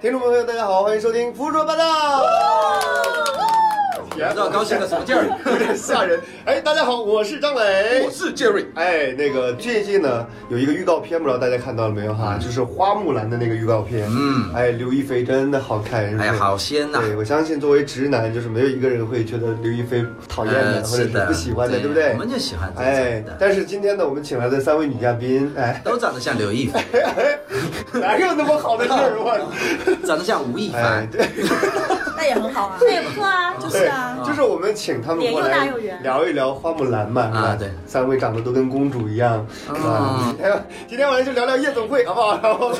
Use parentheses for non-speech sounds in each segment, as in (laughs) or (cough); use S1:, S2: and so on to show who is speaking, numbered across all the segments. S1: 听众朋友，大家好，欢迎收听《胡说八道》。
S2: 不知道高兴的什么劲儿。
S1: 有点吓人。哎，大家好， (laughs) 我是张磊
S2: 我。是 Jerry，
S1: 哎，那个最近呢有一个预告片，不知道大家看到了没有
S2: 嗯
S1: 哈？就是花木兰的那个预告片。嗯，哎，刘亦菲真的好看。是不
S2: 哎
S1: 是
S2: 呀，好鲜呐、
S1: 对，我相信作为直男，就是没有一个人会觉得刘亦菲讨厌的，或
S2: 呃
S1: 者
S2: 是
S1: 是
S2: 的，
S1: 不喜欢的，对不对
S2: 我？们就喜欢这
S1: 哎
S2: 种，的，
S1: 但是今天呢，我们请来的三位女嘉宾，
S2: (laughs)
S1: 哎，
S2: 都长得像刘亦菲，
S1: (laughs) 哪有那么好的事儿？我，
S2: 长得像吴亦
S1: (laughs) 哎
S2: 凡，，
S1: 对，
S3: 那也很好
S4: (laughs)
S3: 啊。
S4: 这也不错啊，就是啊，
S1: 对，就是我们请他们过
S4: 脸又
S1: 来
S4: 大又圆
S1: 聊一聊花木兰嘛，是吧
S2: 啊对
S1: 三位长得都跟公主一样，啊，今天今天晚上就聊聊夜总会，好不好？ (laughs)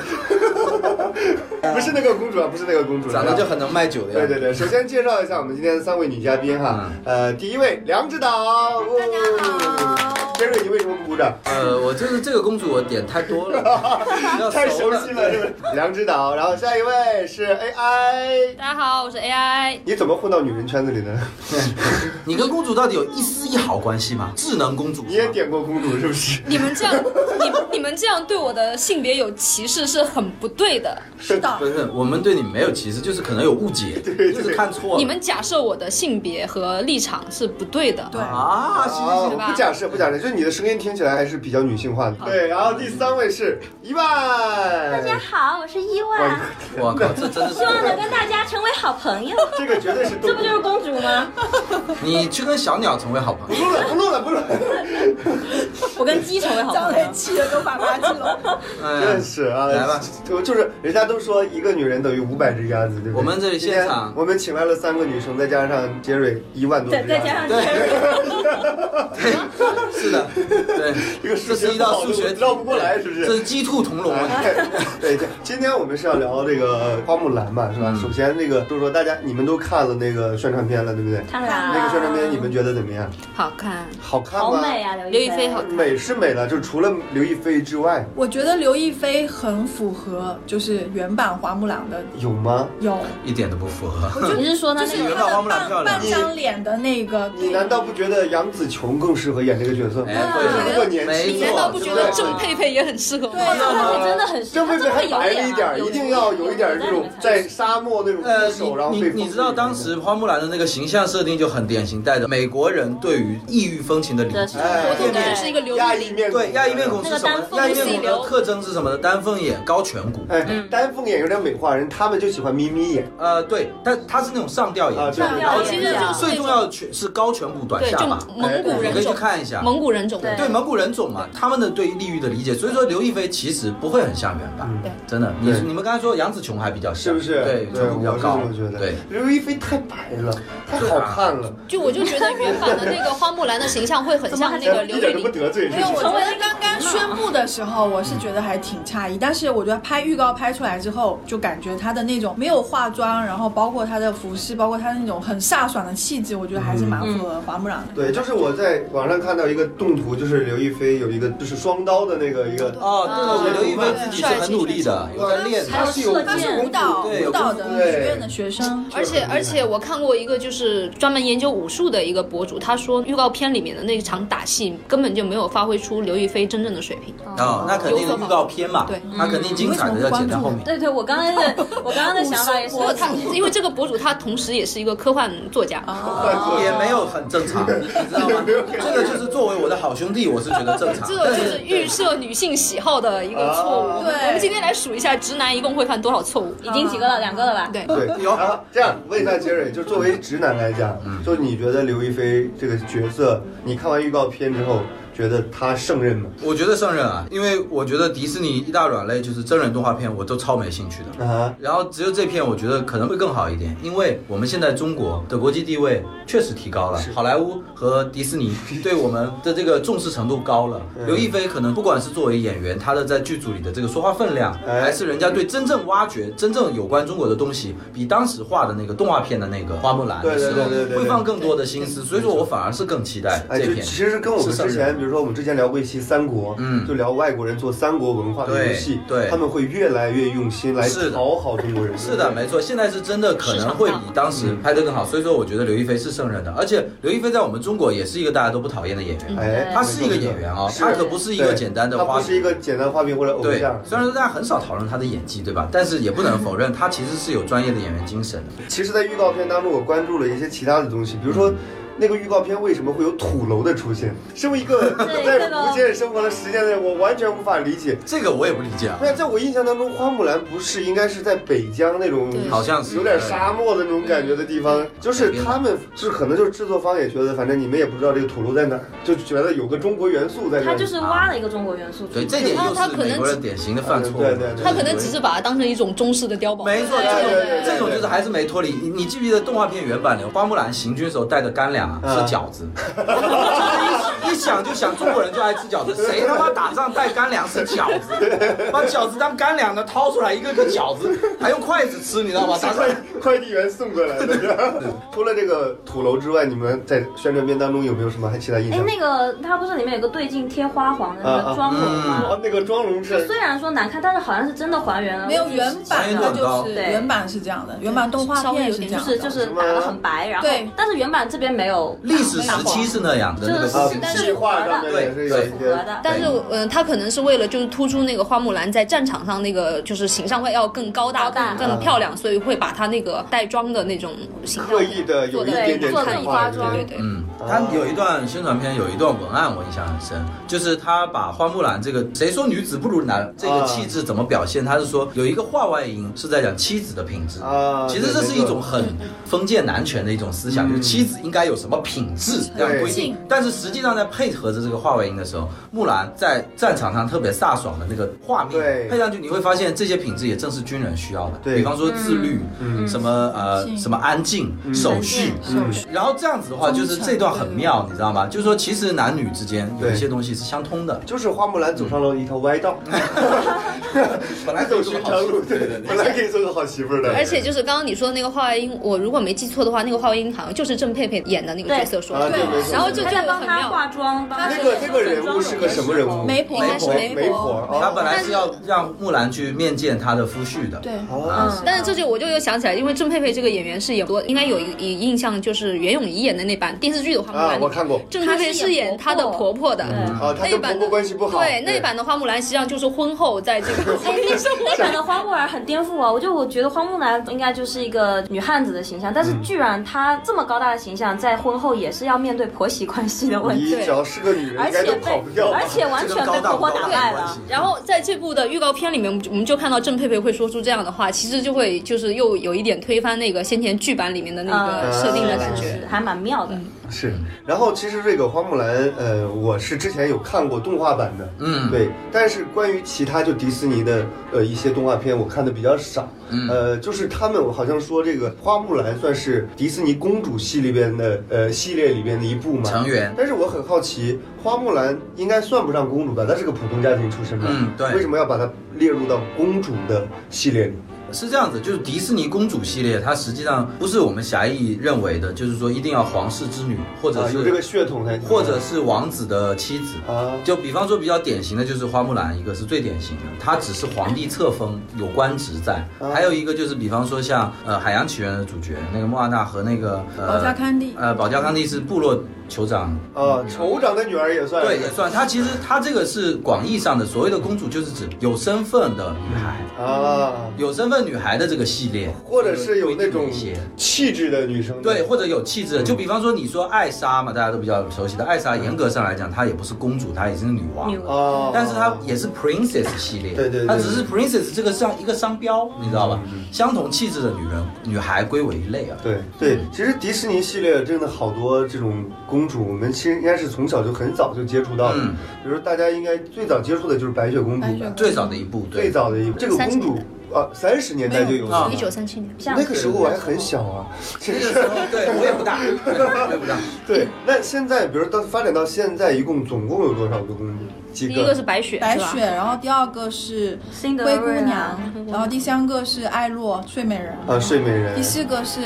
S1: 然后不是那个公主啊，不是那个公主，
S2: 长得就很能卖酒的
S1: 对
S2: 样
S1: 对
S2: 子。
S1: 对，首先介绍一下我们今天的三位女嘉宾哈，
S2: 嗯
S1: 呃，第一位梁指导，
S4: 大家好
S1: ，Jerry，你为什么不鼓掌？
S2: 呃，我就是这个公主，我点太多
S1: (laughs)
S2: 了，要
S1: 太
S2: 熟
S1: 熟
S2: 了
S1: 悉了，是不是？梁指导，然后下一位是 AI，
S3: 大家好，我是 AI。
S1: 你怎么混到女人圈子里的？
S2: 你跟公主到底有一丝一毫关系吗？智能公主是吗，
S1: 你也点过公主是不是？
S3: 你们这样， (laughs) 你你们这样对我的性别有歧视是很不对的。
S4: 是
S2: 不
S4: 的，
S2: 是？我们对你没有歧视，就是可能有
S1: (laughs)
S2: 误解，就是看错了。
S3: 你们假设我的性别和立场是不对的。
S4: 对
S2: 啊，行行
S1: 啊，
S3: 是吧
S1: 不假设，不假设，就是你的声音听起来还是比较女性化的。
S3: 好
S1: 对，然后第三位是一万，
S4: 大家好，我是伊万，
S2: 行，我靠，这
S3: (laughs)
S2: 真的
S4: 希望能
S2: 是。
S4: 跟大家成为好朋友。
S1: 这个绝对是
S4: 这不就是公主吗？
S2: 你去跟小鸟成为好朋友，
S1: 不录了，不录了，不录了，
S4: 我跟鸡成为好
S3: 张
S4: 朋
S3: 磊
S4: 友。
S3: 气的都把垃圾了。
S2: 嗯
S1: 真，是啊，
S2: 来吧，
S1: 就就是人家都说一个女人等于五百只鸭子，对不对？
S2: 我们这里
S1: 今天
S2: 现场
S1: 我们请来了三个女生，再加上杰瑞一万多只鸭
S4: 再
S1: 子，
S4: 再加上这
S2: 是的，对，
S1: (laughs) 一个数
S2: 这
S1: 学
S2: 是一道数学题，
S1: 绕不过来，是不是？
S2: 这是鸡
S4: (laughs)
S2: 兔同笼啊问题。
S1: 哎对，对今天我们是要聊这个花木兰嘛，是吧？
S2: 嗯
S1: 首先那个说说大家，你们都看了那个宣传片了，对不对？
S4: 看
S1: 那个
S4: 啦，
S1: 宣传片你们觉得怎么样？
S3: (laughs) 好看，
S1: 好看吗？
S4: 好美啊，刘亦菲
S3: 刘亦菲好
S1: 美是美了，就除了刘亦菲之外，
S5: 我觉得刘亦菲很符合，就是原版花木兰的
S1: 有吗？
S5: 有，
S2: (laughs) 一点都不
S1: (laughs)
S2: 符合。
S3: 你是说
S5: 就
S3: 那
S5: 是
S2: 原
S5: 她
S2: 版花
S5: 的
S2: 木兰漂
S5: 半
S2: 亮
S5: 半张脸的那个，
S1: 你难道不觉得杨紫琼更适合演这个角色吗？
S2: 哎
S1: 就是
S5: 对
S1: 如果年轻，
S2: 没
S3: 你难道不觉得
S1: 对
S3: 郑佩佩也很适合
S5: 对
S3: 吗？
S5: 啊
S4: 她真的很
S1: 郑佩佩
S4: 啊
S1: 还白了一点儿，一定要有一点儿那种在沙漠那种
S2: 呃，
S1: 挥手，然后
S2: 你
S1: 被
S2: 你
S1: 风
S2: 你知道当时花木兰的那个形象设定就很典型，带着美国人对于异域风情的理
S4: 的
S2: 解。
S1: 哎
S3: 我总觉得是一个流
S1: 亚
S3: 鼻
S1: 裔
S3: 涕。
S1: 面孔
S2: 对，亚裔面孔是什么
S4: 那个单？凤
S2: 亚裔面孔
S3: 流
S2: 的特征是什么呢？丹凤眼、高颧骨。
S1: 哎，丹凤眼有点美化人，他们就喜欢眯眯眼
S2: 呃，对，但他是那种上吊
S1: 啊，就
S2: 眼镜。
S1: 是
S4: 上吊
S3: 我
S4: 眼
S3: 其
S4: 镜
S3: 实
S1: 啊
S3: 就是
S2: 最重要的全是高颧骨、短
S3: 对，
S2: 下
S3: 就
S2: 巴。
S1: 哎
S3: 蒙古
S2: 你可
S3: 人
S2: 以去
S3: 种，
S2: 看一下。
S3: 蒙古人种。
S4: 对
S2: 对蒙古人种嘛，他们的对地域的理解，所以说刘亦菲其实不会很像原版
S1: 嗯，
S3: 对
S2: 真的。你
S1: 对
S2: 你们刚才说杨紫琼还比较
S1: 是
S2: 像，
S1: 不是？
S2: 对，
S1: 对，
S2: 颧骨比
S1: 我
S2: 较
S1: 是
S2: 高
S1: 这么觉，得。
S2: 对，，
S1: 刘亦菲太白了，太好看了，
S3: 就我就觉得原版的那个花木兰的形象会很像那个
S1: (laughs)
S3: 刘
S1: 一
S3: 亦
S1: 点都不
S3: 菲。
S1: 得罪，是
S5: 没有，
S1: 不
S5: 我
S1: 是？
S5: 觉得刚刚宣布的时候，我是觉得还挺诧异，但是我觉得拍预告拍出来之后，就感觉她的那种没有化妆，然后包括她的服饰，包括她那种很飒爽的气质，我觉得还是蛮符合花木兰的。
S1: 对，就是我在网上看到一个动图，就是刘亦菲有一个就是双刀的那个一个
S2: 哦，对了，我
S1: 对
S2: 刘亦菲自己是很努力的，有在练的。
S4: 还有射
S5: 她是舞
S4: 箭，
S5: 蹈
S2: 嗯对有
S5: 舞蹈
S2: 功
S5: 的
S1: 夫
S5: 学院的学生，
S3: 而且而且我看过一个就是专门研究武术的一个博主，他说预告片里面的那场打戏根本就没有发挥出刘亦菲真正的水平。
S2: 哦，那肯定预告片嘛，
S3: 对，
S2: 那肯定精彩的要剪在后面。
S1: (laughs)
S4: 对对，我刚刚的我刚刚的想法也是，
S3: 我有看，因为这个博主他同时也是一个科幻作家，
S2: 哦也没有很
S1: (laughs)
S2: 正常，你知道吗？这个就是作为我的好兄弟，我是觉得正常
S3: 这。个就是预设女性喜好的一个错误。
S1: 啊
S5: 对
S3: 我们今天来数一下直男一共会犯多少错误。
S4: 已经几个了，两个了吧？
S3: 啊对，
S1: 对，
S2: 有
S1: 然后这样问一下杰瑞，就作为直男来讲，
S2: 嗯
S1: 就你觉得刘亦菲这个角色，你看完预告片之后，觉得她胜任吗？
S2: 我觉得胜任啊，因为我觉得迪士尼一大软肋就是真人动画片，我都超没兴趣的。
S1: 啊，
S2: 然后只有这片，我觉得可能会更好一点，因为我们现在中国的国际地位确实提高了，好莱坞和迪士尼对我们的这个重视程度高了。刘亦菲可能不管是作为演员，她的在剧组里的这个说话分量，
S1: 哎
S2: 还是人家对真正挖掘真正有关中国的东西，比当时画的那个动画片的那个花木兰
S1: 对
S2: 的
S1: 对
S2: 时候
S1: 对对对对
S2: 会放更多的心思，所以说我反而是更期待
S1: 哎，
S2: 这
S1: 就
S2: 片。
S1: 其实跟我们
S2: 是胜
S1: 之
S2: 任
S1: 前，比比如说我们之前聊过一期三国，
S2: 嗯
S1: 就聊外国人做三国文化的游戏，
S2: 对对
S1: 他们会越来越用心来
S2: 是的
S1: 讨好中国人，
S2: 是的，没错，现在是真的可能会比当
S3: 嗯
S2: 时拍得更好，所以说我觉得刘亦菲是胜任的，而且刘亦菲在我们中国也是一个大家都不讨厌的演
S3: 嗯
S2: 员，
S1: 哎，
S2: 她是一个演员啊、她可不是一个简单的
S1: 他
S2: 花
S1: 不是一
S2: 瓶。
S1: 个简单花瓶或者偶
S2: 对，
S1: 像，
S2: 虽然说大家很少讨论她的演技，对吧？但是也不能否认，她其实是有专业的演员精神的。
S1: 其实，在预告片当中，我关注了一些其他的东西，比如说。
S4: 嗯
S1: 那个预告片为什么会有土楼的出现？ (laughs) 身为一个在
S4: 这个
S1: 福建生活了十年的人，我完全无法理解。
S2: 这个我也不理解啊。
S1: 那在我印象当中，花木兰不是应该是在北疆那种
S3: 对
S2: 好像是
S1: 有点沙漠的那种感觉的地
S4: 嗯
S1: 方？就是他们就是可能就是制作方也觉得，反正你们也不知道这个土楼在哪儿，就觉得有个中国元素在这
S4: 他
S1: 里。
S4: 就是挖了一个中国元素出
S2: 对，
S4: 来。
S2: 这点
S3: 他
S2: 又
S3: 他
S2: 是
S3: 可能
S2: 美国人
S3: 只
S2: 典型的犯错误。
S1: 对对对
S3: 他可能只是把它当成一种中式的碉堡。
S2: 没错，
S1: 对对
S2: 这
S1: 对
S2: 种
S1: 对
S2: 这种就是还是没脱离。你你记不记得动画片原版里，花木兰行军时候带的干粮啊
S1: 嗯
S2: 是饺子， (laughs) 就是一一想就想中国人就爱吃饺子，谁他妈打仗带干粮是饺子？把饺子当干粮的掏出来一个个饺子，还用筷子吃，你知道吗？打仗
S1: (laughs) 快快递员送过来的。
S4: 嗯
S1: 除了 (laughs) 这个土楼之外，你们在宣传片当中有没有什么还其他印
S4: 哎
S1: 象，？
S4: 那个它不是里面有个对镜贴花黄的那
S1: 啊啊嗯
S4: 个妆容
S1: 哦
S4: 呃吗？，
S1: 那个妆容是
S4: 虽然说难看，但是好像是真的还原了。
S5: 没有原
S2: 还
S5: 版
S2: 原度
S5: 它
S2: 很高
S5: 就是
S4: 对
S5: 原版是这样的，原版动画
S3: 稍微
S5: 片
S3: 有
S5: 是
S3: 点
S5: 这
S4: 就
S5: 样
S4: 是
S5: 的，
S4: 就是
S1: 什么
S4: 打的很白，然后
S5: 对
S4: 但是原版这边没有
S2: 历史时期是那样的，
S4: 就
S2: 那
S4: 是
S2: 个
S1: 啊
S2: 时，期
S4: 但
S1: 气
S4: 是
S1: 化上面也是有一
S4: 符合
S1: 些。
S4: 的。
S3: 但是，嗯、他可能是为了就是突出那个花木兰在战场上那个就是形象会要更高大、
S4: 高大
S3: 更更漂亮，所以会把她那个带妆的那种形象
S1: 刻意的有
S3: 做
S1: 一
S3: 得
S1: 点点
S4: 做
S1: 丑
S4: 得
S3: 看
S4: 很
S3: 一
S4: 夸
S1: 化，
S3: 点
S4: 张
S3: 对对对。
S2: 嗯，他有一段宣传片，有一段文案我印象很深，就是他把花木兰这个“谁说女子不如男”这个气质怎么表现，他是说有一个话外音是在讲妻子的品质
S1: 啊
S2: 其实这是一种很封建男权的一种思想，就是妻子应该有什么品质这样规定
S5: 嗯对。
S2: 但是实际上在配合着这个话外音的时候，木兰在战场上特别飒爽的那个画
S1: 对
S2: 面配上去，你会发现这些品质也正是军人需要的，
S1: 对
S2: 比方说自律，什么呃
S5: 嗯
S2: 什么安静、守序，
S1: 嗯
S2: 然后这样子的话，就是这段很妙，你知道吗？就是说，其实男女之间有一些东西是相通的，
S1: 就是花木兰走上了一条歪道，
S2: 本来
S1: 走
S2: 都是
S1: 寻
S2: 好
S1: 常
S2: 事
S1: 路，
S2: 对对对。
S1: 本来可以做个好媳妇儿的。
S3: 而且就是刚刚你说的那个话外音，我如果没记错的话，那个话外音好像就是郑佩佩演的那个角色说
S1: 啊，
S3: 的。
S1: 对，没
S5: 对
S1: 错。
S3: 然后就
S4: 他
S3: 就
S4: 在帮
S3: 很
S4: 他
S3: 妙。
S4: 化妆，帮
S1: 那个那个人物是个什么人物？
S3: (laughs)
S5: 媒婆
S3: 应该是
S1: 媒
S3: 媒
S1: 媒
S5: 婆
S1: 婆，
S2: 他
S1: 哦
S2: 本来是要让木兰去面见他的夫婿的，
S5: 对，
S1: 哦
S2: 啊，
S3: 但是这就我就又想起来，因为郑佩佩这个演员是有多应该有一一印象，就是袁咏仪演的那版电视剧的花木
S1: 啊，
S3: 兰
S1: 我，看过。
S3: 郑佩佩是演她的婆婆的。
S4: 嗯
S1: 啊，她
S3: 那
S1: 跟
S3: 版
S1: 婆
S3: 的
S1: 婆关系不好。
S3: 对那版的花木兰实际上就是婚后在这
S1: (laughs)
S3: 个
S4: 哎，那那版的花木兰很颠覆啊！我就我觉得花木兰应该就是一个女汉子的形象，但是
S1: 嗯
S4: 居然她这么高大的形象，在婚后也是要面对婆媳关系的问
S1: 你
S4: 题，
S1: 只要是个女人，
S4: 而
S1: 应该
S4: 且
S1: 都跑
S4: 被
S1: 不掉吧。
S4: 而且完全被婆婆打败了。
S3: 然后在这部的预告片里面，我们就我们就看到郑佩佩会说出这样的话，其实就会就是又有一点推翻那个先前剧版里面的那个设定的感
S4: 呃啊是
S3: 觉嗯
S4: 是。是还蛮妙的。
S1: 是，然后其实这个花木兰，呃，我是之前有看过动画版的，
S2: 嗯
S1: 对，但是关于其他就迪士尼的呃一些动画片，我看的比较少，
S2: 嗯
S1: 呃，就是他们好像说这个花木兰算是迪士尼公主系里边的呃系列里边的一部嘛，
S2: 成员
S1: 但是我很好奇，花木兰应该算不上公主吧？她是个普通家庭出身的，
S2: 嗯对
S1: 为什么要把它列入到公主的系列里？
S2: 是这样子，就是迪士尼公主系列，它实际上不是我们狭义认为的，就是说一定要皇室之女，或者
S1: 啊，
S2: 是
S1: 有这个血统才行，
S2: 或者是王子的妻子。
S1: 啊，
S2: 就比方说比较典型的就是花木兰，一个是最典型的，她只是皇帝册封有官职在，
S1: 啊
S2: 还有一个就是比方说像呃《海洋奇缘》的主角那个莫娜娜和那个呃
S5: 保加康帝
S2: 呃保加康帝是部落酋长。
S1: 啊，酋长的女儿也算
S2: 对，也算。她其实她这个是广义上的所谓的公主，就是指有身份的女孩，
S1: 啊。
S2: 有身份女孩的这个系列，
S1: 或者是有那种嗯
S2: 一些
S1: 气质的女生，
S2: 对，或者有气质的。就比方说你说艾莎嘛，大家都比较熟悉的艾莎，严格上来讲，她也不是公主，她也是女王。
S4: 女王
S1: 啊，
S2: 但是它也是 princess 系列，
S1: 对对嗯对
S2: 它只是 princess 这个像一个商标，你知道吧？相同气质的女人女孩归为一类啊。
S1: 对对，其实迪士尼系列真的好多这种公主，我们其实应该是从小就很早就接触到的，
S2: 嗯
S1: 比如说大家应该最早接触的就是白雪公主
S5: 白，雪公主
S2: 最早的一部，
S1: 最
S2: 对，
S1: 早的一部，这个公主啊，三十年代就有了
S2: 没
S3: 一。九三七年，
S4: 像
S1: 那个时候我还很小啊，其
S2: 那个
S1: 实
S2: 时候对我也不大，对我也不大。
S1: 对。那现在，比如到发展到现在，一共总共有多少个公主？几
S3: 第
S1: 个？
S3: 一个是白雪，
S5: 白
S3: 是吧
S5: 雪，然后第二个是
S4: 辛德
S5: 灰姑
S4: 瑞啊拉
S5: 娘，然后第三个是艾洛睡美人，
S2: 呃
S1: 啊，睡美人
S5: 第。四个是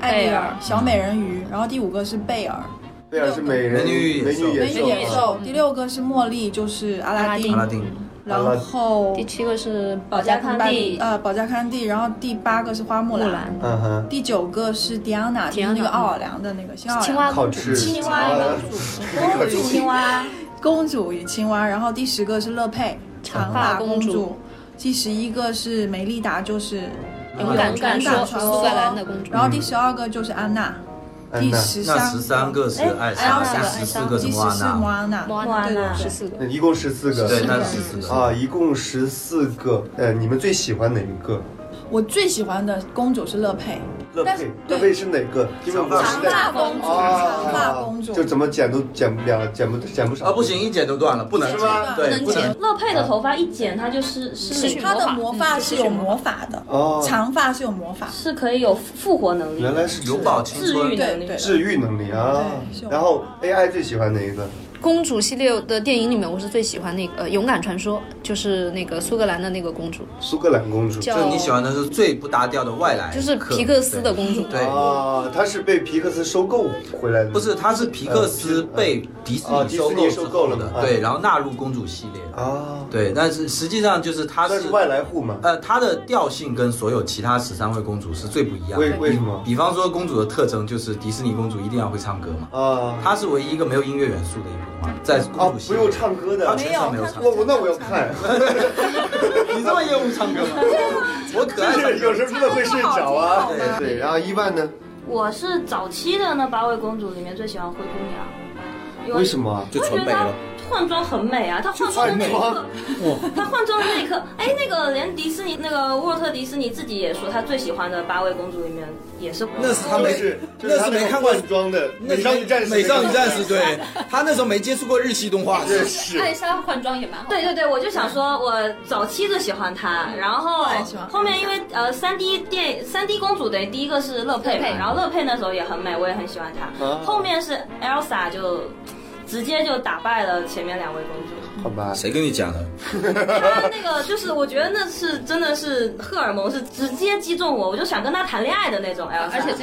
S5: 艾丽
S3: 贝
S5: 尔
S3: 尔
S5: 小美人鱼，然后第五个是贝尔。
S1: 贝啊尔是美人
S2: 美女与
S1: 美
S2: 野兽
S1: 女
S5: 美女野
S1: 啊
S5: 兽，第六个是茉莉，就是阿
S3: 阿
S5: 拉
S3: 拉
S5: 丁
S3: 丁
S2: 阿，拉丁，
S5: 然后
S3: 第七个是
S4: 保加康帝
S5: 呃保加康帝，然后第八个是花木
S3: 木
S5: 兰，
S3: 兰，
S1: 嗯哼，
S5: 第九个是迪安娜，就是那个奥尔良的那个新奥尔
S3: 青
S5: 良
S3: 蛙
S1: 靠
S3: 公
S1: 吃
S3: 主，
S1: 青
S4: 蛙
S1: 啊
S4: 公主与青蛙，
S5: 公主与青蛙，然后第十个是乐佩，长发公
S3: 长发公主
S5: 第十一个是梅丽达，就是
S3: 勇敢传说，
S5: 勇敢传说
S3: 苏格兰的公主
S5: 然，后第十二个就是安娜，
S1: 安
S5: 第
S1: 娜，
S5: 十
S2: 那
S5: 三
S2: 十三个是艾
S4: 哎
S2: 莎，
S4: 艾莎
S2: 第十四个是
S5: 第
S2: 莫
S5: 十
S2: 阿
S5: 是莫
S2: 娜，
S5: 安娜，
S3: 莫
S4: 安
S3: 安
S4: 娜
S3: 娜十四个，
S1: 一共十四个，
S2: 对，那
S3: 是
S2: 十四个。
S1: 啊，一共十四个。呃，你们最喜欢哪一个？
S5: 我最喜欢的公主是乐佩，
S1: 乐
S5: 但
S1: 佩
S5: 是，
S1: 乐
S5: 对
S1: 佩是哪个？因为我
S2: 长
S1: 是在
S5: 发公主
S1: 哦
S5: 长发公主
S1: 就怎么剪都剪不了，剪不剪不少
S2: 啊，不行，一剪就断了，不能
S1: 是
S2: 剪
S1: 吗，
S2: 对，
S3: 不能
S2: 不能
S3: 剪。
S4: 乐佩的头发一剪，它就是
S3: 失去
S4: 是
S5: 她的
S3: 魔
S5: 魔
S3: 法
S5: 法
S3: 嗯
S5: 是有魔法的，
S1: 哦，
S5: 长发是有魔法，
S4: 是可以有复活能力
S1: 原
S4: 的，
S1: 来是
S2: 永葆青
S4: 治愈
S2: 春。
S4: 能力
S5: 对。对
S1: 治愈能力啊
S5: 对是。有
S1: 然后 AI 最喜欢哪一个？
S3: 公主系列的电影里面，我是最喜欢那个呃《勇敢传说》，就是那个苏格兰的那个公主，
S1: 苏格兰公主。
S3: 叫
S2: 就你喜欢的是最不搭调的外来客，
S3: 就是皮克斯的公主，
S2: 哎对
S1: 啊，她是被皮克斯收购回来的。
S2: 不是，它是皮克斯被迪士
S1: 啊
S2: 尼
S1: 迪
S2: 收
S1: 士尼
S2: 购
S1: 收
S2: 之
S1: 购
S2: 后
S1: 了
S2: 的
S1: 嘛，
S2: 对，
S1: 啊
S2: 然后纳入公主系列的。
S1: 啊，
S2: 对，但是实际上就是它
S1: 那
S2: 是
S1: 是外来户嘛？
S2: 呃，它的调性跟所有其他十三位公主是最不一样
S1: 为
S2: 的。
S1: 为什么？
S2: 比方说，公主的特征就是迪士尼公主一定要会唱歌嘛，
S1: 啊，
S2: 它是唯一一个没有音乐元素的一部动画，在
S1: 啊
S2: 公主系
S1: 不
S2: 列
S1: 用，唱歌的
S2: 它。全场没有唱
S1: 我。我那我要看，
S2: 你这么厌恶唱歌吗？ (laughs) 我可爱唱
S1: 就是
S2: 歌。
S1: 有时候真的会睡着啊。
S2: 挺好的
S1: 对，然后伊万呢？
S4: 我是早期的那八位公主里面最喜欢灰姑娘，因
S1: 为什？么啊？
S2: (laughs) 就
S4: 我觉
S2: 纯
S4: 得
S2: 美
S4: 她
S2: 了，
S4: 换装很美啊，她换装的那一刻， (laughs) 她换装的那一刻，哎，那个连迪士尼那个沃特迪士尼自己也说，他最喜欢的八位公主里面也是
S2: 那是他没
S1: 就是就
S2: 那
S1: 是
S2: 是
S1: 他
S2: 没
S1: 个
S2: 看过
S1: 换装的美少女战士，
S2: 美少女战士，，
S1: (laughs)
S2: 对他那时候没接触过日系动画，
S1: 这是
S3: 艾莎换装也蛮好看的。
S4: 对对对，我就想说，我早期最喜欢她，然后
S5: 后来喜欢
S4: 后面因为呃三 D 电三 D 公主的第一个是乐佩嘛
S3: 乐佩
S4: 然后乐佩那时候也很美，我也很喜欢她。
S1: 啊
S4: 后面是 Elsa 就直接就打败了前面两位公
S2: (laughs)
S4: 主。
S1: 好吧？
S2: 谁跟你讲的？
S4: 他那个就是，我觉得那是真的是荷尔蒙是直接击中我，我就想跟他谈恋爱的那种。而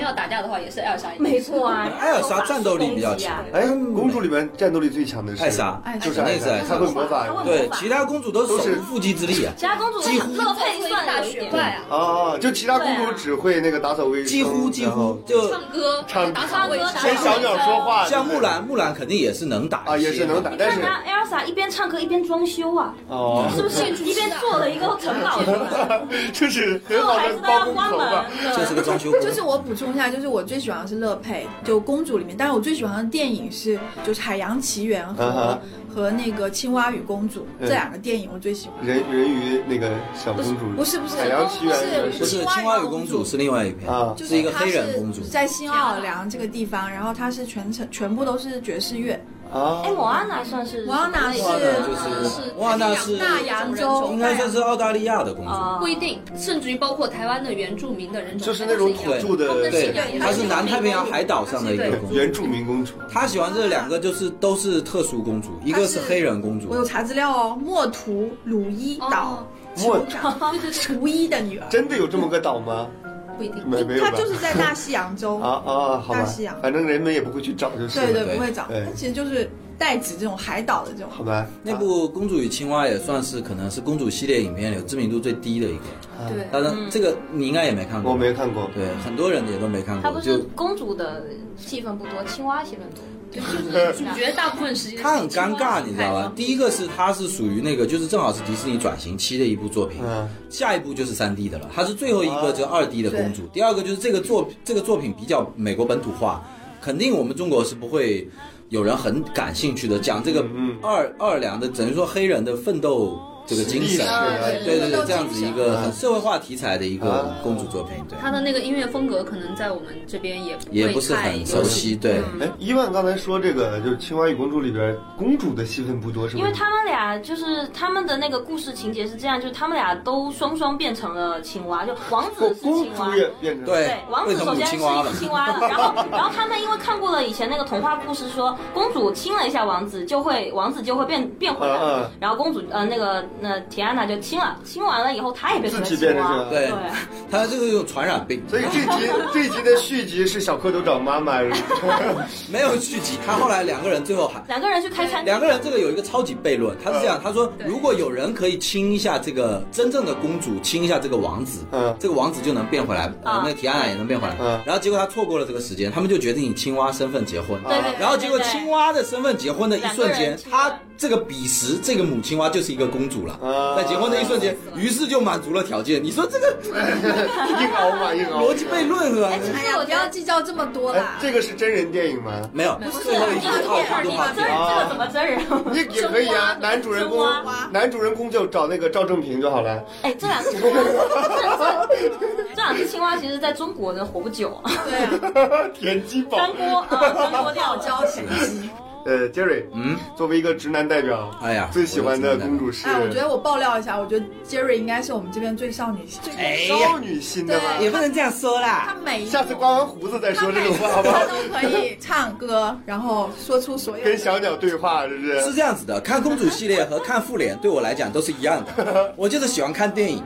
S3: 要打架的话，也是艾莎。
S4: 没错
S2: (laughs)
S4: 啊，
S2: 艾尔莎战斗力比较强
S1: (laughs) 哎，公主里面战斗力最强的是
S2: 艾莎艾莎
S1: 就是艾
S2: 肯定是
S1: 莎，
S2: 艾莎
S1: 她会魔法
S4: 她会
S2: 对，其他公主都手
S1: 是
S2: 无缚鸡之力啊，
S4: 其他公主
S2: 几乎
S4: 乐佩算有一点，
S3: 怪啊，
S1: 啊，就其他公主只会那个打扫卫生，
S2: 几乎几
S1: 然后
S2: 乎就
S3: 唱歌、
S1: 唱
S3: 打扫卫生、
S1: 跟小鸟说话，
S2: 像木兰，木兰肯定也是能打
S1: 啊，也是能打，但
S4: 看
S1: 是
S4: 他 Elsa 一边唱歌一边装修啊，
S1: (laughs) 哦，
S4: 是不是一边做了一个城堡出来？
S1: 就是很好
S4: 还
S1: 的
S4: 知道
S1: 包
S4: 要
S1: 工
S4: 关
S1: 头
S4: 门
S1: 吧。，
S2: 这
S4: 呃
S2: 是个装修工
S5: 就是我补充一下，就是我最喜欢的是乐佩，就公主里面，但是我最喜欢的电影是就是《海洋奇缘》和、
S2: 啊
S1: 嗯哼
S5: 和那个《青蛙与公主》
S1: 嗯
S5: 这两个电影，我最喜欢。
S1: 人人鱼那个小公主，
S5: 不是不是
S1: 海洋奇缘
S5: 不
S2: 不是
S5: 青蛙
S2: 青蛙
S5: 与
S2: 与
S5: 公
S2: 公
S5: 主
S2: 主是另外一篇
S1: 啊
S5: 就是
S2: 一个
S5: 她
S2: 黑人公主，
S5: 在新奥尔良这个地方，然后它是全程全部都是爵士乐。
S1: 啊
S4: 哎，，莫安娜算是
S5: 莫安娜是
S2: 哇那
S4: 啊
S2: 就是
S3: 是
S2: 哇那是
S5: 大洋洲
S2: 应该算是澳大利亚的公主，
S4: 啊，
S3: 不一定，甚至于包括台湾的原住民的人种，
S1: 就是那种土
S2: 对
S1: 著的
S2: 对
S3: 对，
S2: 她是南太平洋海岛上的一个公主。
S1: 原住民公主，
S2: 她喜欢这两个就是都是特殊公主，一个是黑人公主
S5: 我，有查资料哦，墨图鲁伊岛
S3: 哦
S1: 莫
S5: 酋长 (laughs) 图伊的女儿，
S1: 真的有这么个岛吗？
S3: 不一定。
S1: 没没有
S5: 她
S1: 吧？
S5: 就是在大西
S2: (laughs)
S5: 洋洲。
S1: 啊啊，好吧
S5: 大西洋，
S1: 反正人们也不会去找就是了。
S5: 对对，
S2: 对
S5: 不会找，
S1: 对
S5: 它其实就是代指这种海岛的这种。
S1: 好吧，啊
S2: 那部《公主与青蛙》也算是可能是公主系列影片里有知名度最低的一个，
S3: 对，
S2: 当
S5: 嗯
S2: 然这个你应该也没看过，
S1: 我没看过。
S2: 对，很多人也都没看
S4: 她
S2: 过，
S4: 不
S2: 就是
S4: 公主的戏份不多，青蛙戏份多。
S3: 就是主角大部分时间
S2: 他很尴尬，你知道吧？第一个是他是属于那个，就是正好是迪士尼转型期的一部作品，
S1: 嗯，
S2: 下一部就是三 D 的了，他是最后一个就二 D 的公主。第二个就是这个作这个作品比较美国本土化，肯定我们中国是不会有人很感兴趣的讲这个
S1: 嗯嗯
S2: 二二两的，等于说黑人的奋斗这个精
S1: 历史
S2: 神，
S1: 啊
S2: 对对对，这样子一个
S1: 嗯
S2: 很社会化题材的一个
S1: 啊
S2: 公主作品，对，
S3: 他的那个音乐风格可能在我们这边也
S2: 也
S3: 会
S2: 不是
S3: 太
S2: 很熟悉，对。
S1: 哎，伊万刚才说这个就是《青蛙与公主》里边公主的戏份不多，是吗？
S4: 因为他们俩就是他们的那个故事情节是这样，就是他们俩都双双变成了青蛙，就王子
S1: 公
S4: 是
S1: 公
S4: 青蛙
S1: 主。也变成
S2: 对
S4: 对，王子首先是一只青蛙
S1: (laughs)
S4: 了，然后，然后他们因为看过了以前那个童话故事说，公主亲了一下王子，就会王子就会变变回来
S1: 嗯嗯，
S4: 然后公主呃那个那田安娜就亲了，亲完了以后她也变成了
S1: 自己变
S4: 青
S1: 成
S4: 蛙
S1: 这，样
S4: 对
S2: 对，他这个有传染病，
S1: 所以这集 (laughs) 这集的续集是小蝌蚪找妈妈，
S2: 没有续集。他后来两个人最后还
S4: 两个人去开餐厅，
S2: 两个人这个有一个超级悖论，他是这
S4: 嗯
S2: 样，他说如果有人可以亲一下这个真正的公主，亲一下这个王子，
S1: 嗯
S2: 这个王子就能变回来，呃
S4: 啊
S2: 那个提安娜也能变回来
S1: 嗯，
S2: 然后结果他错过了这个时间，他们就决定以青蛙身份结婚，
S4: 对对对，
S2: 然后结果
S4: 对对
S2: 青蛙的身份结婚的一瞬
S4: 两个人
S2: 间，
S4: 亲
S2: 他
S4: 了
S2: 这个彼时这个母青蛙就是一个公主
S1: 啊
S2: 了，在结婚的一瞬间，
S4: 嗯
S2: 于是就满足了条件，你说这个
S1: 嗯硬凹嘛硬凹。
S2: 逻辑悖论是吧？
S5: (laughs) 哎呀，不要计较这么多
S1: 哎
S5: 啦，。
S1: 这个是真人电影吗？
S2: 没有，不
S4: 不是
S2: 最后一
S4: 这
S2: 集
S4: 个怎么
S2: 奥卡
S4: 真
S2: 多
S4: 人？
S2: 话题
S4: 这。
S1: 啊
S4: 个怎么真人？ (laughs)
S1: 也也可以啊，男主人公
S4: 青
S5: 蛙
S1: 男主人公就找那个赵正平就好了。 (laughs)
S4: 哎，这两只青蛙，这这这两只青蛙其实在中国真的活不久，
S5: 对
S1: (laughs)
S5: 啊，
S1: 田鸡宝，
S4: 干锅啊，干锅掉
S5: 傲
S4: 了。
S5: 娇神机。
S1: 呃，Jerry，
S2: 嗯，
S1: 作为一个直男代表，
S2: 哎呀
S1: 最喜欢的公主是
S5: (laughs) 哎，我觉得我爆料一下，我觉得 Jerry 应该是我们这边最少女心。
S2: 哎
S1: 少
S2: 呀，
S1: 女心的
S5: 对
S1: 吗？
S2: 也不能这样说
S5: 她
S2: 啦。
S5: 每一
S1: 下次刮完胡子再说这种话好不
S5: 她
S1: 好？
S5: 都可以唱歌，然后说出所有
S1: 跟
S5: 的。
S1: 小鸟对话是不
S2: 是
S1: 是？
S2: 这样子的，看公主系列和看复联对我来讲都是一样的，我就是喜欢看电影。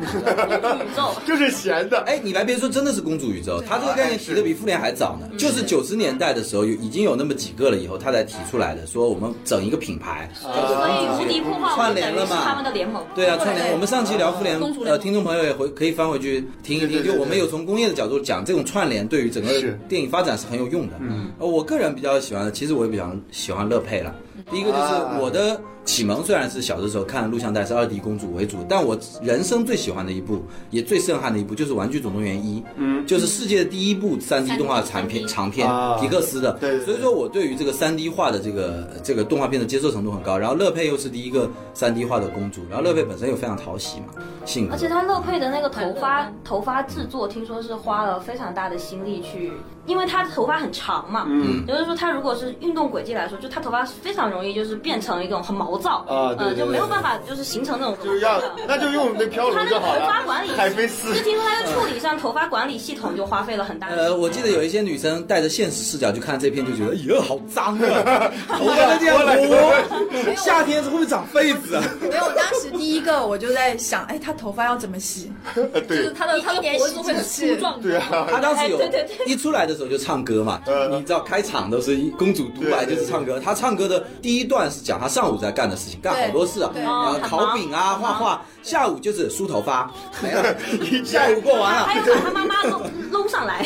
S1: (laughs)
S4: 宇宙，
S1: 就是闲的。
S2: 哎，你来别说，真的是公主宇宙，它这个概念提的比复联还早呢，就是九十年代的时候有已经有那么几个了，以后他才提出来的，说我们整一个品牌。
S4: 所以无敌破坏
S2: 串
S4: 我
S2: 联
S4: 等于
S2: 了
S4: 是
S2: 嘛
S4: 他们的联盟。
S2: 对啊，
S5: 对
S2: 串联。我们上期聊复联
S3: 公主，联
S2: 呃，
S3: 盟
S2: 听众朋友也回可以翻回去听一
S1: 对对
S2: 听。
S1: 对
S2: 就
S1: 对
S2: 我们有从工业的角度讲，这种串联对于整个
S1: 是
S2: 电影发展是很有用的。嗯，我个人比较喜欢的，其实我也比较喜欢乐佩了。第一个就是我的启蒙，虽然是小的时候看录像带是二 D 公主为主，但我人生最喜欢的一部，也最震撼的一部就是《玩具总动员一》，
S1: 嗯，
S2: 就是世界的第一部三 D 动画产片
S3: 3D
S2: 长片
S1: 啊，
S2: 皮克斯的。
S1: 对对对
S2: 所以说我对于这个三 D 化的这个这个动画片的接受程度很高。然后乐佩又是第一个三 D 化的公主，然后乐佩本身又非常讨喜嘛，性格
S4: 而。且他乐佩的那个头发头发制作，听说是花了非常大的心力去，因为他头发很长嘛，
S1: 嗯，
S4: 也就是说他如果是运动轨迹来说，就他头发非常容易就是变成一种很毛躁，
S1: 啊对对
S4: 呃，就
S1: 对
S4: 没有办法就是形成那种
S1: 就是要那就用那飘柔
S4: 他那
S1: 就
S4: 个
S1: 好
S4: 头
S1: 了
S4: 发管理，，
S1: 海飞丝
S4: 就。听说他在处理上头发管理系统就花费了很大的心
S2: 呃，
S4: 力
S2: 我记得有一些女生带着现实视角去看这片，就觉得，哟，好脏
S1: (laughs)
S2: 啊！头发都这样活，夏天是会不会长痱子啊？
S5: 没有，当时第一个我就在想，哎，她头发要怎么洗？
S1: 呃
S3: 就是他的他的脖子会很粗壮，
S1: 对啊，
S2: 他当时有
S4: 哎
S1: (laughs)
S4: 对对
S2: 一出来的时候就唱歌嘛，
S1: 嗯
S2: 你知道开场都是一公主独白
S1: 对对
S2: 就是唱歌。他唱歌的第一段是讲他上午在干的事情，干好多事啊，
S5: 对对
S2: 啊
S4: 哦很
S2: 烤
S4: 忙
S2: 饼啊，
S4: 很
S2: 画
S4: 忙
S2: 画。下午就是梳头发，
S5: (laughs)
S2: 没了。 (laughs) 下午过完
S4: 还
S2: 了，
S4: 有把他妈妈搂搂上来，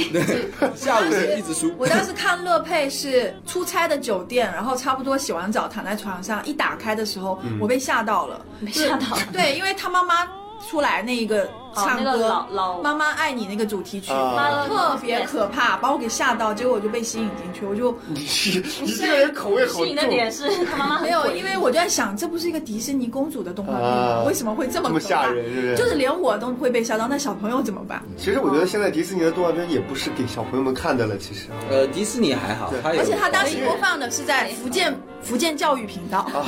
S2: 下午就一直梳。
S5: 我当时看乐佩是出差的酒店，然后差不多洗完澡躺在床上，一打开的时候，
S1: 嗯
S5: 我被吓到了，
S4: 没吓到
S5: 就是 (laughs) 对，因为他妈妈出来那一
S3: 哦
S5: 个唱
S4: 那
S5: 歌，
S4: 个老老
S5: 妈妈爱你》那个主题曲。
S1: 啊
S5: 特别可怕，把我给吓到，结果我就被吸引进去，我就
S3: 嗯
S1: 你你这个人 (laughs) 口味好
S4: 吸引的
S1: 重
S4: 点。是他妈妈很
S5: 没有
S4: 诡，异
S5: 因为我就在想，这不是一个迪士尼公主的动画片
S1: 啊
S5: 吗，为什么会这么
S1: 这么
S5: 可
S1: 吓
S5: 怕
S1: 人是不是
S5: 就是连我都会被吓到，那小朋友怎么办？
S1: 其实我觉得现在迪士尼的动画片也不是给小朋友们看的了，其实。
S2: 呃，迪士尼还好
S1: 对，
S2: 他有。
S5: 而且他当时播放的是在福
S3: 哎
S5: 建福建教育频道，
S1: 啊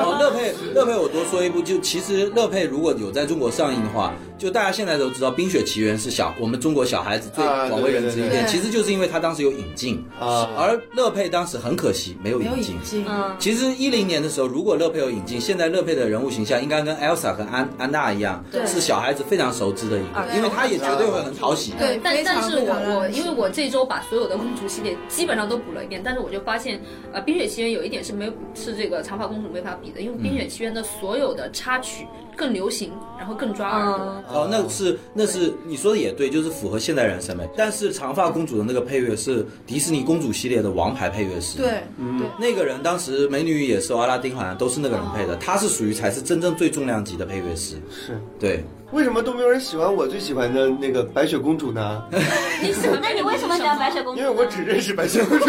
S2: (laughs) 哦，乐佩，乐佩，我多说一步，就其实乐佩如果有在中国上映的话，就大家现在都知道，《冰雪奇缘》是小我们中国小孩子最
S1: 啊
S2: 广为人知一
S1: 对对
S2: 点，
S5: 对
S2: 其实就是因为他当时有引进，
S1: 啊
S2: 而乐佩当时很可惜没有
S5: 没有
S2: 引
S5: 引
S2: 进。
S5: 进。
S4: 嗯，
S2: 其实一零年的时候，如果乐佩有引进，现在乐佩的人物形象应该跟 Elsa 和安安娜一样，
S4: 对
S2: 是小孩子非常熟知的一个，
S4: 对
S2: 因为他也绝对会很讨喜。
S5: 对，
S3: 但
S5: 非常
S3: 但是
S5: 非常
S3: 我我
S5: 让人
S3: 因为我这周把所有的公主系列基本上都补了一遍，但是我就发现，呃，《冰雪奇缘》有一点是没有是这个长发公主没法比的，因为《冰
S1: 嗯
S3: 雪奇缘》的所有的插曲更流行，然后更抓耳朵。
S4: 嗯
S2: 哦，那是那是你说的也对，就是符合现代人审美。但是长发公主的那个配乐是迪士尼公主系列的王牌配乐师，
S5: 对，对，
S2: 那个人当时《美女与野兽》《阿拉丁》好像都是那个人配的，他是属于才是真正最重量级的配乐师。
S1: 是。
S2: 对，
S1: 为什么都没有人喜欢我最喜欢的那个白雪公主呢？
S3: 你喜欢
S4: 那哎你为什么喜欢白雪公主
S1: 因
S4: 呢？
S1: 为我只认识白雪公主。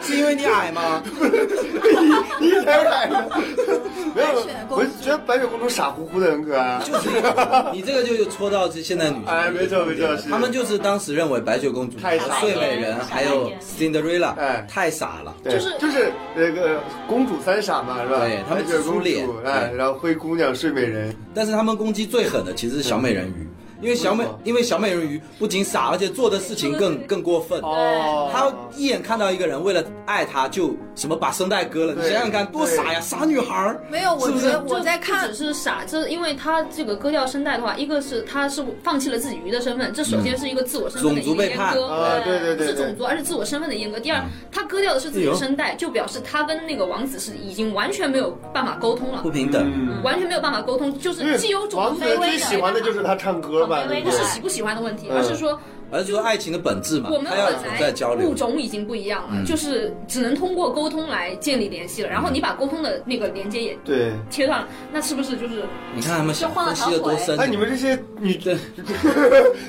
S2: 是因为你矮吗？
S1: (laughs) 你你才矮呢。没有
S5: 白雪，公
S1: 我
S5: 主
S1: 觉得白雪公主傻乎乎的啊很可爱。
S2: 就是 (laughs) 你这个就就戳到这现在女生，
S1: 哎没错没错是
S2: 他们就是当时认为白雪公主、
S1: 太傻了
S2: 睡美人还有 Cinderella
S1: 哎
S2: 太傻了。
S1: 对
S3: 就是
S1: 就是那个公主三傻嘛，是吧？
S2: 对她们
S1: 白雪
S2: 粗
S1: 公
S2: 脸
S1: 主，哎，
S2: 对
S1: 然后灰姑娘、睡美人，
S2: 但是他们攻击最狠的其实是小美人鱼，因为小美
S1: 为什么，
S2: 因为小美人鱼不仅傻，而且做的事情更更过分。
S1: 哦，
S2: 她一眼看到一个人，为了爱他就什么把声带割了，你
S1: 对
S2: 想想看，多傻呀，傻女孩儿。
S5: 没有，我
S2: 是不
S5: 觉
S2: 是
S5: 得我在
S3: 就
S5: 看
S3: 不只是傻，就是因为他这个割掉声带的话，一个是他是放弃了自己鱼的身份，这首
S1: 嗯
S3: 先是一个自我身份的
S2: 种族被
S3: 阉
S2: 判
S3: 割，呃
S1: 啊对对对
S3: 不是
S1: 对嗯哎
S3: 种族，而是自我身份的阉割。第二，他割掉的是自己的声带，就表示他跟那个王子是已经完全没有办法沟通了
S2: 不，平等，
S1: 嗯，
S3: 完全没有办法沟通，就
S1: 因
S3: 是既
S1: 为
S3: 有种
S1: 王
S3: 族
S1: 子
S3: 卑微
S1: 最喜欢的就是他唱歌嘛，
S4: 好卑
S1: 对
S4: 微
S1: 不
S3: 哎不
S1: 对
S3: 是？喜不喜欢的问题，
S1: 嗯
S3: 而是说
S2: 而是说爱情的本质嘛
S3: 我，们
S2: 嗯她要
S3: 本
S2: 有在交
S3: 来
S2: 流
S3: 物。种已经不一样了，
S2: 嗯
S3: 就是只能通过沟通来建立联系了。然后你把沟通的那个连接也
S1: 对。
S3: 切断了，那是不是就是
S2: 你看他们想
S4: 就换
S2: 分
S4: 了
S2: 析的多深。
S1: 哎，你们这些女
S2: 对，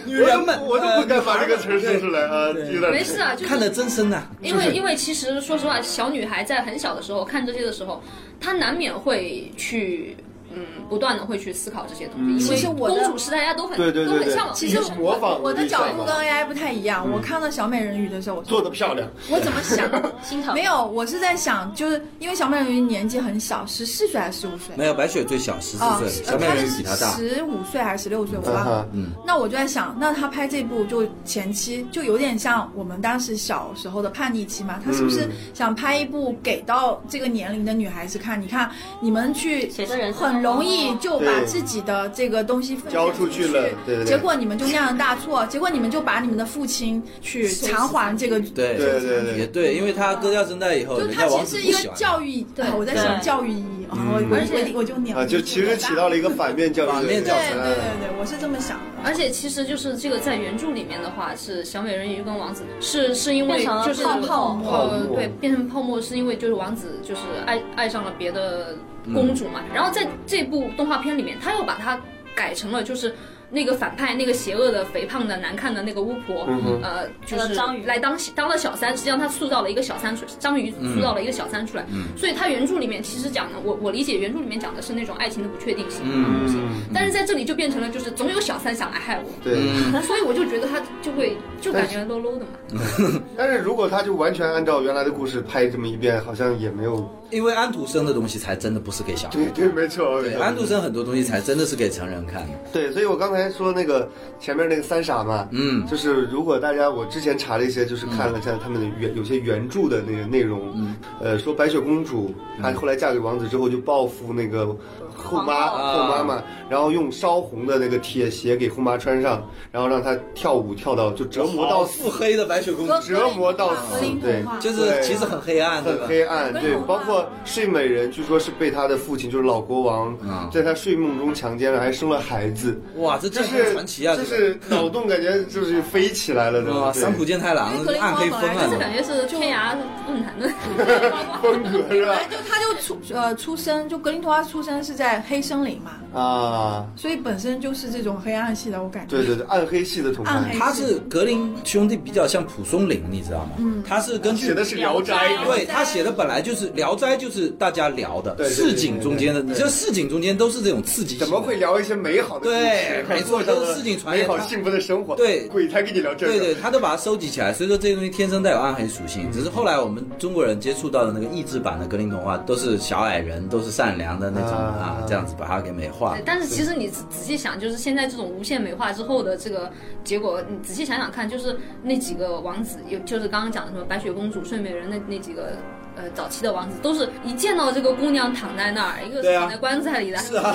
S1: 女
S2: 人们
S1: 我都不敢把这个词儿说出来啊，
S2: 对
S1: 有点
S3: 没事啊？就
S2: 嗯
S3: 是
S2: 看得真深呐。
S3: 因为因为其实说实话，小女孩在很小的时候看这些的时候，她难免会去。嗯，不断的会去思考这些东
S1: 嗯
S3: 西，
S5: 其实
S3: 因为
S5: 我的
S3: 公主是大家都很
S1: 对对对
S3: 都
S1: 对
S3: 很向往的
S5: 其
S3: 一
S5: 实
S3: 个
S5: 我
S3: 生活。
S1: 模仿
S5: 我的角度
S1: 模
S5: 跟
S1: 仿
S5: AI 不太一样。
S2: 嗯
S5: 我看到小美人鱼的时候，我
S1: 做的漂亮，
S5: 我怎么想？
S4: 心疼。
S5: 没有，我是在想，就是因为小美人鱼年纪很小，十四岁还是十五岁？
S2: 没有白雪最小十四
S5: 哦
S2: 岁，，
S5: 是
S2: 小美人鱼比她大。
S5: 十五岁还是十六岁，我
S1: 啊
S5: 忘了。
S2: 嗯，
S5: 那我就在想，那他拍这部就前期就有点像我们当时小时候的叛逆期嘛，他是不是
S1: 嗯
S5: 想拍一部给到这个年龄的女孩子看？你看你们去
S4: 写真人生
S5: 很容
S4: (laughs)
S5: 易就把
S1: 对
S5: 自己的这个东西分
S1: 交出去了对对对
S5: 结果你们就酿了大错，结果你们就把你们的父亲去偿还这个。
S2: 对
S1: 对对对
S2: 也对，因为她割掉声带以后，
S5: 就
S2: 呃人
S5: 它
S2: 家王
S5: 其
S2: 子不
S5: 实是一
S2: 喜
S5: 个
S2: 欢嗯她。
S5: 教育意，
S1: 哎
S5: 对，我在
S4: 对
S5: 想教育意义，哦我
S3: 而且
S5: 我我就鸟
S1: 啊，就其实起到了一个反面教材，嗯
S2: 反面教
S5: 对
S2: 材
S5: 对
S1: 哎
S5: 对对，我是这么想的。
S3: 而且其实就是这个在原著里面的话，是小美人鱼跟王子是是因为
S4: 变成了
S3: 就是
S4: 泡泡
S1: 沫泡
S3: 呃
S1: 沫
S3: 对变成泡沫是因为就是王子就是爱爱上了别的公主嘛，然后在这部动画片里面，他又把它改成了就是。那个反派，那个邪恶的、肥胖的、难看的那个巫婆，
S1: 嗯哼
S3: 呃，就
S4: 那
S3: 是
S4: 个章鱼
S3: 来当当了小三，实际上他塑造了一个小三出，章鱼
S1: 嗯
S3: 塑造了一个小三出来。
S2: 嗯
S3: 所以他原著里面其实讲的，我我理解原著里面讲的是那种爱情的不确定性，
S2: 嗯
S1: 嗯，
S3: 但是在这里就变成了就是总有小三想来害我，
S1: 对。
S2: 嗯，
S3: 所以我就觉得他就会就感觉 low low 的嘛。
S1: 但是如果他就完全按照原来的故事拍这么一遍，好像也没有 (laughs)
S2: 因为安徒生的东西才真的不是给小孩
S1: 对。对，没错，没
S2: 对，
S1: 错
S2: 安徒生很多东西才真的是给成人看的。
S1: 对，所以我刚才说那个前面那个三傻嘛，
S2: 嗯
S1: 就是如果大家我之前查了一些，就是看了一下他们的原有些原著的那个内容，呃，说白雪公主她后来嫁给王子之后就报复那个后妈啊
S2: 皇后
S1: 后妈妈，然后用烧红的那个铁鞋给后妈穿上，然后让她跳舞跳到就折磨到
S2: 好
S1: 死
S2: 哦腹，黑的白雪公主
S5: 格
S1: 折磨到死
S5: 格林童话
S1: 对
S2: 就是其实很黑暗，对
S1: 很
S2: 吧？
S1: 黑暗，对
S5: 有，啊
S1: 包括睡美人，据说是被她的父亲就是老国王
S2: 嗯，
S1: 在她睡梦中强奸了，还生了孩子。
S2: 哇，这
S1: 就
S2: 这
S1: 是
S2: 很传奇啊！
S1: 就
S2: 这个
S1: 是 (laughs) 脑洞感觉就是飞起来了，对吧？
S2: 哇，
S1: 对
S2: 三浦健太郎
S5: 因为格林
S2: 暗黑风
S5: 童话
S3: 这哎
S5: 本来就
S3: 感
S2: 啊，
S3: 觉是天涯论
S2: (laughs)
S3: 坛的，
S1: (laughs) 风格是吧
S5: 本来？哎就他就出呃出生就格林童话出生是在黑森林嘛，
S1: 啊，
S5: 所以本身就是这种黑暗系的，我感觉。
S1: 对对对，暗黑系的同
S5: 暗
S1: 伴
S5: 黑，
S2: 他是格林兄弟比较像蒲松龄，你知道吗？嗯，他是根
S1: 写
S2: 据
S1: 的是《聊斋》
S2: 对他写的本来就是《聊斋》，就是大家聊的
S1: 对对对
S2: 市井中间的，
S1: 对
S2: 你
S1: 对
S2: 这市井中间都是这种刺激性的，
S1: 怎么会聊一些美好的故事？
S2: 对没错
S1: 做
S2: 都是市井传
S1: 美
S2: 言
S1: 好幸福的生活。
S2: 对
S1: 鬼才跟你聊这个。
S2: 对对，他都把它收集起来，所以说这些东西天生带有暗黑属性。
S1: 嗯
S2: 只是后来我们中国人接触到的那个译制版的格林童话，都是小矮人，都是善良的那种
S1: 啊
S2: 啊，这样子把它给美化
S3: 对。但是其实你仔细想，就是现在这种无限美化之后的这个结果，你仔细想想看，就是那几个王子，有就是刚刚讲的什么白雪公主、睡美人那那几个。呃，早期的王子都是一见到这个姑娘躺在那儿，一个
S2: 对
S3: 是
S2: 啊
S3: 躺在棺材里的，
S2: 是啊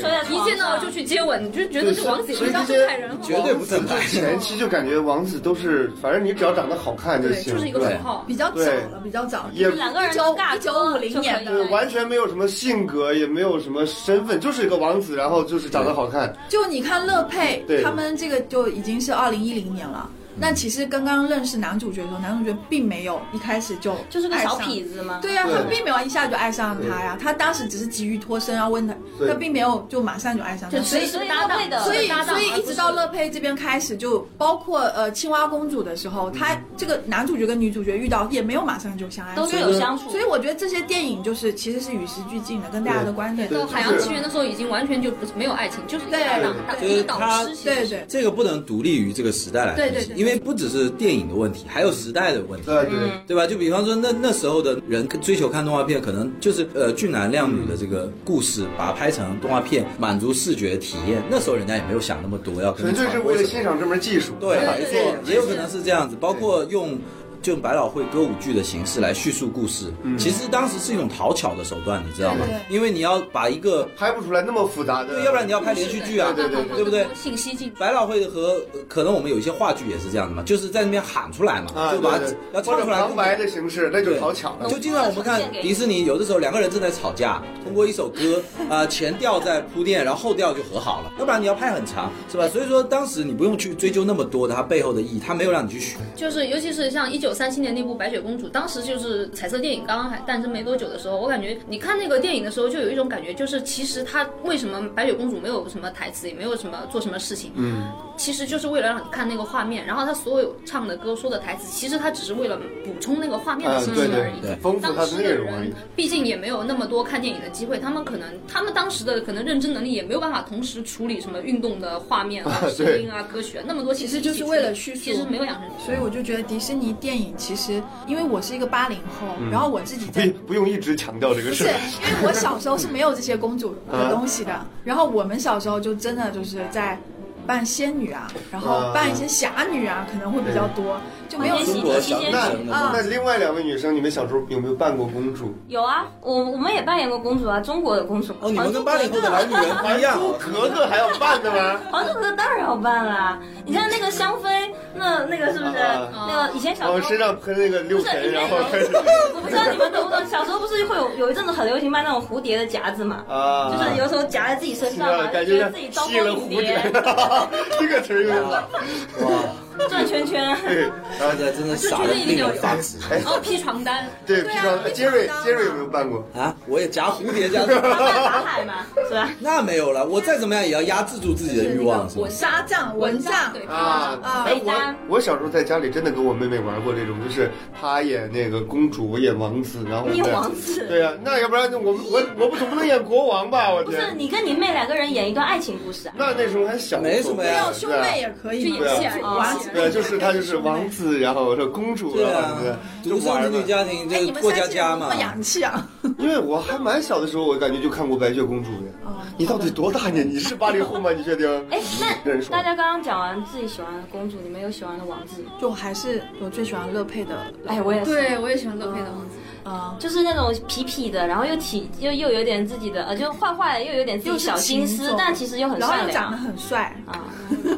S4: 摔在
S3: 一
S4: 床
S3: 见到
S4: 上
S3: 就去接吻，你就觉得这王子有
S1: 所以
S3: 一张
S1: 这
S3: 正
S1: 些
S3: 派人好吗，
S2: (laughs) 绝对不正派
S1: 王子就前期就感觉王子都是，反正你只要长得好看
S3: 对，
S1: 行，
S3: 就是一个
S2: 对
S3: 符号。
S5: 比较早
S1: 对
S5: 了，比较早。
S1: 也
S4: 两个人都尬
S5: 1950
S4: 歌啊就可以
S5: 年的
S1: 呃完全没有什么性格，也没有什么身份，就是一个王子，然后就是长得好看。
S5: 就你看乐佩
S1: 对，嗯
S5: 他们这个就已经是二零一零年了。那其实刚刚认识男主角的时候，男主角并没有一开始就
S4: 就是个
S5: 爱
S4: 小
S5: 上
S4: 痞子嘛。
S5: 对呀、
S1: 对
S5: 他并没有一下就爱上他呀，他当时只是急于脱身要问他，
S1: 对
S5: 他并没有就马上就爱上他。
S3: 就
S5: 所以
S3: 只是搭档
S4: 的
S5: 所以
S3: 搭档
S5: 所以一直到乐佩啊这边开始，就包括呃青蛙公主的时候，
S1: 嗯
S5: 他这个男主角跟女主角遇到也没有马上就相爱，
S4: 都是有相处
S5: 所以我觉得这些电影就是其实是与时俱进的，跟大家的观念
S1: 对
S3: 到
S1: 对
S3: 海洋奇缘的时候，已经完全就
S4: 啊
S3: 不是没有爱情，就是一个搭档，
S1: 对
S3: 一个导
S2: 就是他
S3: 师。其实
S5: 对对
S2: 这个不能独立于这个时代来分析，
S3: 对对对
S2: 因因为不只是电影的问题，还有时代的问题。
S1: 对对，
S2: 对吧？就比方说那那时候的人追求看动画片，可能就是呃俊男靓女的这个故事，把它拍成动画片，满足视觉体验。那时候人家也没有想那么多，要
S1: 纯
S2: 跟你
S1: 粹
S2: 传
S1: 是
S2: 播
S1: 为了
S2: 什么
S1: 欣赏这门技术。
S2: 对，
S3: 对
S2: 没
S3: 对
S2: 错，
S3: 对
S2: 也有可能是这样子，包括用。就百老汇歌舞剧的形式来叙述故事，
S1: 嗯
S2: 其实当时是一种讨巧的手段，你知道吗
S5: 对对？
S2: 因为你要把一个，
S1: 拍不出来那么复杂的，
S2: 要不然你要拍连续剧啊，
S1: 对对
S2: 对不对？
S3: 信息进
S2: 百老汇的和呃可能我们有一些话剧也是这样的嘛，就是在那边喊出来嘛，
S1: 啊，
S2: 就把它
S1: 对
S2: 要
S1: 对
S2: 唱
S1: 或者
S2: 出来
S1: 旁白的形式，那就讨巧了
S2: 就。经常我们看迪士尼，有的时候两个人正在吵架，通过一首歌，啊、前调在铺垫，然后后调就和好了，要不然你要拍很长，是吧？所以说当时你不用去追究那么多的它背后的意义，它没有让你去学。
S3: 就是，尤其是像一九三七年那部《白雪公主》，当时就是彩色电影刚刚还诞生没多久的时候，我感觉你看那个电影的时候，就有一种感觉，就是其实她为什么白雪公主没有什么台词，也没有什么做什么事情，
S1: 嗯，
S3: 其实就是为了让你看那个画面，然后她所有唱的歌、说的台词，其实她只是为了补充那个画面的
S1: 啊，
S3: 信息
S1: 对
S3: 而已。
S1: 对，丰富它
S3: 当
S1: 的
S3: 时
S1: 内
S3: 的
S1: 容而已
S3: 人。毕竟也没有那么多看电影的机会，他们可能他们当时的可能认知能力也没有办法同时处理什么运动的画面
S1: (laughs)
S3: 啊、声音啊、歌曲啊那么多信息
S5: 其实就是
S3: 一起处
S5: 为
S3: 理
S5: 了叙述
S3: 其实没有养成。
S5: 所以我就觉得迪士尼电影其实，因为我是一个八零后，
S1: 嗯
S5: 然后我自己
S1: 不 (laughs)
S5: 在。
S1: 不用一直强调这个
S5: 不
S1: 事
S5: 是，
S1: 儿。
S5: 因为我小时候是没有这些公主
S1: (laughs) 啊
S5: 的东西的。然后我们小时候就真的就是在扮仙女啊，然后扮一些侠女啊，可能会比较多，就没有
S4: 嗯
S2: 中国小女
S1: 那
S2: 生的
S1: 那
S2: 梦，
S1: 另外两位女生，你们小时候有没有扮过公 (laughs) 主？
S4: 有啊，我我们也扮演过公主啊，中国的公主。
S2: 哦，你们跟八零后的老女人不一样。
S1: 不格格还要扮的吗？
S4: 还珠格格当然要扮啦！你看那个香妃，那那个是不是？
S1: 啊
S4: 那个以前小时候
S1: 往身上喷那个六
S4: 不是，
S1: 神，
S4: 以前
S1: 然
S4: 有
S1: 后开始
S4: 我不知道你们懂不懂，小时候不是会有有一阵子很流行卖那种蝴蝶的夹子嘛？
S1: 啊，
S4: 就是有时候夹在自己身上嘛，
S1: 感
S4: 就
S1: 觉
S4: 觉得
S1: 像
S4: 自己招
S1: 吸
S4: 蜂
S1: 了
S4: 引
S1: 蝴
S4: 蝶
S1: 蝶， (laughs) 这个词儿有点 (laughs) 老。
S4: 转圈圈。
S1: 对，
S2: 大家真的傻的令人发指
S3: 然
S4: 哦
S3: 后披
S1: (laughs)
S3: 床单，
S1: 对，
S4: 啊
S1: 披上杰瑞，杰瑞有没有扮过？
S2: 啊！我也夹蝴蝶夹住，
S4: 然后扮法海嘛，是吧？
S2: (laughs) 那没有了，我再怎么样也要压制住自己的欲望，是吧？
S5: 纱帐、蚊帐，
S3: 对，
S1: 啊
S5: 啊
S1: 哎，
S4: 被单
S1: 我我小时候在家里真的跟我妹妹玩过这种，就是她演那个公主，我演王子，然后我
S4: 你
S1: 们
S4: 王子
S1: 对呀、啊那要不然我们我我不总不能演国王吧？我
S4: 不是
S1: 天，
S4: 你跟你妹两个人演一段爱情故事啊？
S1: 那那时候还小，
S2: 没什么呀
S5: 要兄妹也可以嘛，
S3: 就演戏
S1: 对
S3: 啊，
S5: 玩
S3: 演戏
S5: 起
S3: 啊
S5: 来
S1: 对啊，就是她就是王子，然后是公主，
S2: 对
S1: 然
S2: 啊
S1: 后对，
S2: 独
S1: 就
S2: 生
S1: 玩
S2: 子
S1: 嘛
S2: 女。家庭
S5: 哎，
S2: 就是
S5: 你们
S2: 过
S5: 三
S2: 家
S5: 七人
S2: 家
S5: 那
S2: 嘛
S5: 么。洋气啊！
S1: 因为我还蛮小的时候，我感觉就看过白雪公主的。
S5: 啊
S1: 你到底多大年？你是八零后吗？你确定？
S4: 哎，
S1: 跟
S4: 那
S1: (laughs) 人说
S4: 大家刚刚讲完自己喜欢的公主，你们有喜欢的王子吗？
S5: 就还是我最喜欢乐佩的，
S4: 哎，我也是。
S3: 对，我也喜欢乐佩
S4: 嗯
S3: 的王子。
S5: 啊，
S4: 就是那种痞痞的，然后又体又又有点自己的，呃，就坏坏的，又有点自己小心
S5: 又是
S4: 思
S5: 情，种
S4: 但其实又很
S5: 然后
S4: 善
S5: 又长得
S4: 良
S5: 很帅，
S4: 啊。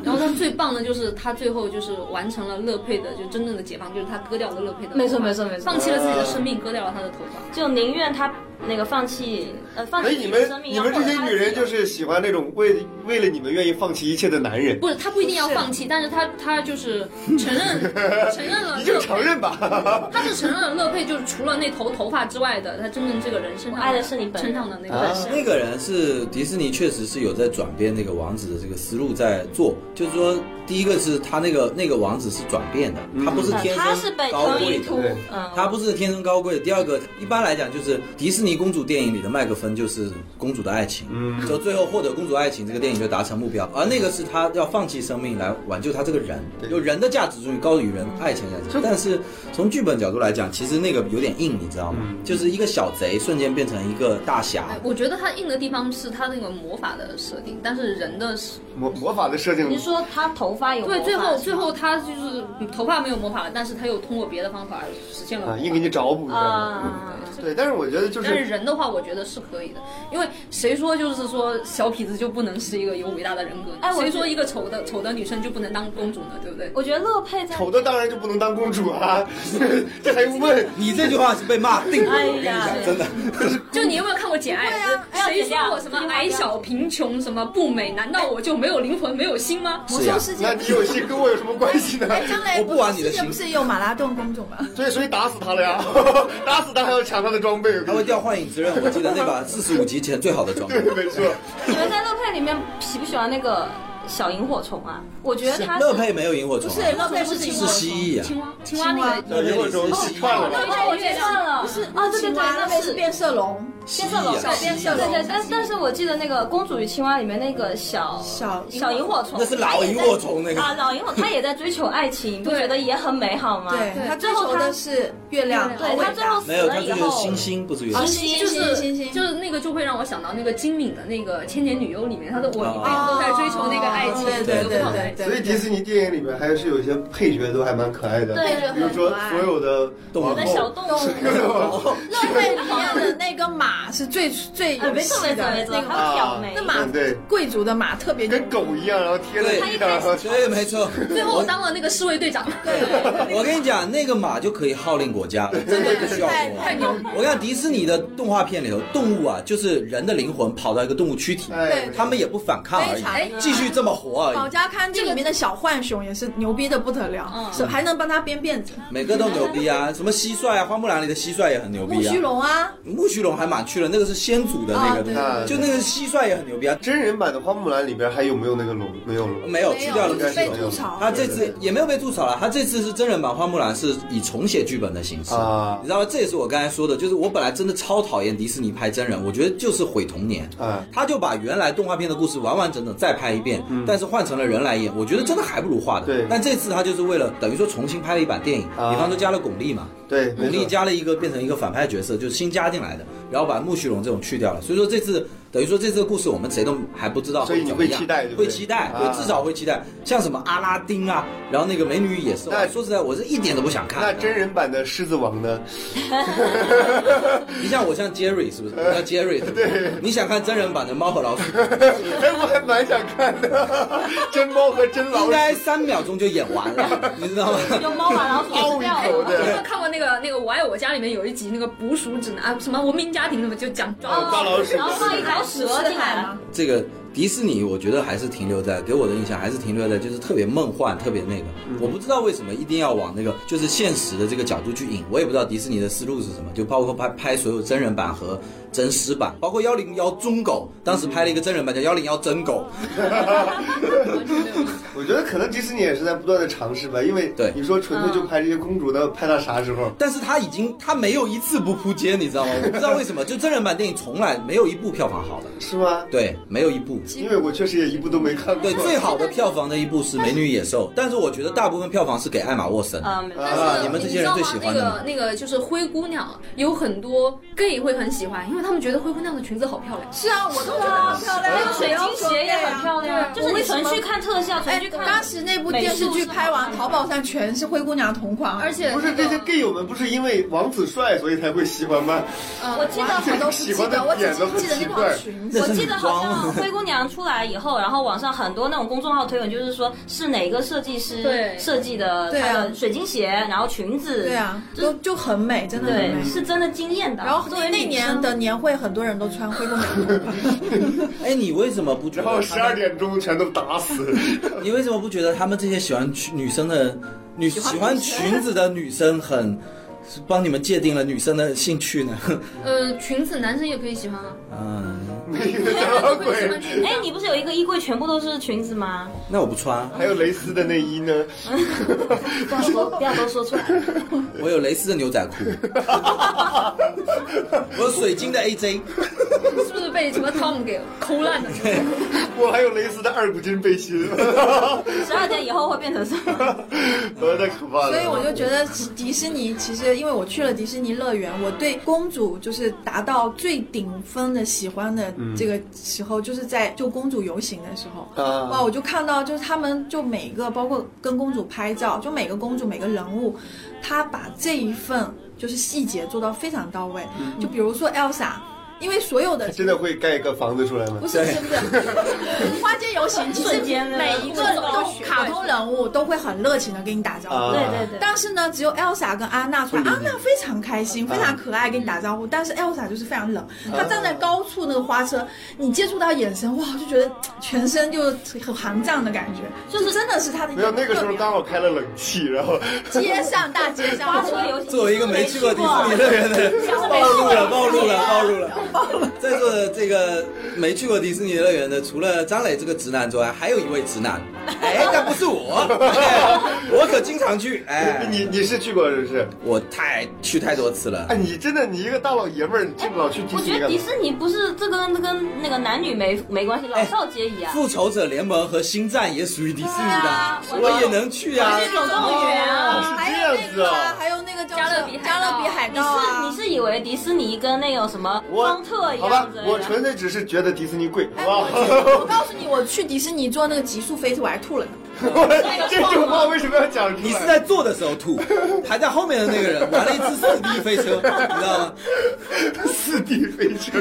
S3: 然后他最棒的就是他最后就是完成了乐佩的就真正的解放，就是他割掉了乐佩的头发，
S4: 没错没错没错
S3: 放弃了自己的生命，割掉了他的头发。
S4: 就宁愿他那个放弃，呃，放
S1: 哎，
S4: 弃
S1: 你
S4: 自己的
S1: 们
S4: 生命，
S1: 你们这些女人就是喜欢那种为为了你们愿意放弃一切的男人，
S3: 不是，他不一定要放弃，但是他他就是
S1: (laughs)
S3: 承认承认了，
S1: 你就承认吧。
S3: 他是承认了乐佩就是除了那头头发之外的，他真正这个人身上
S4: 我爱的是你本人
S3: 身上的那
S1: 啊
S3: 个本身。
S2: 那个人是迪士尼，确实是有在转变那个王子的这个思路在做，就是说，第一个是他那个那个王子是转变的，他不是
S5: 嗯
S2: 天
S4: 他是
S2: 生
S4: 被
S2: 高
S4: 腾
S2: 贵
S4: 一图
S2: 的。
S1: 对，
S4: 嗯，
S2: 他不是天生高贵的。第二个，一般来讲就是迪士尼公主电影里的麦克芬就是公主的爱情，
S1: 嗯
S2: 就最后获得公主爱情这个电影就达成目标，而那个是他要放弃生命来挽救他这个人，
S1: 对
S2: 就人的价值终于高于人爱情的价值。但是从剧本角度来讲，其实那个有点硬，你知道吗？就是一个小贼瞬间变成一个大侠，
S3: 哎我觉得他硬的地方是他那个魔法的设定，但是人的是
S1: 魔魔法的设定
S4: 你是说他头发有
S3: 对
S4: 魔
S3: 最
S4: 法
S3: 后
S4: 是
S3: 最后他就是头发没有魔法了，但是他又通过别的方法实现了魔
S1: 啊，
S3: 法嗯
S1: 硬给你找补一
S4: 吗
S1: 下。嗯
S4: 啊，
S1: 对，但是我觉得就
S3: 但是
S1: 是
S3: 人的话，我觉得是可以的，因为谁说就是说小痞子就不能是一个有伟大的人格呢？
S4: 哎我
S3: 谁
S4: 觉
S3: 说一个丑的丑的女生就不能当公主呢？对不对？
S4: 我觉得乐佩在
S1: 丑的当然就不能当公主啊，这还用问？
S2: 你这句话是被骂定了，
S4: 哎
S2: 我跟你
S4: 呀
S2: 讲，真的。
S3: 就你有没有看过《简爱》
S4: 不要啊哎
S3: 谁
S4: 剪
S3: 说
S4: 掉
S3: 我什么
S4: 这句话
S3: 矮
S4: 不要
S3: 小、贫穷、什么不美？难道我就没有灵魂、没有心吗？
S5: 魔
S2: 是呀
S5: 兽世界
S1: 那你有戏跟我有什么关系呢？
S5: 将来
S2: 我不玩你的
S5: 世界不
S2: 心
S5: 是也有马拉洞公主
S4: (laughs)
S5: 吗？
S1: 所以所以打死他了呀， (laughs) 打死他还要抢他的装备。
S2: 他会
S1: (laughs)
S2: 掉《幻影之刃》，
S5: (laughs)
S2: 我记得那把四十五集前最好的装备
S1: 对，。没错。
S4: 你们在乐佩里面喜不喜欢那个小萤火虫啊，我觉得它
S2: 乐佩没有萤火虫、啊，
S5: 不是乐佩不是
S2: 是蜥蜴啊
S3: 青蛙，青蛙那个
S1: 那萤火虫是串了
S4: 那
S1: 吧？
S4: 被我变换了，不是啊，对对对，那
S5: 那是变色龙，
S2: 变
S4: 色龙
S2: 蜥蜴啊
S4: 变色龙，对对，但但是我记得那个《公主与青蛙》里面那个小
S5: 小
S4: 小萤火虫，
S2: 那是老萤火虫那个
S4: 啊，老萤火它也在追求爱情，不觉得也很美好吗？
S5: 对，它追
S4: 最后
S5: 求
S4: 它
S5: 的是月亮，
S4: 对它最后死
S2: 没有，
S4: 了
S2: 它
S4: 以
S2: 这
S4: 后
S2: 个，星星不是月
S4: 啊
S5: 哦
S2: 亮。
S4: 星星
S3: 就是
S4: 星星
S3: 就是那个就会让我想到那个金敏的那个《千年女优》里面，她的我一辈子都在追求那个爱
S4: 哦
S3: 情，
S5: 对对对对对，
S1: 所以迪士尼电影里面还是有一些配角都还蛮可爱的，
S4: 对
S1: 比如说所有的
S2: 动物
S1: 皇
S4: 那
S1: 后 (laughs)
S4: 小动物，
S5: 乐佩里面的那个马是最最
S4: 哎，
S5: 有
S4: 没错
S5: 戏
S4: 没错
S5: 的
S4: 没错，
S5: 那个
S4: 还有小梅
S5: 啊那，马
S1: 嗯对
S5: 贵族的马特别牛
S1: 跟狗一样，然后贴在地上，然后
S2: 啊对，没错。
S3: 最后当了那个侍卫队长，对
S2: 我跟你讲，那个马就可以号令国家，真的不需要
S5: 太
S2: 国
S3: 太。
S5: 太
S3: 牛逼了。
S2: 我跟你讲，迪士尼的动画片里头，动物啊，就是人的灵魂跑到一个动物躯体，
S1: 哎，
S2: 他们也不反抗而
S5: 非常厉
S2: 已，
S5: 害
S2: 继续这么活而
S5: 保
S2: 已，
S5: 加康帝里面的小浣熊也是牛逼的不得
S4: 嗯
S5: 了，是还能帮他编辫子。
S2: 每个都牛逼啊！什么蟋蟀啊，花木兰里的蟋蟀也很牛
S5: 木
S2: 逼啊
S5: 须。龙啊，
S2: 木须龙还蛮去了，那个是先祖的那个东西，
S1: 啊对
S2: 就那个蟋蟀也很牛逼啊。
S1: 真人版的花木兰里边还有没有那个龙？没有龙，
S2: 没有去掉了
S5: 没有
S2: 木须
S5: 被
S2: 龙，
S5: 吐槽。
S2: 他这次也没有被吐槽了，他这次是真人版花木兰是以重写剧本的形式
S1: 啊
S2: 你知道吗？这也是我刚才说的，就是我本来真的超讨厌迪士尼拍真人，我觉得就是毁童年。
S1: 啊
S2: 他就把原来动画片的故事完完整整再拍一遍，但是换成了人来演，我觉得真的还不如画的。
S1: 嗯对
S2: 但这次他就是为了等于说重新拍了一版电影，
S1: 啊
S2: 比方说加了巩俐嘛，
S1: 对，
S2: 巩
S1: 没
S2: 俐
S1: 错。
S2: 加了一个变成一个反派角色，就是新加进来的，然后把木须龙这种去掉了。所以说这次等于说这次的故事我们谁都还不知道
S1: 所以
S2: 会
S1: 你
S2: 怎
S1: 会
S2: 么样，
S1: 期待对不对
S2: 会期待，
S1: 啊
S2: 对，至少会期待。像什么阿拉丁啊，然后那个美女与野兽啊，
S1: 那
S2: 说实在我是一点都不想看。
S1: 那真，人版的狮子王呢？ (laughs)
S2: 你像我像 Jerry 是不是？
S1: 呃
S2: 我叫 Jerry，对，你想看真人版的猫和老鼠，
S1: 哎，我还蛮想看的， (laughs) 真猫和真 (laughs) 老
S2: 应
S1: 鼠。
S2: 该三秒钟就演完了，你知道吗？
S4: 用猫把老鼠吃掉
S1: 对
S3: 我
S1: 不
S4: 了
S1: 对。
S3: 有没有看过那个那个《我爱我家》里面有一集那个捕鼠指南啊，什么文明家庭什么就讲
S1: 哦大
S3: 抓
S1: 老鼠
S4: 然后放一条蛇进来了，
S2: 这个迪士尼，我觉得还是停留在给我的印象还是停留在就是特别梦幻，特别那个。我不知道为什么一定要往那个就是现实的这个角度去引，我也不知道迪士尼的思路是什么。就包括拍拍所有真人版和真实版，包括幺零幺中狗，当时拍了一个真人版叫幺零幺真狗，
S1: (laughs) 我觉得可能迪士尼也是在不断的尝试吧，因为
S2: 对
S1: 你说纯粹就拍这些公主，那拍到啥时候？
S2: 但是他已经他没有一次不扑街，你知道吗？我不知道为什么，就真人版电影从来没有一部票房好的，
S1: 是吗？
S2: 对，没有一部。
S1: 因为我确实也一部都没看过。
S2: 对，最好的票房的一部是《美女与野兽》，但是我觉得大部分票房是给艾玛沃森。
S4: 嗯，
S1: 啊
S3: 但
S2: 啊
S3: 是
S2: 你们这些人最喜欢的
S3: 你知道吗那个那个就是灰姑娘，有很多 gay 会很喜欢，因为他们觉得灰姑娘的裙子好漂亮。
S5: 是啊，我都觉得很漂亮
S4: 那
S5: 啊，
S4: 个水晶鞋也很漂亮，啊
S5: 对
S4: 就是你纯去看特效，纯
S5: 哎
S4: 去，看。
S5: 当时那部电视剧拍完，淘宝上全是灰姑娘同款，
S3: 而且
S1: 不是这
S3: 那
S1: 些
S3: 个
S1: gay 友们不是因为王子帅所以才会喜欢吗？
S5: 嗯
S4: 我记得
S5: 我都不记得，我只是记得那条裙子。
S4: 我记得好
S2: 啊
S4: 像灰姑娘出来以后，然后网上很多那种公众号推文，就是说是哪个设计师
S3: 对
S4: 设计的
S5: 对啊
S4: 她的水晶鞋，然后裙子，
S5: 对啊，
S4: 就
S5: 都就很美，真的很
S4: 对，
S1: 嗯
S5: 美。
S4: 是真的惊艳的。
S5: 然后
S4: 作为
S5: 那
S4: 女生
S5: 年的年会，很多人都穿灰姑娘同款。
S2: 哎，你为什么不觉得
S1: 然
S2: 他
S1: 后
S2: 们？
S1: 十二点钟全都打死。 (laughs)
S2: 你为什么不觉得他们这些喜欢裙女生的女喜欢裙子的女生很是帮你们界定了女生的兴趣呢？
S3: 呃裙子男生也可以喜欢啊，
S2: 嗯，
S1: 那个什么
S3: 会
S1: 鬼
S3: 喜欢？裙子
S4: 哎，你不是有一个衣柜全部都是裙子吗？
S2: 那我不穿，
S1: 还有蕾丝的内衣 (laughs) 呢？
S4: 不要说，不要都说出来。
S2: 我有蕾丝的牛仔裤，我有水晶的 AJ，
S3: 是不是被什么汤姆给抠
S4: (laughs)
S3: 烂的？
S1: 我还有蕾丝的二股筋背心， (laughs)
S4: 十二点以后会变成什么？
S1: 我太可怕了。
S5: 所以我就觉得迪士尼其实，因为我去了迪士尼乐园，我对公主就是达到最顶峰的喜欢的这个时候，就是在就公主游行的时候。
S1: 嗯啊
S5: 哇，我就看到，就是他们就每一个，包括跟公主拍照，就每个公主每个人物，她把这一份就是细节做到非常到位。就比如说 Elsa，因为所有的
S1: 嗯真的会盖一个房子出来吗
S5: 不？是不是不是， (laughs) 花街游行其实
S4: 瞬间
S5: 每一个都卡通人物都会很热情的跟你打招呼。
S1: 啊
S4: 对对对。
S5: 但是呢，只有 Elsa 跟安娜出来，安娜非常开心，非常可爱，跟你打招呼。
S1: 嗯
S5: 但是 Elsa 就是非常冷，她站在高处那个花车，你接触到眼神，哇，就觉得全身就很寒战的感觉，就是真的是她的一
S1: 没有，那个时候
S5: 特
S1: 刚好开了冷气，然后
S5: 别街上大街上
S4: 花车游行，
S2: 作为一个没去过迪士尼乐园的人，暴露了，暴露了，暴露了。在座的这个没去过迪士尼乐园的，除了张磊这个直男之外，还有一位直男，哎，但不是我，哎我可经常去，哎，
S1: 你你是去过是不是？
S2: 我太去太多次了
S1: 哎，。你真的你一个大老爷们儿，你这么老去迪
S4: 我
S1: 士尼
S4: 觉
S1: 干嘛？
S4: 得迪士尼不是这跟这跟那个男女没没关系，
S1: 哎
S4: 老少皆宜啊。
S2: 复仇者联盟和星战也属于迪士尼
S4: 对
S2: 的，
S4: 啊
S2: 我也能去啊
S4: 我。是总动员
S1: 哦
S4: 啊！
S5: 还有那个啊，还有那个叫
S3: 加勒
S5: 什
S3: 比
S5: 么
S3: 海
S5: 加
S3: 盗
S5: 勒比海
S4: 哦你
S5: 盗啊
S4: 是你是以为迪士尼跟那种什么
S1: 我
S4: 方特一
S1: 好吧
S4: 样之类，的？
S1: 我纯粹只是觉得迪士尼贵，好
S5: 哎，
S1: 不好？
S5: 我去我告诉你，我去迪士尼坐那个极速飞机，我还吐了呢。
S2: (laughs)
S1: 我这种话为什么要讲出来？
S2: 你是在坐的时候吐，排在后面的那个人玩了一次四 D 飞车，你知道吗？
S1: 四 D 飞车，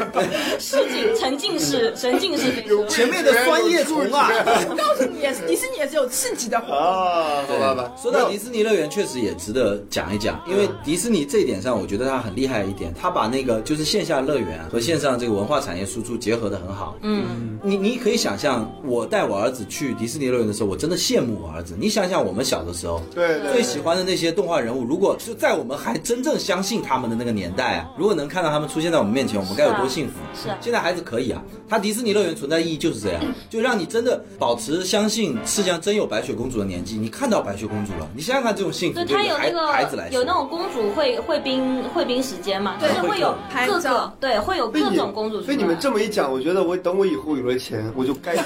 S4: 实景沉浸式沉浸式飞车
S1: 有
S2: 前面的酸叶虫啊
S1: 有触觉
S5: 我告诉你，也是迪士尼也是有刺激的活
S1: (laughs)
S5: 动。
S1: 啊，好吧嗯吧。
S2: 说到迪士尼乐园，确实也值得讲一讲，因为迪士尼这一点上，我觉得它很厉害一点，它把那个就是线下乐园和线上这个文化产业输出结合的很好。
S4: 嗯，
S2: 你你可以想象，我带我儿子去迪士尼乐园的时候，我真的羡慕我儿子。你想想我们小的时候，
S1: 对对，
S2: 最喜欢的那些动画人物，如果就在我们还真正相信他们的那个年代啊，如果能看到他们出现在我们面前，我们该有多幸福！
S4: 嗯是啊
S2: 现在孩子可以啊，他迪士尼乐园存在意义就是这样，就让你真的保持相信世界上真有白雪公主的年纪，你看到白雪公主了，你想想看这种幸福，
S4: 对，
S2: 对
S4: 它
S2: 于
S4: 有
S2: 孩
S4: 那
S2: 孩子来
S4: 个
S2: 说
S4: 有那种公主会会冰会冰时间嘛，就
S5: 对
S4: 是会有
S5: 拍
S4: 各
S5: 照
S4: 个对会有
S1: 被
S4: 各
S1: 你
S4: 种公主出
S1: 被你们
S4: 来
S1: 这么一讲，我觉得我等我以后有了钱，我就盖
S2: (laughs)
S1: 一个，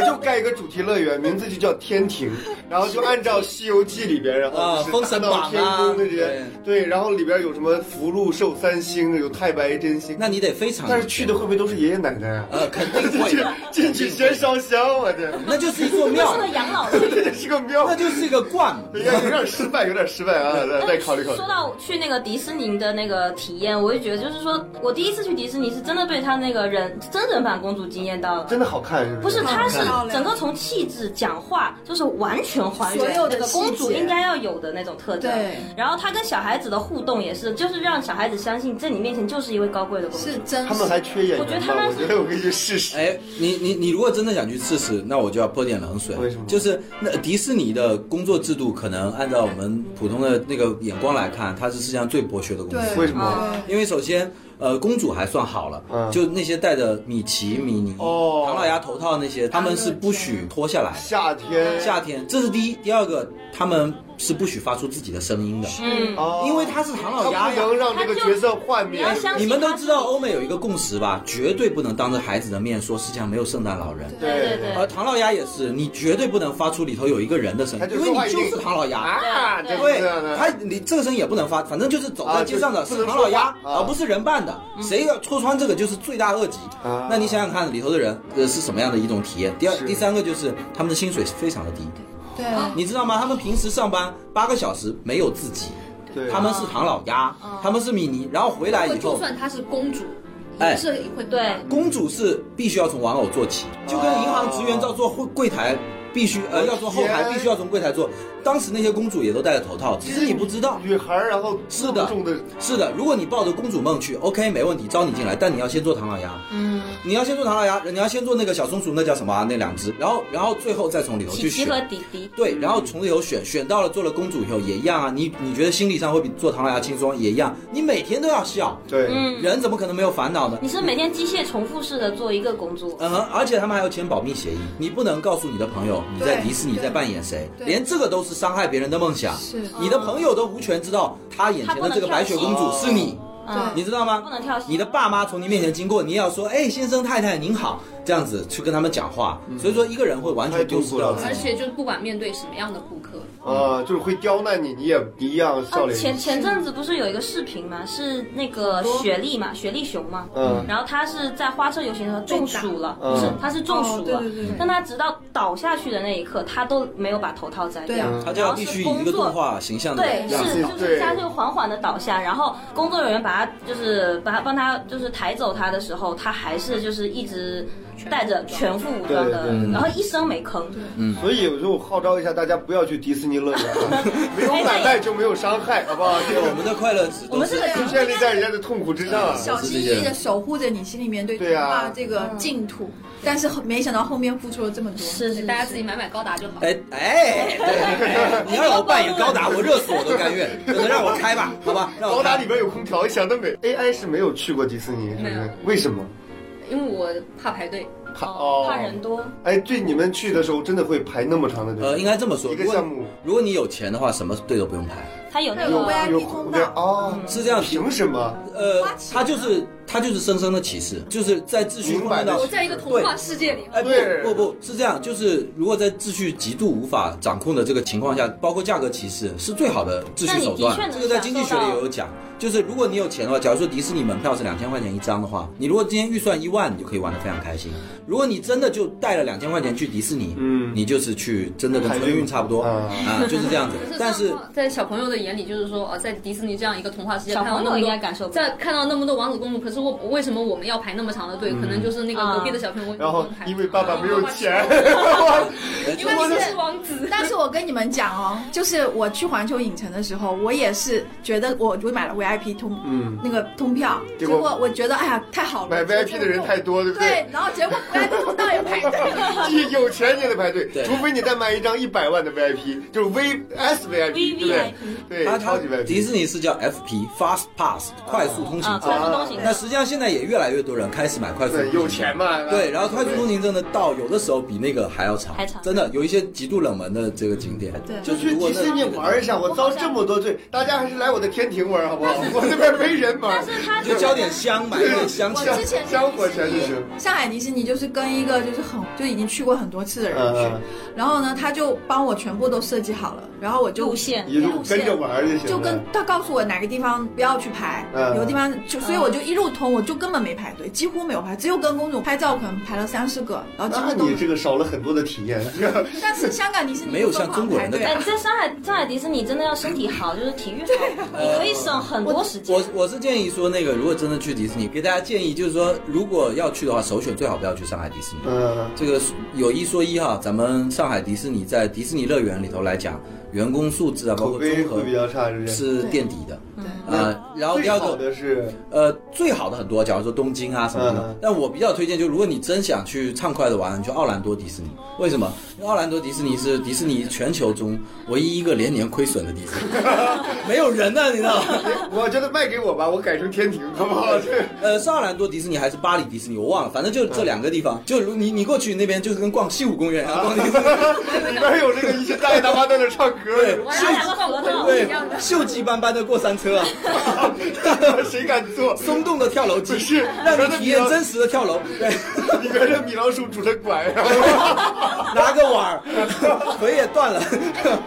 S1: 我就盖一个主题乐园，名字就叫天庭，然后就按照《西游记》里边，然后
S2: 啊
S1: 就是
S2: 封神
S1: 大闹
S2: 榜啊
S1: 天宫的这些，对，然后里边有什么福禄寿三星，有太白真星，
S2: 那你得非常，
S1: 但是去的会不会都是爷爷奶奶
S2: (laughs)
S1: 啊？
S2: 呃肯定
S4: (laughs)
S2: 会
S1: 进
S2: 的，
S1: 进去先烧香，我这
S2: 那就是一座
S4: 那
S2: 庙
S4: 是，个
S1: (laughs)
S4: 养老
S1: 这
S4: 区。
S1: 也是个庙
S2: 那。就是一个观。
S1: 有点有点失败，有点失败啊！再再考虑考虑。
S4: 说到去那个迪士尼的那个体验，我就觉得，就是说我第一次去迪士尼是真的被他那个人真人版公主惊艳到了。
S1: 真的好看是
S4: 不
S1: 不
S4: 是，
S1: 是？
S4: 她是
S5: 漂亮
S4: 整个从气质、讲话，就是完全还
S5: 所
S4: 原
S5: 有的
S4: 那个公主
S5: 细节
S4: 应该要有的那种特征。
S5: 对
S4: 然后她跟小孩子的互动也是，就是让小孩子相信，在你面前就是一位高贵的公主。
S5: 是真
S1: 他们还缺演
S4: 我觉得
S1: 员
S4: 他
S1: 吗？
S4: 们
S1: 我觉得我可以去试试。
S2: 哎，你你你如果真的想去试试，那我就要泼点冷水。
S1: 为什么
S2: 就是那迪士尼的工作制度，可能按照我们普通的那个眼光来看，它是世界上最剥削的公司。
S5: 对，
S1: 为什么
S5: 嗯
S2: 因为首先，呃，公主还算好了，
S1: 嗯
S2: 就那些戴着米奇、米妮、
S1: 哦
S2: 唐老鸭头套那些，他们是不许脱下来的。
S1: 夏天，
S2: 夏天，这是第一，第二个，他们是不许发出自己的声音的，
S4: 嗯，
S1: 哦
S2: 因为他是唐老
S1: 他
S2: 鸭
S1: 不
S2: 呀。
S1: 能让这个角色幻
S4: 你
S1: 灭
S4: 要。相
S2: 你
S4: 信她是。
S2: 们都知道欧美有一个共识吧，绝对不能当着孩子的面说世界上没有圣诞老人。
S4: 对对对
S2: 而唐老鸭也是，你绝对不能发出里头有一个人的声音
S1: 他，就
S2: 因为
S1: 说话
S2: 你
S1: 一
S2: 就
S1: 定
S2: 是唐老鸭。
S1: 啊，就
S4: 对
S1: 是
S2: 对
S1: 这样的，
S2: 他你这个声音也不能发，反正就是走
S1: 啊
S2: 在街上的
S1: 就是
S2: 是
S1: 不能
S2: 唐老
S1: 说
S2: 鸭
S1: 话，啊嗯
S2: 而不是人扮的。谁要戳穿这个就是罪大恶极
S1: 啊。
S2: 那你想想看，里头的人呃是什么样的一种体验？第二
S1: 是、
S2: 第三个就是他们的薪水是非常的低，
S5: 对，
S1: 啊
S5: 哦
S2: 你知道吗？他们平时上班八个小时没有自己，
S1: 对
S2: 他们是唐老鸭，他们是米妮，然后回来以
S3: 就
S2: 后，
S3: 算她是公主，
S2: 哎
S3: 也是会
S4: 对
S2: 公主是必须要从玩偶做起，就跟银行职员要做柜柜台。必须呃要做后台，
S1: 天
S2: 必须要从柜台做。当时那些公主也都戴着头套，只是你不知道。
S1: 女孩儿，然后
S2: 是的
S1: 重的，
S2: 是的，如果你抱着公主梦去，OK 没问题，招你进来，但你要先做唐老鸭。嗯，你要先做唐老鸭，你要先做那个小松鼠，那叫什么啊？那两只，然后然后最后再从里头
S4: 琪
S2: 去
S4: 琪
S2: 选。
S4: 和迪迪。
S2: 对，然后从里头选，选到了做了公主以后也一样啊。你你觉得心理上会比做唐老鸭轻松也一样，你每天都要笑，
S1: 对，
S4: 嗯，
S2: 人怎么可能没有烦恼呢？
S4: 你是每天机械重复式的做一个工作，
S2: 嗯，而且他们还要签保密协议，你不能告诉你的朋友你在
S5: 对
S2: 迪士尼
S5: 对
S2: 在扮演谁，
S5: 对
S2: 连这个都是伤害别人的梦想。
S5: 是
S2: 你的朋友都无权知道他眼前的这个白雪公主是你，
S4: 嗯，
S2: 呃你知道吗？
S4: 不能跳戏啊
S2: 你的爸妈从你面前经过，你也要说：“哎，先生太太您好。”这样子去跟他们讲话，所以说一个人会完全丢失掉自
S1: 太痛苦
S4: 哎
S2: 己
S3: 而
S1: 了。
S3: 且就不管面对什么样的顾客，
S1: 啊，就是会刁难你，你也一样笑
S4: 啊，
S1: 脸。
S4: 前前阵子不是有一个视频嘛，是那个雪莉嘛，雪莉熊嘛，
S1: 嗯
S4: 然后她是在花车游行的时候中暑了，
S1: 嗯
S4: 不是，她是中暑了，
S5: 哦对对对
S4: 但她直到倒下去的那一刻，她都没有把头套摘掉
S5: 对。啊
S2: 他就要必须以一个动画形象的
S4: 对，
S2: 样
S4: 是
S2: 子。
S4: 就是她就缓缓的倒下，然后工作人员把她就是把她帮她就是抬走她的时候，她还是就是一直带着全副武装的
S1: 对对，
S4: 然后一声没吭。
S1: 所以有时候我号召一下大家，不要去迪士尼乐园了，
S4: (laughs)
S1: 没
S4: 哎
S1: 有买卖就没有伤害，好不好？这
S2: 对，
S1: 个
S2: 我们的快乐是
S4: 我们这个
S1: 出现力在人家的痛苦之上啊。
S5: 啊小心翼翼的守护着你心里面对童
S1: 对啊
S5: 话这个净土，但是没想到后面付出了这么多。
S4: 是是，
S3: 大家自己买买高达就好。
S2: 哎哎，对，你要让我扮演高达，我热死我都甘愿。等着让我开吧，好吧，让我
S1: 高
S2: 开
S1: 达里边有空调，哎想得美。AI 是没有去过迪士尼，是不
S3: 没有
S1: 是？为什么？
S3: 因为我怕排队，
S1: 怕哦，
S4: 怕人。多。
S1: 哎，对，你们去的时候真的会排那么长的队？
S2: 呃，应该这么说，
S1: 一个
S2: 如果
S1: 项目
S2: 如果你有钱的话，什么队都不用排。
S4: 他有那
S5: 那有
S4: 个
S5: 未来
S1: 有
S5: VIP 通道嗯
S1: 哦，
S2: 是这样子
S1: 凭什么？
S2: 呃
S5: 花，钱
S2: 他就是他就是生生的歧视，就是在秩序
S1: 明白
S2: 混
S1: 的
S2: 到
S1: 歧
S3: 我
S1: 视
S3: 在一个童话世界里。
S2: 哎，
S1: 对
S2: 不不不是这样，就是如果在秩序极度无法掌控的这个情况下，包括价格歧视是最好的秩序手段
S4: 但你的确。能
S2: 这个在经济学里也有讲，就是如果你有钱的话，假如说迪士尼门票是两千块钱一张的话，你如果今天预算一万，你就可以玩得非常开心。如果你真的就带了两千块钱去迪士尼，
S1: 嗯
S2: 你就是去真的跟春运差不多
S1: 啊
S2: 啊，就是这样子。但是
S3: 在小朋友的眼里，就是说，哦，在迪士尼这样一个童话世界，
S4: 小朋
S3: 看到那么
S4: 友
S3: 多
S4: 应该感受不到
S3: 在看到那么多王子公主，可是我为什么我们要排那么长的
S4: 嗯
S3: 队？可能就是那个
S4: 啊
S3: 隔壁的小
S5: 嗯
S3: 朋友，
S1: 然后因为爸爸没有钱，
S3: 哦因为你是王子，
S5: 但是我跟你们讲哦，就是我去环球影城的时候，我也是觉得我我买了 VIP 通，
S1: 嗯
S5: 那个通票，
S1: 结
S5: 结
S1: 果
S5: 果我觉得哎呀太好
S1: (laughs)
S5: 了，
S1: 买
S5: (laughs)
S1: VIP 的人太多，对不
S5: 对，然后结果 VIP 通道也排队 (laughs) 了。
S1: 你有钱你也得排队，
S2: 对
S1: 除非你再买一张一百万的 VIP，就是 V S VIP，对不对？
S2: 它
S1: 对，
S2: 它
S1: 超级 VIP。
S2: 迪士尼是叫 FP Fast Pass 快速通行
S4: 啊，
S2: 证
S4: 快。速东行
S2: 那实际上现在也越来越多人开始买快速通
S1: 对，
S2: 行
S1: 有
S2: 证。
S1: 钱嘛？
S2: 对，然后快速通行证的道有的时候比那个还要长，
S4: 还长
S2: 真的有一些极度冷门的这个景点，
S5: 对
S1: 就去
S2: 如果
S1: 迪
S2: 那
S1: 士尼玩一下，我遭这么多罪，大家还是来我的天庭玩好不好？我这边没人玩
S4: 但，是他
S2: 就交点香，买一点香
S5: 我
S2: 气。
S5: 之前
S1: 香火钱就行。
S5: 上海迪士尼就是跟一个就是很就已经去过很多次的人去，
S1: 嗯，
S5: 然后呢他就帮我全部都设计好了，然后我就
S4: 路线
S1: 嗯一路跟着玩就行了。
S5: 就跟他告诉我哪个地方不要去排，
S1: 嗯
S5: 有的地方就，所以我就一路通，我就根本没排队，几乎没有排，只有跟公主拍照，可能排了三四啊个，然后几
S1: 那
S5: 乎都
S1: 你。这个少了很多的体验。
S5: 但是香港迪士尼
S2: 没有像中国人的
S5: 对
S4: 哎，你在上海上海迪士尼真的要身体好，就是体育好，你可以省很多时间
S2: 我。我是建议说，那个如果真的去迪士尼，给大家建议就是说，如果要去的话，首选最好不要去上海迪士尼。
S1: 嗯，
S2: 这个有一说一哈，咱们上海迪士尼在迪士尼乐园里头来讲，员工素质啊，包
S1: 口
S2: 括
S1: 碑
S2: 综合
S1: 会比较差，是不是？
S2: 是垫底的。呃，然后第
S1: 最
S2: 二
S1: 好
S2: 个
S1: 的是，
S2: 呃，最好的很多，假如说东京啊什么的。
S1: 嗯
S2: 但我比较推荐，就如果你真想去畅快的玩，你去奥兰多迪士尼。为什么？因为奥兰多迪士尼是迪士尼全球中唯一一个连年亏损的迪士
S1: (laughs)
S2: 尼，没有人啊呢、你知道吗？
S1: 我觉得卖给我吧，我改成天庭，好不好？这
S2: 呃，是奥兰多迪士尼还是巴黎迪士尼，我忘了，反正就这两个地方。就如你你过去那边，就是跟逛西湖公园一样，逛迪士
S1: (laughs)
S2: 尼。
S1: 里边有这个一群大爷大妈在那唱歌，
S4: 我要两个合照，
S2: 对，锈迹斑斑的过山车啊，
S1: (laughs) 谁敢坐？
S2: 松动的跳楼机，
S1: 不是
S2: 让你体验真实的跳楼。对。
S1: 里边的米老鼠拄着拐， (laughs)
S2: (laughs) 拿个碗 (laughs) 儿，腿也断了。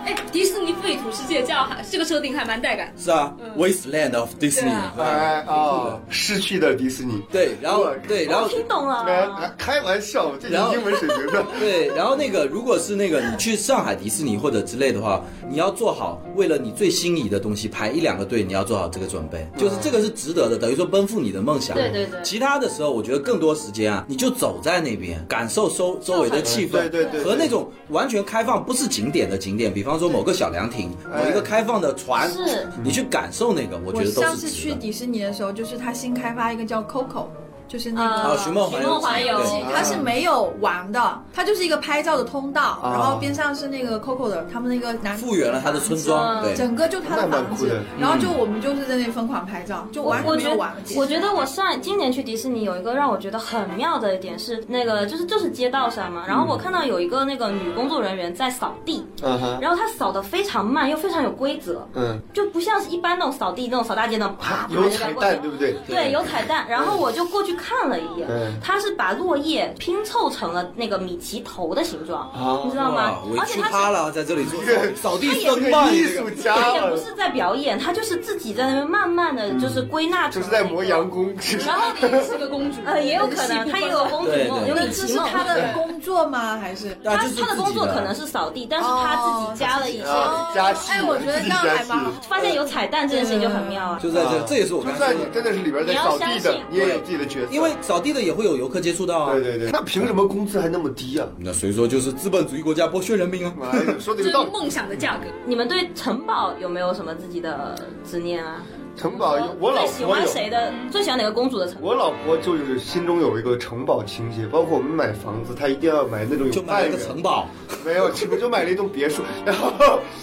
S3: 哎，迪士尼废土世界这样还这个设定还蛮带感。
S2: 是啊、w a s t e l a n d of Disney
S3: 嗯对啊
S1: 哎啊，逝去的迪士尼。
S2: 对，然后对，然后
S4: 我听懂
S1: 哎
S4: 了。
S1: 开玩笑，这
S2: 然后
S1: 英文水平的。
S2: 对，然后那个，如果是那个你去上海迪士尼或者之类的话，你要做好为了你最心仪的东西排一两个队，你要做好这个准备，
S1: 嗯
S2: 就是这个是值得的，等于说奔赴你的梦想。
S4: 对对对
S2: 其他的时候，我觉得更多时间啊，你就走在那边，感受周周围的气氛，
S1: 对对对对
S2: 和那种完全开放不是景点的景点，比方说某个小凉亭，
S1: 哎
S2: 某一个开放的船，
S4: 是
S2: 你去感受那个，我觉
S5: 我
S2: 得都
S5: 上
S2: 是
S5: 次
S2: 值
S5: 去
S2: 得的。
S5: 迪士尼的时候，就是他新开发一个叫 Coco，就是那
S2: 啊，
S5: 个。
S2: 寻梦
S4: 寻
S2: 环游记
S4: 梦环游记
S2: 对
S5: 它是没有玩的，它就是一个拍照的通道，
S1: 啊
S5: 然后边上是那个 Coco 的他们那个男
S2: 复原了他的村庄，
S4: 嗯
S2: 对，
S5: 整个就他的
S1: 那蛮
S5: 房
S1: 酷
S5: 子
S1: 的，
S5: 然后就我们就是在那里疯狂拍照，就
S4: 我
S5: 完
S4: 嗯
S5: 全
S4: 我
S5: 没
S4: 觉
S5: 有
S4: 得
S5: 玩。，
S4: 我觉得我上今年去迪士尼有一个让我觉得很妙的一点是，那个就是就是街道上嘛，然后我看到有一个那个女工作人员在扫地，
S1: 嗯哼，
S4: 然后她扫的非常慢，又非常有规则，
S1: 嗯，
S4: 就不像是一般那种扫地那种扫大街那种啪啪
S1: 啊有
S4: 就
S1: 彩
S4: 在过去
S1: 蛋，对不对？
S4: 对，有彩蛋。然后我就过去看了一眼
S1: 嗯，
S4: 它是把落叶拼凑成了那个米奇头的形状，
S1: 哦
S4: 你知道吗
S2: 哇，？委
S4: 而且
S2: 屈
S4: 它
S2: 趴
S4: 是。
S2: 了，在这里做
S1: 对
S2: 扫地
S1: 这
S2: 僧吧
S1: 个，艺
S2: 这
S1: 术
S2: 个
S1: 家
S4: 它也
S1: 了
S4: 不，是在表演，它就是自己在那边慢慢的就是归纳
S1: 就
S4: 成、
S1: 是在磨洋工。
S4: 然后
S3: 是个公主，
S4: 呃，也有可能，他也有公主
S2: 对
S4: 梦，
S2: 对
S4: 有
S2: 对
S4: 米
S5: 这
S4: 奇
S5: 是
S4: 梦。
S5: 他的工人做吗？还是？
S2: 对啊
S4: 他
S2: 就是
S4: 他的
S2: 自己
S4: 工作
S2: 的
S4: 可能是扫地，但是他自己加了一些，
S1: 啊，加戏，
S5: 哎我觉得
S1: 自己
S5: 这样
S1: 加
S5: 还
S1: 戏
S5: 蛮好
S4: 发现有彩蛋这件事情就很妙啊。
S2: 就在这，这也是我
S1: 就
S2: 刚才
S1: 算
S2: 说
S1: 你
S2: 的
S1: 真的是里边在扫地的，你也有自己的角色。
S2: 因为扫地的也会有游客接触到啊。
S1: 对对对，那凭什么工资还那么低啊？
S2: 那所以说就是资本主义国家剥削人民啊。
S1: 妈呀，说的
S3: 这
S1: 有
S3: 是
S1: 道理。
S3: 梦想的价格。
S4: 你们对城堡有没有什么自己的执念啊？
S1: 城堡，我老
S4: 最喜
S1: 婆
S4: 欢
S1: 有。
S4: 谁的？最喜欢哪个公主的城堡？
S1: 我老婆就是心中有一个城堡情节，包括我们买房子，她一定要买那种有
S2: 就买了
S1: 半
S2: 个城，堡，
S1: 没有，只不过就买了一栋别墅，然 (laughs) 后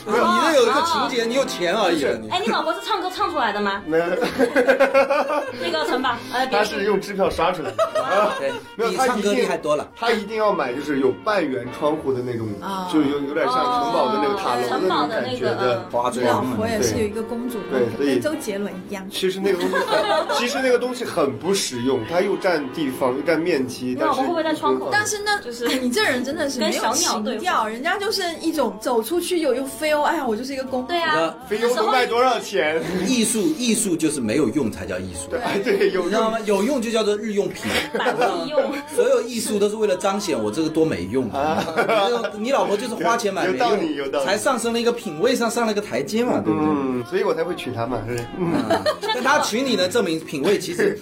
S2: 不是你这有一个情节，你有钱而已啊你。
S4: 哦哎，你老婆是唱歌唱出来的吗？
S1: 没 (laughs) 有，
S4: 那个城堡，呃，别
S1: 她是用支票刷出来
S2: (laughs)
S1: 的，啊
S2: 对
S1: (laughs) 没有，
S2: 比
S1: 她
S2: 唱
S1: 一
S2: 歌厉
S1: 定
S2: 害多了。
S1: 她一定要买就是有半圆窗户的那种，就有有点像城堡的那个塔楼
S4: 啊哦城
S1: 那
S4: 堡
S1: 种
S4: 的
S1: 感
S4: 那
S1: 觉
S4: 个
S1: 的
S4: 嗯。
S2: 花
S5: 我
S2: 醉
S5: 老
S2: 啊，
S5: 婆也是有一个公主梦
S1: 对，所以
S5: 跟周杰伦一样。
S1: 其实那个东西
S4: (laughs)
S1: 很，其实那个东西很不实用，它又占地方，又占面积。
S4: 你
S1: 但
S4: 老
S1: 是嗯
S4: 婆会不会在窗口
S5: 但是呢，哎
S4: 就是
S5: 你这人真的是
S4: 跟
S5: 没有
S4: 小鸟对
S5: 情
S4: 话
S5: 调，人家就是一种走出去有又飞哦，哎呀，我就是一个公主。
S4: 对啊，
S1: 非洲能卖多少钱？ (laughs)
S2: 艺术艺术就是没有用才叫艺术，
S1: 对，哎对，有
S2: 你知道
S1: 用。
S2: 吗？有用就叫做日用品。
S4: (laughs) 百利用。
S2: (laughs) 所有艺术都是为了彰显我这个多没用啊！你这个你老婆就是花钱买没
S1: 有道理有道
S2: 用，
S1: 理
S2: 才上升了一个品位上上了一个台阶嘛，对不对？
S1: 嗯，所以我才会娶她嘛，是不是？
S4: (laughs)
S1: 嗯，
S2: 啊但他娶你呢，证明品味其实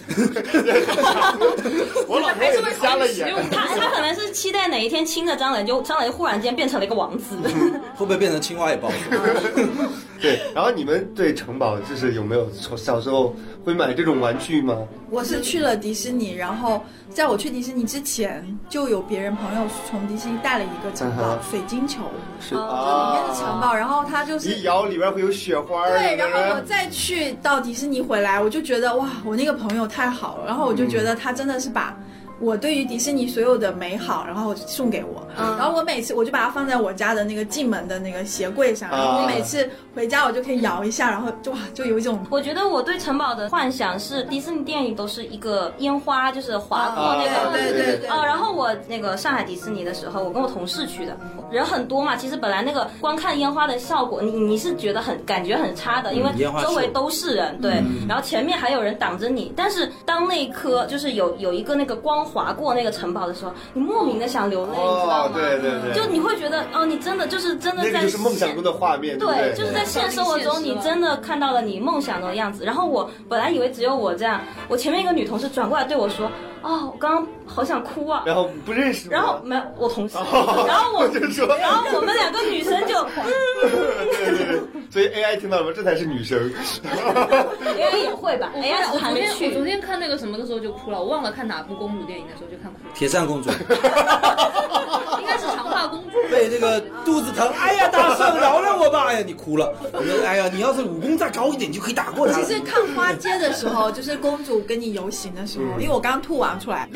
S1: 哎我老婆也是瞎了眼。
S4: 他哎他可能是期待哪一天亲了张磊，就张磊忽然间变成了一个王子。
S2: 会不会变成青蛙也不好说。
S1: (laughs) 对，然后你们对城堡就是有没有从小时候会买这种玩具吗？
S5: 我是去了迪士尼，然后在我去迪士尼之前，就有别人朋友从迪士尼带了一个城堡
S1: 嗯哼
S5: 水晶球，
S1: 是
S4: 哦
S5: 里面
S1: 啊
S5: 的，城堡，然后它就是
S1: 一摇里边会有雪花。
S5: 对，
S1: 有的
S5: 然后我
S1: 人
S5: 再去到迪士尼回来，我就觉得哇，我那个朋友太好了，然后我就
S2: 嗯
S5: 觉得他真的是把。我对于迪士尼所有的美好，然后送给我，
S2: 嗯
S5: 然后我每次我就把它放在我家的那个进门的那个鞋柜上，然后
S2: 嗯
S5: 我
S1: 啊
S5: 每次回家我就可以摇一下，然后就哇就有
S2: (laughs)
S5: 一种
S4: (laughs) 我觉得我对城堡的幻想是迪士尼电影都是一个烟花，就是划过那个。
S1: 啊
S5: 对对对对
S4: 哦，然后我那个上海迪士尼的时候，我跟我同事去的，人很多嘛。其实本来那个光看烟花的效果，你你是觉得很感觉很差的，因为
S2: 嗯烟花
S4: 周围
S2: 秀
S4: 都是人，对，然后前面还有人挡着你。但是当那一颗就是有有一个那个光划过那个城堡的时候，你莫名的想流泪，你知道
S1: 哦，
S4: 吗？
S1: 对对对，
S4: 就你会觉得哦，你真的就是真的
S1: 那
S4: 在
S1: 个就是梦想
S4: 现
S1: 中的画面，不
S4: 对，
S1: 对？
S4: 就是在现实生活中，你真的看到了你梦想中的样子。然后我本来以为只有我这样，我前面一个女同事转过来对我说：“哦，我刚刚好想哭啊。
S1: 然后不认识我。” (laughs)
S4: 然后没有我同事，
S1: 哦
S4: 然后我
S1: 我， (laughs) 就说，
S4: 然后我们两个女生就，嗯
S1: 对对对，所以 AI 听到了吗？这才是女生。 (laughs)
S4: 因为也会吧，哎呀，
S3: 我
S4: 还
S3: 昨
S4: 没
S3: 天我昨
S4: 去。
S3: 天看那个什么的时候就哭了，我忘了看哪部公主电影的时候就看哭
S2: 铁扇公
S1: (laughs)
S2: 主
S3: 了，应该是长发公主。
S2: 被这个肚子疼，哎呀，大圣饶了我吧！哎呀，你哭了。我说，哎呀，你要是武功再高一点，你就可以打过他
S5: 其
S2: 了。
S5: 实看花街的时候，就是公主跟你游行的时候，
S2: 嗯
S5: 因为我刚吐完
S2: (laughs)
S5: 出来，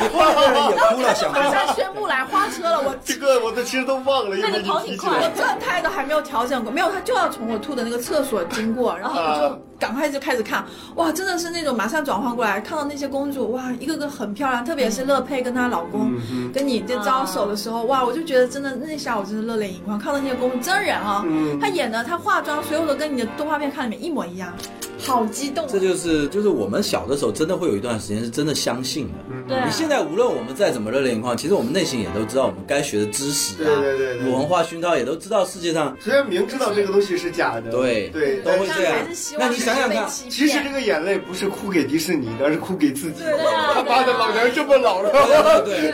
S2: 你换个人也哭了，想
S5: 马
S2: 哭。
S5: 上宣布来花车了，我
S1: 这个我都其实都忘了，因
S4: 那你
S1: 为
S4: 跑
S1: 提
S4: 挺
S1: 起
S4: 快
S1: 来。
S5: 这态度还没有调整过，没有，他就要从我吐的那个厕所经过，然后
S2: 啊
S5: 我就赶快就开始看，哇，真的是那种马上转换过来，看到那些公主，哇，一个个很漂亮，特别是乐佩跟她老
S1: 嗯
S5: 公、
S2: 嗯
S5: 跟你这招手的时
S2: 啊
S5: 候，哇，我就觉得真的那下我真的热泪盈眶，看到那些公主真人啊，
S2: 嗯
S5: 她演的她化妆，所有的跟你的动画片看里面一模一样，好激动、啊
S2: 这。就是就是我们小的时候，真的会有一段时间是真的相信的。
S4: 对啊
S2: 你现在无论我们再怎么热泪盈眶，其实我们内心也都知道我们该学的知识啊，
S1: 对对对对
S2: 文化熏陶也都知道世界上
S1: 虽然明知道这个东西是假的，
S2: 对
S1: 对，
S2: 都
S1: 但
S2: 会
S1: 是
S2: 这样
S5: 还是希。
S2: 那
S5: 望
S2: 你想想
S5: 被
S2: 看，
S5: 欺
S1: 其
S5: 骗
S1: 实这个眼泪不是哭给迪士尼的，而是哭给自己。
S4: 啊
S1: 他 (laughs) 妈的，老娘这么老了。
S2: 对对对，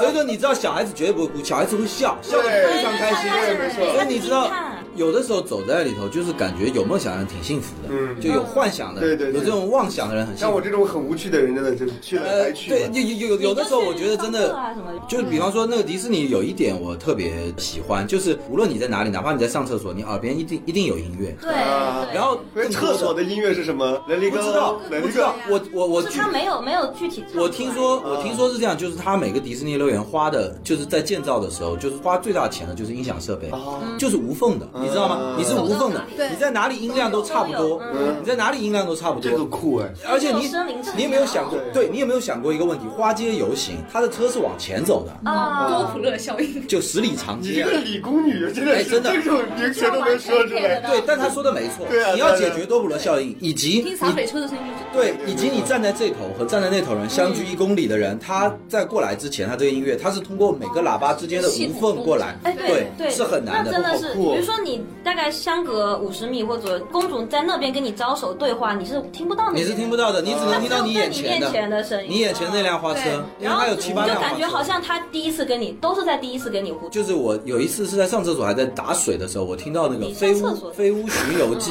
S2: 所以说你知道小孩子绝对不会哭，小孩子会笑，笑得非常开心。
S1: 对没错
S2: 所以你知道
S4: 他们惊，
S2: 有的时候走在里头，就是感觉有梦想的人挺幸福的，
S1: 嗯
S2: 就有幻想的，
S1: 对对对
S2: 有这种妄想的人很幸
S1: 像我
S2: 福。
S1: 这种很无趣的人，真的就去了
S2: 呃
S1: 来，去
S2: 对，
S1: 吧。
S2: 有有有有的时候，我觉得真的
S4: 啊什么的，
S2: 就是比方说那个迪士尼有一点我特别喜欢，就是无论你在哪里，哪怕你在上厕所，你耳边一定一定有音乐。
S4: 对
S1: 啊
S4: 对
S2: 然后
S1: 因为厕所的音乐是什么？来了一
S2: 不
S1: 个
S2: 知道，
S1: 来
S2: 不
S1: 了一
S2: 知道
S1: 个，
S2: 我我我
S4: 就是
S2: 去
S4: 他没有没有具体。
S2: 我听说，
S1: 嗯
S2: 我听说是这样，就是它每个迪士
S1: 哦嗯
S2: 尼乐园花的，就是在建造的时候，就是花最大的钱的就是音响设备，就是无缝的。你你知道吗？你是无缝的，
S5: 对
S2: 你在哪里音量都差不多，
S1: 嗯
S2: 你在哪里音量都差不多
S1: 这。个酷哎，
S2: 而且你
S4: 有森林之
S2: 你有没有想过，对你有没有想过一个问题？花街游行，它的车是往前走的，
S4: 啊，
S3: 多普勒效应。
S2: 就十里长
S1: 你
S2: 街
S1: 这。个理工女真的
S2: 哎
S1: 是
S2: 真的
S1: 这种名词都能说出来，
S2: 对，但他说的没错，
S1: 对啊
S2: 你要
S1: 对啊
S2: 解决多普勒效应，以及
S3: 听洒
S2: 你
S3: 水车的声音就是
S2: 对，以及你站在这头和站在那头人相距一公里的人，他在过来之前，他这个音乐他是通过每个喇叭之间的无缝过来，
S4: 哎，对
S2: 对，是很难
S4: 那真
S2: 的。
S4: 的是，
S1: 好酷哦
S4: 比如说你大概相隔五十米或者公主在那边跟你招手对话，你是听不到你
S2: 你是听不到的，你只能听到你眼前
S4: 你面前
S2: 的，
S4: 的声音，
S2: 你眼前那辆花车，因
S4: 然
S2: 为
S4: 后
S2: 它有
S4: 就
S2: 七八辆
S4: 就
S2: 花
S4: 感觉好
S2: 车。
S4: 像他第一次跟你都是在第一次跟你互动。
S2: 就是我有一次是在上厕所还在打水的时候，我听到那个
S4: 你
S2: 《
S4: 上
S2: 飞
S4: 厕
S2: 屋
S4: 所
S2: 飞屋巡游记》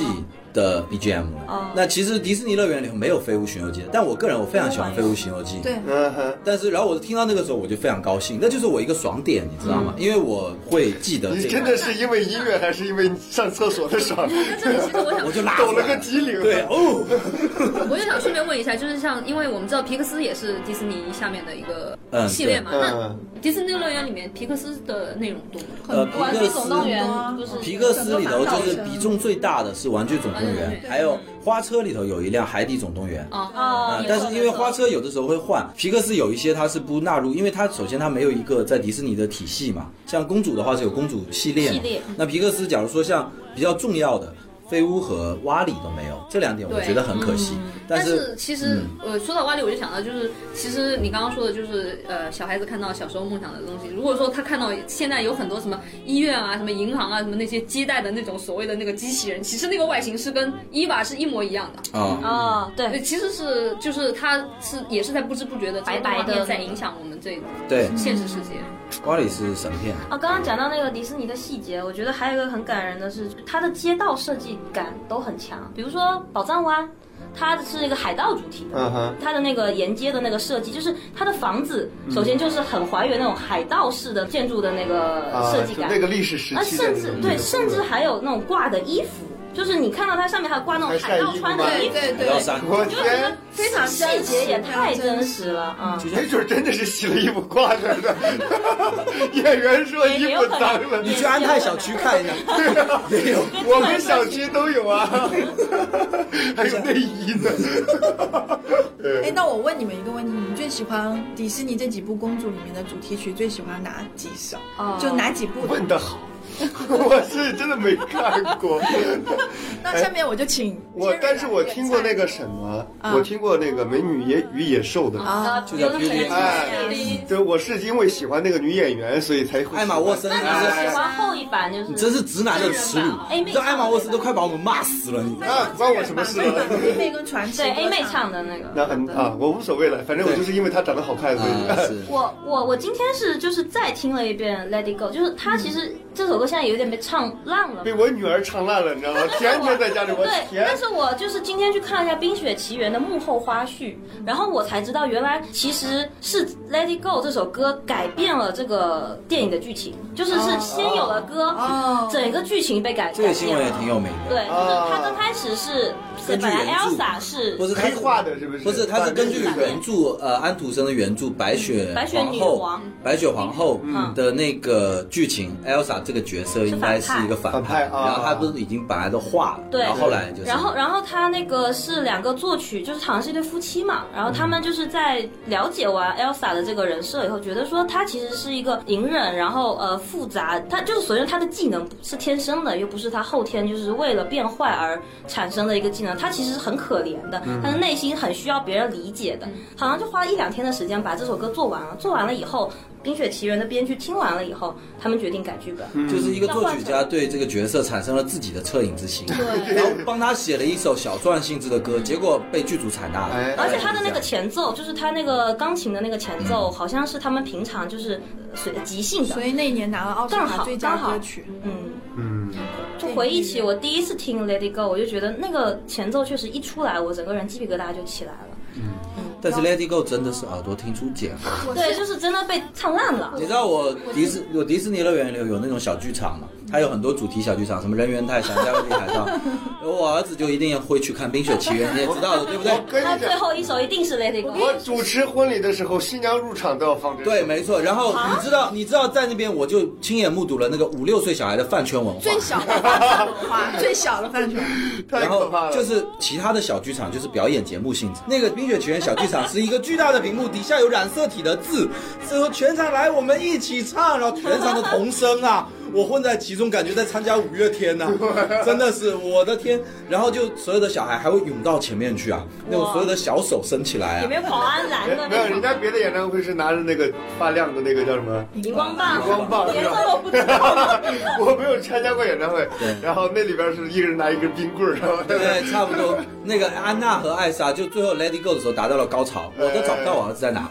S2: 的 BGM 了。
S4: 哦
S2: 那其实迪士尼乐园里头没有《飞屋巡游记》的，但我个人我非常喜欢《飞屋巡游记》。
S5: 对，
S1: 嗯哼，
S2: 但是，然后我听到那个时候，我就非常高兴，那就是我一个爽点，你知道吗？因为我会记得这
S1: 嗯你
S2: 个。
S1: 真的是因为音乐还是因为上厕所的爽？
S3: 那 (laughs) 这里其实我想
S2: 我就拉
S1: 抖了个机灵，啊
S2: 对，
S1: (laughs)
S2: 哦，
S3: 我就想顺便问一下，就是像，因为我们知道皮克斯也是迪士尼下面的一个
S2: 嗯
S3: 系列嘛，
S1: 对
S3: 那
S1: 嗯
S3: 迪士尼乐园里面皮克斯的内容多吗？
S2: 呃，皮
S4: 玩
S2: 克
S4: 具总动
S2: 斯。
S4: 员不是
S2: 皮克斯里头就是比重最大的是《玩具总动
S3: 玩具
S2: 员
S3: 总动》，员
S2: 还有花车里头有一辆《海底总动员》
S3: 啊，
S4: 啊
S2: 啊，，但是因为花
S4: 车
S2: 车有的时候会换，皮克斯有一些它是不纳入，因为它首先它没有一个在迪士尼的体系嘛，像公主的话是有公主系列嘛，
S4: 系列
S2: 那皮克斯假如说像比较重要的飞屋和蛙里都没有，这两点我
S3: 对
S2: 觉得很可惜，但
S3: 但
S2: 是嗯
S3: 其实，呃，说到蛙里，我就想到，就是其实你刚刚说的，就是呃，小孩子看到小时候梦想的东西。如果说他看到现在有很多什么医院啊、什么银行啊、什么那些接待的那种所谓的那个机器人，其实那个外形是跟伊娃是一模一样的。
S2: 啊，
S4: 啊，
S3: 对，
S4: 对，
S3: 呃其实是就是他是也是在不知不觉的
S4: 白白的
S3: 在影响我们这
S2: 对，
S3: 现实世界。
S2: 蛙里是神片，
S4: 啊，刚刚讲到那个迪士尼的细节，我觉得还有一个很感人的是，它的街道设计感都很强。比如说宝藏湾，它是一个海盗主题
S1: (laughs)
S4: 的，
S1: 嗯哼，
S4: 它的那个沿街的那个设计，就是它的房子首先就是很还原那种海盗式的建筑的那个
S1: 啊
S4: 设计，
S1: 就
S4: 感，
S1: 那个历史时
S4: 啊，
S1: 期的
S4: 甚
S1: 那
S4: 至
S1: 种
S4: 对，甚至还有那种挂的衣服，就是你看到它上面还挂那种海盗穿的衣服，
S5: 对对
S2: 海盗三。
S1: 我
S4: 就觉得
S1: 天，
S5: 非常真
S4: 细
S5: 实
S4: 节也太真实了啊！嗯
S1: 没准真的是洗了衣服挂着
S4: (laughs)
S1: 的。演员说衣服脏了，
S2: 你去安泰小区看一下，也有
S1: 我们小区都有
S2: (laughs)
S1: 啊，还有内衣呢。
S5: 哎，
S1: 对，
S5: 那我问你们一个问题：你们最喜欢迪士尼这几部公主里面的主题曲，最喜欢哪几首？
S4: 哦
S5: 就哪几部？
S1: 问的好， (laughs) 我是真的没看过。
S5: 那下面我就请
S1: 哎我
S5: Jerry
S1: 但是我听过那
S5: 来
S1: 个什么，
S2: 啊
S1: 我听过那个《美女野与野兽》的。
S5: 啊，
S2: 就叫 Beauty and the
S1: 哎，对，我是因为喜欢那个女演员，所以才会喜欢哎
S2: 艾玛沃森
S4: 那你是喜欢后一版就
S2: 你
S4: 是？
S2: 真是直男的耻辱！
S4: A 妹
S2: 你知道艾玛沃斯都快把我们骂死了，你。
S1: 啊，关我什么
S2: (laughs)
S1: 事
S5: 把
S1: 了？
S5: 妹妹跟传奇
S4: 对 A 妹
S5: 合唱
S4: 唱的那
S1: 那
S4: 个。
S1: 很啊，我无所谓了，反正我就是因为她长得好看，所
S2: 啊，
S1: 以。
S2: 是
S4: 我我我今天是就是再听了一遍《Let It Go》，就是它其实这首歌现在有点被唱烂了嘛
S1: (laughs) 被。我女儿唱烂了，你知道吗？天天在家里，我
S4: 对，
S1: 天
S4: 但，是我就是今天去看了一下《冰雪奇缘》的幕后花絮，然后我才知道原来其实是《Let It Go》这首歌改变了这个电影的剧情，就是是先有了歌，
S5: 哦
S4: 整个剧情被改
S2: 这个新闻也挺。有名的。
S4: 改变了对，就是它
S1: 哦
S4: 刚开始是是
S2: 根据
S4: 本来
S2: 原著
S4: Elsa 是
S2: 不是它
S1: 黑
S2: 是
S1: 化的是不是？
S2: 不是，它是根据
S1: 反
S2: 原
S1: 正
S2: 著，呃，安徒生的原著《白雪
S4: 白雪
S2: 皇
S4: 女
S2: 后》
S4: 王
S2: 白雪皇后
S4: 嗯
S2: 的那个剧情，Elsa 这个角色应该是一个反
S1: 反派
S2: 派，
S1: 啊
S2: 然后她不是已经本来都化了，
S4: 对
S2: 然后后来就是，
S4: 然后，然后他那个是两个作曲，就是好像是一对夫妻嘛。然后他们就是在了解完 Elsa 的这个人设以后，觉得说她其实是一个隐忍，然后呃复杂。她就是首先她的技能是天生的，又不是她后天就是为了变坏而产生的一个技能。她其实是很可怜的，
S2: 嗯
S4: 她的内心很需要别人理解的。好像就花了一两天的时间把这首歌做完了。做完了以后，《冰雪奇缘》的编剧听完了以后，他们决定改剧本。
S2: 就是一个作曲家对这个角色产生了自己的恻隐之心，然后帮他写了一首小传性质的歌，结果被剧组采纳
S1: 哎
S2: 了。
S4: 而且他的那
S2: 这
S4: 个
S2: 样
S4: 前奏，就是他那个钢琴的那个前奏，好像是他们平常就是呃随即兴的
S5: 所。以那一年拿了奥斯
S4: 刚好
S5: 卡最佳
S4: 刚好
S5: 歌曲。
S4: 嗯，
S1: 嗯，
S4: 就回忆起我第一次听《Let It Go》，我就觉得那个前奏确实一出来，我整个人鸡皮疙瘩就起来了。
S2: 但是 Let It Go 真的是耳朵听出茧了。
S4: 对，就是真的被唱烂了 (laughs)
S2: 你。知道我迪士我迪士尼乐园里有那种小剧场嘛？它有很多主题小剧场，什么人猿泰山、加勒比海
S4: (laughs)
S2: 盗，我儿子就一定会去看《冰雪奇缘》，你也知道的，
S4: (laughs)
S2: 对不对？
S1: 我跟
S4: 他
S1: 你
S4: 最
S1: 讲，
S4: 后一首一定是 Let It
S1: 我
S4: Go。
S1: 主持婚礼的时候，新娘入场都要放这首。
S2: 对，没错。然后你知道，你知道在那边我就亲眼目睹了那个五六岁小孩的饭圈文化，
S5: 最小的饭圈
S1: (laughs)
S5: 文化，最小的饭圈。
S1: 太
S2: 然
S1: 可
S2: 后
S1: 怕了。
S2: 就是其他的小剧场就是表演节目性质，那个《冰雪奇缘》小剧场是一个巨大的屏幕，底下有染色体的字，最后全场来我们一起唱，然后全场的童声啊， (laughs) 我混在其中，感觉在参加五月天
S1: (laughs)
S2: 呐、真的是我的天！然后就所有的小孩还会涌到前面去啊，那种所有的小手伸起来
S4: 有
S2: 啊
S4: 没。有保安拦的
S1: 没有，
S4: 那
S1: 人
S4: 种？
S1: 家别的演唱会是拿着那个发亮的那个叫什么？
S4: 荧光棒，
S1: 荧光棒
S4: 连
S1: 是吧
S4: 这都不知道。
S1: (laughs) 我没有参加过演唱会，然后那里边是一人拿一根冰棍儿，然后
S2: 对，差不
S1: (laughs)
S2: 多。那个安娜和艾莎就最后 Let It Go 的时候达到了高潮，我都找不到我儿子在哪。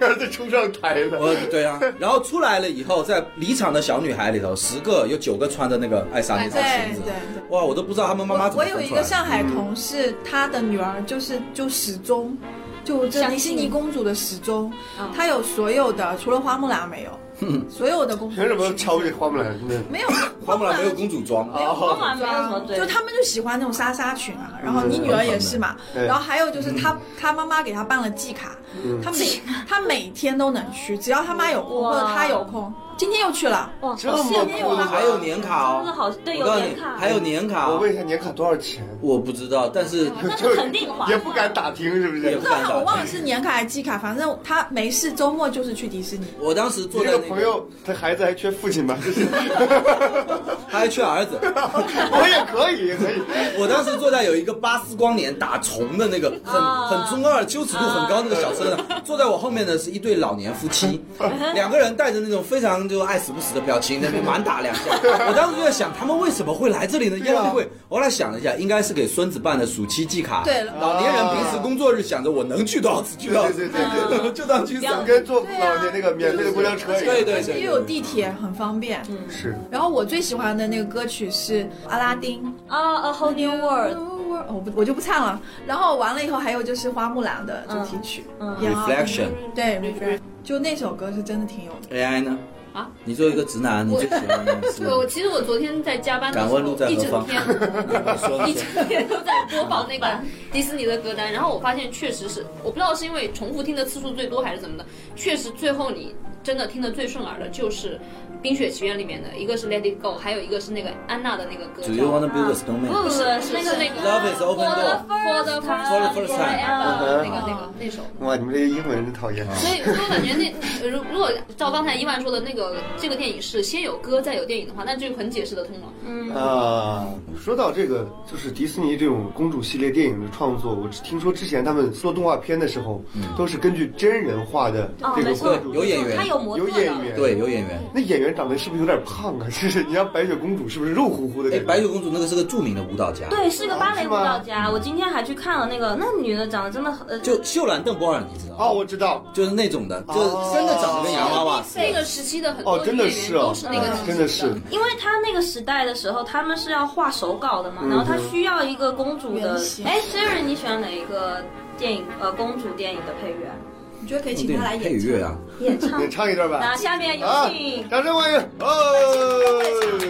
S1: 儿子冲上台的。
S2: 我对啊，然后出来了以后，在离场的小女孩里头，十个有九个穿的那个艾莎那条裙
S5: 哎对
S2: 子
S5: 对，对。
S2: 哇，我都不知道他们妈妈
S5: 我
S2: 怎么
S5: 我
S2: 缝出
S5: 有
S2: 来
S5: 一个上海同事，她的女儿就是就始终。就这迪
S4: 相
S5: 士
S4: 信嗯
S5: 尼公主的时钟，她有所有的，除了花木兰没有，所有的公主
S1: 凭什么超越花木兰？嗯那
S5: 没有
S2: 花木兰没有啊公主装，
S5: 啊
S4: 光
S1: 哦，
S4: 环没有什么对
S5: 嗯就。他们就喜欢那种纱纱裙啊，然后你女儿也是嘛，
S1: 嗯
S5: 然后还有就是她她妈妈给她办了季卡，她每
S4: (laughs)
S5: 她每天都能去，只要她妈有空或
S4: 哇
S5: 者她有空，今天又去了，
S4: 哇，
S1: 这么
S4: 羡慕
S1: 酷
S4: 啊！
S2: 还有年卡
S4: 真的
S2: 哦，
S4: 好，对，
S2: 我
S4: 有
S2: 告诉
S4: 年
S2: 你，
S4: 卡，
S2: 还有年卡
S1: 啊我
S2: 哦，
S1: 问一下年卡多少钱？
S2: 我不知道，
S1: (laughs)
S2: 但是
S4: 那
S1: 就
S4: 肯定划
S1: 也
S4: 算
S1: 不敢打听，是不
S2: 也
S1: 是
S2: 不？
S5: 对
S2: 敢
S5: 啊，
S2: 打
S5: 我忘了是年卡还是季卡，反正她没事周末就是去迪士尼。
S2: 我当时坐
S1: 你
S2: 在
S1: 这个
S2: 那
S1: 朋
S2: 个，
S1: 友他孩子还缺父亲吗？
S2: (laughs)
S1: 就是
S2: 他还缺儿子，
S1: (laughs) 我也可以，也可以。
S2: 我当时坐在有一个巴斯光年打虫的那个很
S4: 啊
S2: 很中二、羞耻度很高那个小车上，坐在我后面的是一对老年夫妻，两个人带着那种非常就爱死不死的表情，在那边满打两下。我当时就在想，他们为什么会来这里呢？夜总会。我后来想了一下，应该是给孙子办的暑期季卡。
S5: 对
S2: 老年人平时工作日想着我能去多少次去多少
S1: 对
S2: 次，
S1: 对
S2: 对 (laughs) 对，就当去
S1: 就
S2: 上。
S1: 跟坐老年那个免费的公交车一样。
S2: 对对
S5: 而且又有地铁，很方便。
S1: 是。
S5: 然后我最喜欢的那个歌曲是《阿拉丁》
S4: 啊，A Whole New World，
S5: 哦，我不我就不唱了。然后完了以后，还有就是《花木兰》的主题曲，
S4: 嗯
S5: 然后
S2: Reflection
S5: 对 Reflection，就那首歌是真的挺有名的。
S2: AI 呢？
S3: 啊，
S2: 你作为一个直男，你最喜欢的是？
S3: 我呃其实我昨天在加班的时
S2: 敢问路
S3: 候
S2: 在，
S3: 一
S2: 何
S3: 整
S2: 方？
S3: 天。
S2: 你说
S3: 一整天都在播放那个迪士尼的歌单，然后我发现确实是，我不知道是因为重复听的次数最多还是怎么的，确实最后你真的听得最顺耳的就是《冰雪奇缘》里面的一个是《Let It Go》，还有一个是那个安娜的那个歌
S2: Do you wanna
S3: 叫
S2: build a snowman？
S4: 不不不，是
S3: 那个那个
S2: Love is open door.
S3: For the
S2: For the first time.
S1: Uh-huh
S3: forever 那
S2: 嗯
S3: 个那个那首。
S1: 哇，你们这些英文人真讨厌。
S3: 所以，所以我感觉那呃如如果照刚才伊万说的那个，这个电影是先有歌再有电影的话，那就很解释得通了。
S1: 啊，说到这个，就是迪士尼这种公主系列电影的创作，我听说之前他们做动画片的时候，都是根据真人化的
S4: 哦，
S1: 这
S4: 没
S1: 个
S4: 错
S1: 公，主，
S2: 有演员
S4: 他有模特
S1: 有
S4: 的，
S1: 演员，
S2: 对，有演员。
S1: 那演员长得是不是有点胖啊？就是你像白雪公主，是不是肉乎乎的
S2: 哎，
S1: 感觉？
S2: 白雪公主那个是个著名的舞蹈家，，
S4: 对，是个芭蕾
S1: 是
S4: 舞
S1: 吗
S4: 蹈家。我今天还去看了那个，那女的长得真的很，呃
S2: 就秀兰邓波尔，你知道吗？
S1: 哦，我知道，
S2: 就是那种的，就
S1: 哦
S2: 是真的长得跟洋娃娃似的。嗯
S3: 那个时期的很多
S1: 哦，真的
S3: 演
S1: 是
S3: 员
S1: 哦
S3: 都是那个体，型
S1: 真的是。
S4: 因为她那个时代的时候，他们是要画手稿的嘛，然后她需要一个公主的
S5: 原。型
S4: 哎，Siri，你选哪一个电影？呃，公主电影的配乐
S5: 你觉得可以请
S2: 对
S5: 他来，
S2: 配
S5: 演
S2: 乐啊，
S4: 演唱
S1: 你？唱一段吧
S4: 那。下面有
S1: 啊
S4: 请，。
S1: 掌声欢迎！哦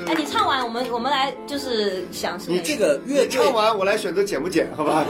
S4: 哎，，你唱完，我们我们来就是想是哪
S2: 你
S4: 一
S2: 这个乐
S1: 你
S2: 队
S1: 唱完我来选择剪不剪，好吧？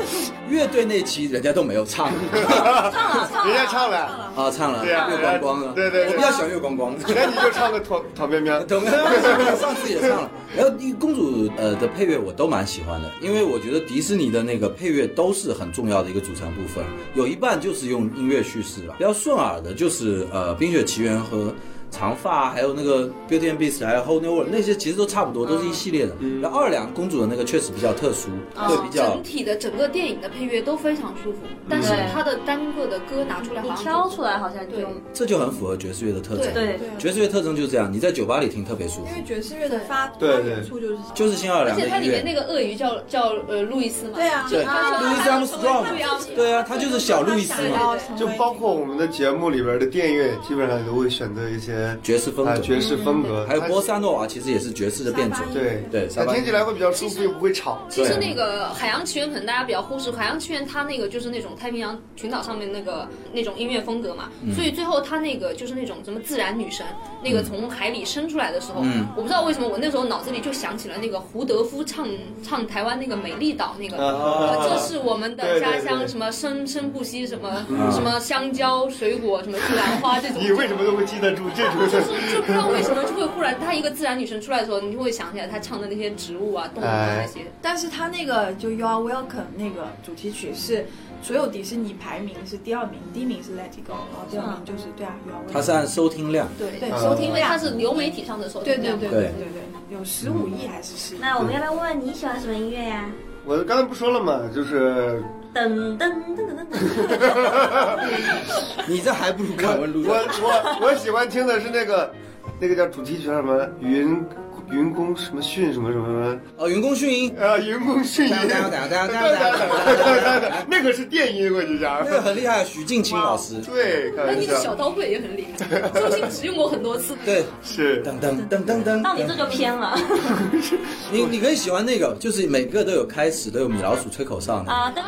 S2: 乐队那期人家都没有唱
S1: (laughs)
S4: 唱了，唱了，
S1: 人家唱了，
S2: 啊，唱了
S1: 对啊
S2: 月光光啊，
S1: 对对对
S2: 我比较喜欢月
S1: (laughs)
S2: 光光。
S1: 那你就唱个团团喵喵。
S2: 懂吗？呃上次也唱了。然后公主呃的配乐我都蛮喜欢的，因为我觉得迪士尼的那个配乐都是很重要的一个组成部分，有一半就是用音乐叙事了，比较顺耳的就是呃《冰雪奇缘》和。长发，还有那个《Beauty and Beast》，还有《Whole New World》，那些其实都差不多，都是一系列的。然后二两公主的那个确实比较呃特殊，会比较
S3: 整体的整个电影的配乐都非常舒服，但是
S4: 对
S3: 它的单个的歌拿出来好
S4: 你
S3: 像
S4: 挑出来好像就
S3: 对
S2: 这就很符合爵士乐的特征。
S4: 对
S5: 对，
S2: 爵士乐特征就是这样，你在酒吧里听特别舒服
S5: 因，为爵士乐的发发
S1: 对对
S5: 源处就是
S2: 就是新奥尔
S3: 而
S2: 良的
S3: 且它里
S2: 音
S3: 面那
S2: 乐。
S3: 个鳄鱼叫叫呃路易斯嘛，
S5: 对啊
S3: 就他
S2: 路易斯
S3: 他
S2: 阿姆斯壮
S3: 他他他，
S2: 对啊，他就是小路易斯
S5: 想
S2: 嘛。
S5: 要成为
S1: 就包括我们的节目里边的电乐，基本上都会选择一些些
S2: 爵士风
S1: 啊
S2: 格，嗯
S1: 爵士风格，
S2: 还有
S1: 它
S2: 波萨诺瓦，其实也是爵士的变种。
S1: 对
S2: 对哎
S1: 它听起来会比较舒服，又不会吵。
S3: 其实
S2: 对
S3: 那个海洋奇缘可能大家比较忽视，海洋奇缘它那个就是那种太平洋群岛上面那个那种音乐风格嘛，
S1: 嗯
S3: 所以最后它那个就是那种什么自然女神，那个从海里升出来的时候，
S2: 嗯
S3: 我不知道为什么我那时候脑子里就想起了那个胡德夫唱唱台湾那个《美丽岛》那个，
S1: 啊
S3: 呃这是我们的
S1: 对对
S3: 家
S1: 对嗯
S3: 乡，什么生生不息，什么什么香蕉、水果，什么玉兰花这
S1: (laughs)
S3: 种。
S1: 你为什么都会记得住这种？
S3: 就不知道为什么就会忽然，她一个自然女神出来的时候，你就会想起来她唱的那些植物啊、动物啊
S1: 哎
S3: 那些。
S5: 但是他那个就 You Are Welcome 那个主题曲是所有迪士尼排名是第二名，第一名是 Let It Go，然后第二名就是对啊 You Are Welcome。
S2: 它是按收听量。
S5: 对对
S1: 嗯
S5: 收
S3: 因
S5: 听
S3: 为它
S5: 量，
S3: 是流媒体上的收听
S5: 对对
S3: 量
S5: 对对对对，有十五亿还是十？
S4: 那我们要不要问问你喜欢什么音乐呀、
S1: 我刚才不说了嘛，就是
S4: 噔噔噔噔噔噔，
S2: (laughs) 你这还不如
S1: 我
S2: 凯文路
S1: 我我我喜欢听的是那个那个叫主题曲叫什么云云宫什么训什么什么什么
S2: 哦，员工训音，
S1: 呃云宫训音，
S2: 哒哒哒哒哒
S1: (laughs)
S2: 哒
S1: 那个是电音，我跟你讲
S2: 那，个很厉害，许静清老师。
S1: (laughs) 对，开
S3: 那
S1: 玩
S3: 你的小
S1: 笑，
S3: 刀背也很厉害，周星驰用过很多次。
S2: 对，
S1: 是
S2: 噔噔噔噔噔。
S4: 到你这就偏了
S2: 你你可以喜欢那个，就是每个都有开始都有米老鼠吹口哨的，
S4: 啊！噔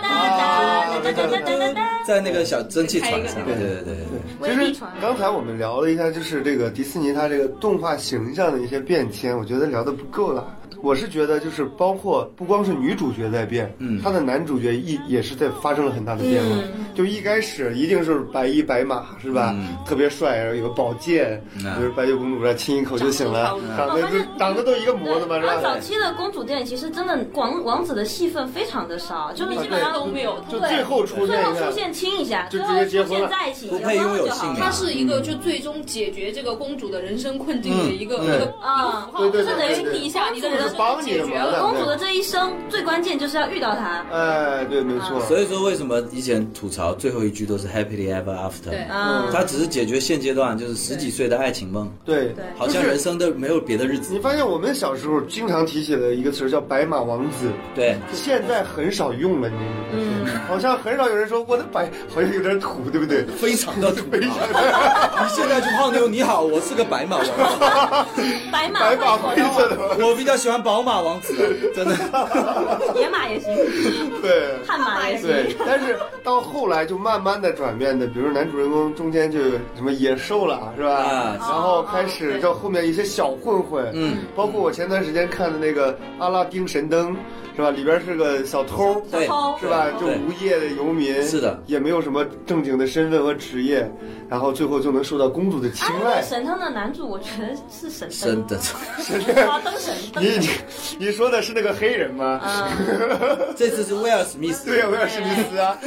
S4: 噔噔噔噔噔噔噔噔，
S2: 在那个小蒸汽船上。
S1: 对
S2: 对对对对。
S1: 其
S4: 未必
S1: 实
S4: 传
S1: 刚才我们聊了一下，就是这个迪士尼它这个动画形象的一些变迁，我觉得聊的不够了。我是觉得，就是包括不光是女主角在变，
S2: 嗯
S1: 她的男主角亦也是在发生了很大的变化。就一开始一定是白衣白马是吧？
S2: 嗯
S1: 特别帅，然后有个宝剑，
S2: 嗯
S1: 就是白雪公主来亲一口就醒了，
S3: 长
S1: 长得就长得都一个模子嘛是
S4: 然后
S1: 吧
S4: 早？期的公主电影其实真的王王子的戏份非常的少，就是基本上
S3: 都没有
S1: 啊就
S4: 对
S1: 最后出
S4: 最
S1: 现
S4: 后
S1: 一
S4: 出
S1: 下，
S4: 现亲一下，
S1: 就
S4: 最
S1: 直
S4: 后
S1: 接结
S4: 出
S1: 婚了
S4: 现在一起，
S2: 不
S4: 结
S2: 配拥
S4: 婚
S2: 有
S4: 就好
S2: 姓名
S3: 它
S4: 了。
S3: 是一个就最终解决这个公主的人生困境的一
S1: 嗯
S3: 个一个
S1: 对
S3: 一个
S4: 啊
S3: 符号，
S1: 对对对
S3: 就等于你一下你的人生
S1: 帮你
S3: 解
S1: 的
S3: 决
S1: 嘛
S3: 了。
S4: 公主的这一生最关键就是要遇到他
S1: 哎，对，没错。
S2: 所以说，为什么以前吐槽最后一句都是 happily ever
S3: 对
S2: after？
S4: 啊！
S2: 它只是解决现阶段就是十几岁的爱情梦，
S1: 对，
S2: 好像人生都没有别的日子
S1: 你。发现我们小时候经常提起的一个词儿叫“白马王子”，
S2: 对，
S1: 现在很少用了，你嗯，好像很少有人说我的白，好像有点土，对不对？
S2: 非常的土
S1: 非常啊
S2: 豪。 (laughs) 你现在去泡妞，你好，我是个白马王子，
S1: (laughs)
S4: 白马
S1: 白马
S4: 换
S1: 灰
S4: 朵
S1: 色的王
S2: 我比较喜欢宝马王子，真
S1: (laughs)
S2: 的。
S4: 龙野马也行，
S1: 子，对。
S4: 悍马也行。
S1: 对，但是到后来就慢慢的转变的，比如男主人公中间就有什么野兽了，是吧？
S2: 啊
S1: 然后开始到后面一些小混混，
S2: 嗯，
S1: 包括我前段时间看的那个《阿拉丁神灯》，是吧？里边是个小偷，
S2: 对，
S4: 偷
S1: 是吧？就
S2: 对
S1: 无业的游民，
S2: 是的
S1: 也没有什么正经的身份和职业，然后最后就能受到公主的青
S4: 哎，那
S1: 睐
S4: 个。神灯的男主，我觉得是神
S2: 真
S4: 灯，
S1: (laughs)
S4: (laughs)
S2: 的，
S4: 花灯神灯
S1: 你你你说的是那个黑人吗？
S4: 嗯
S2: 这次是威尔史密
S1: (laughs)
S2: 斯，
S1: 对呀，威尔史密斯
S4: (laughs)
S1: 啊，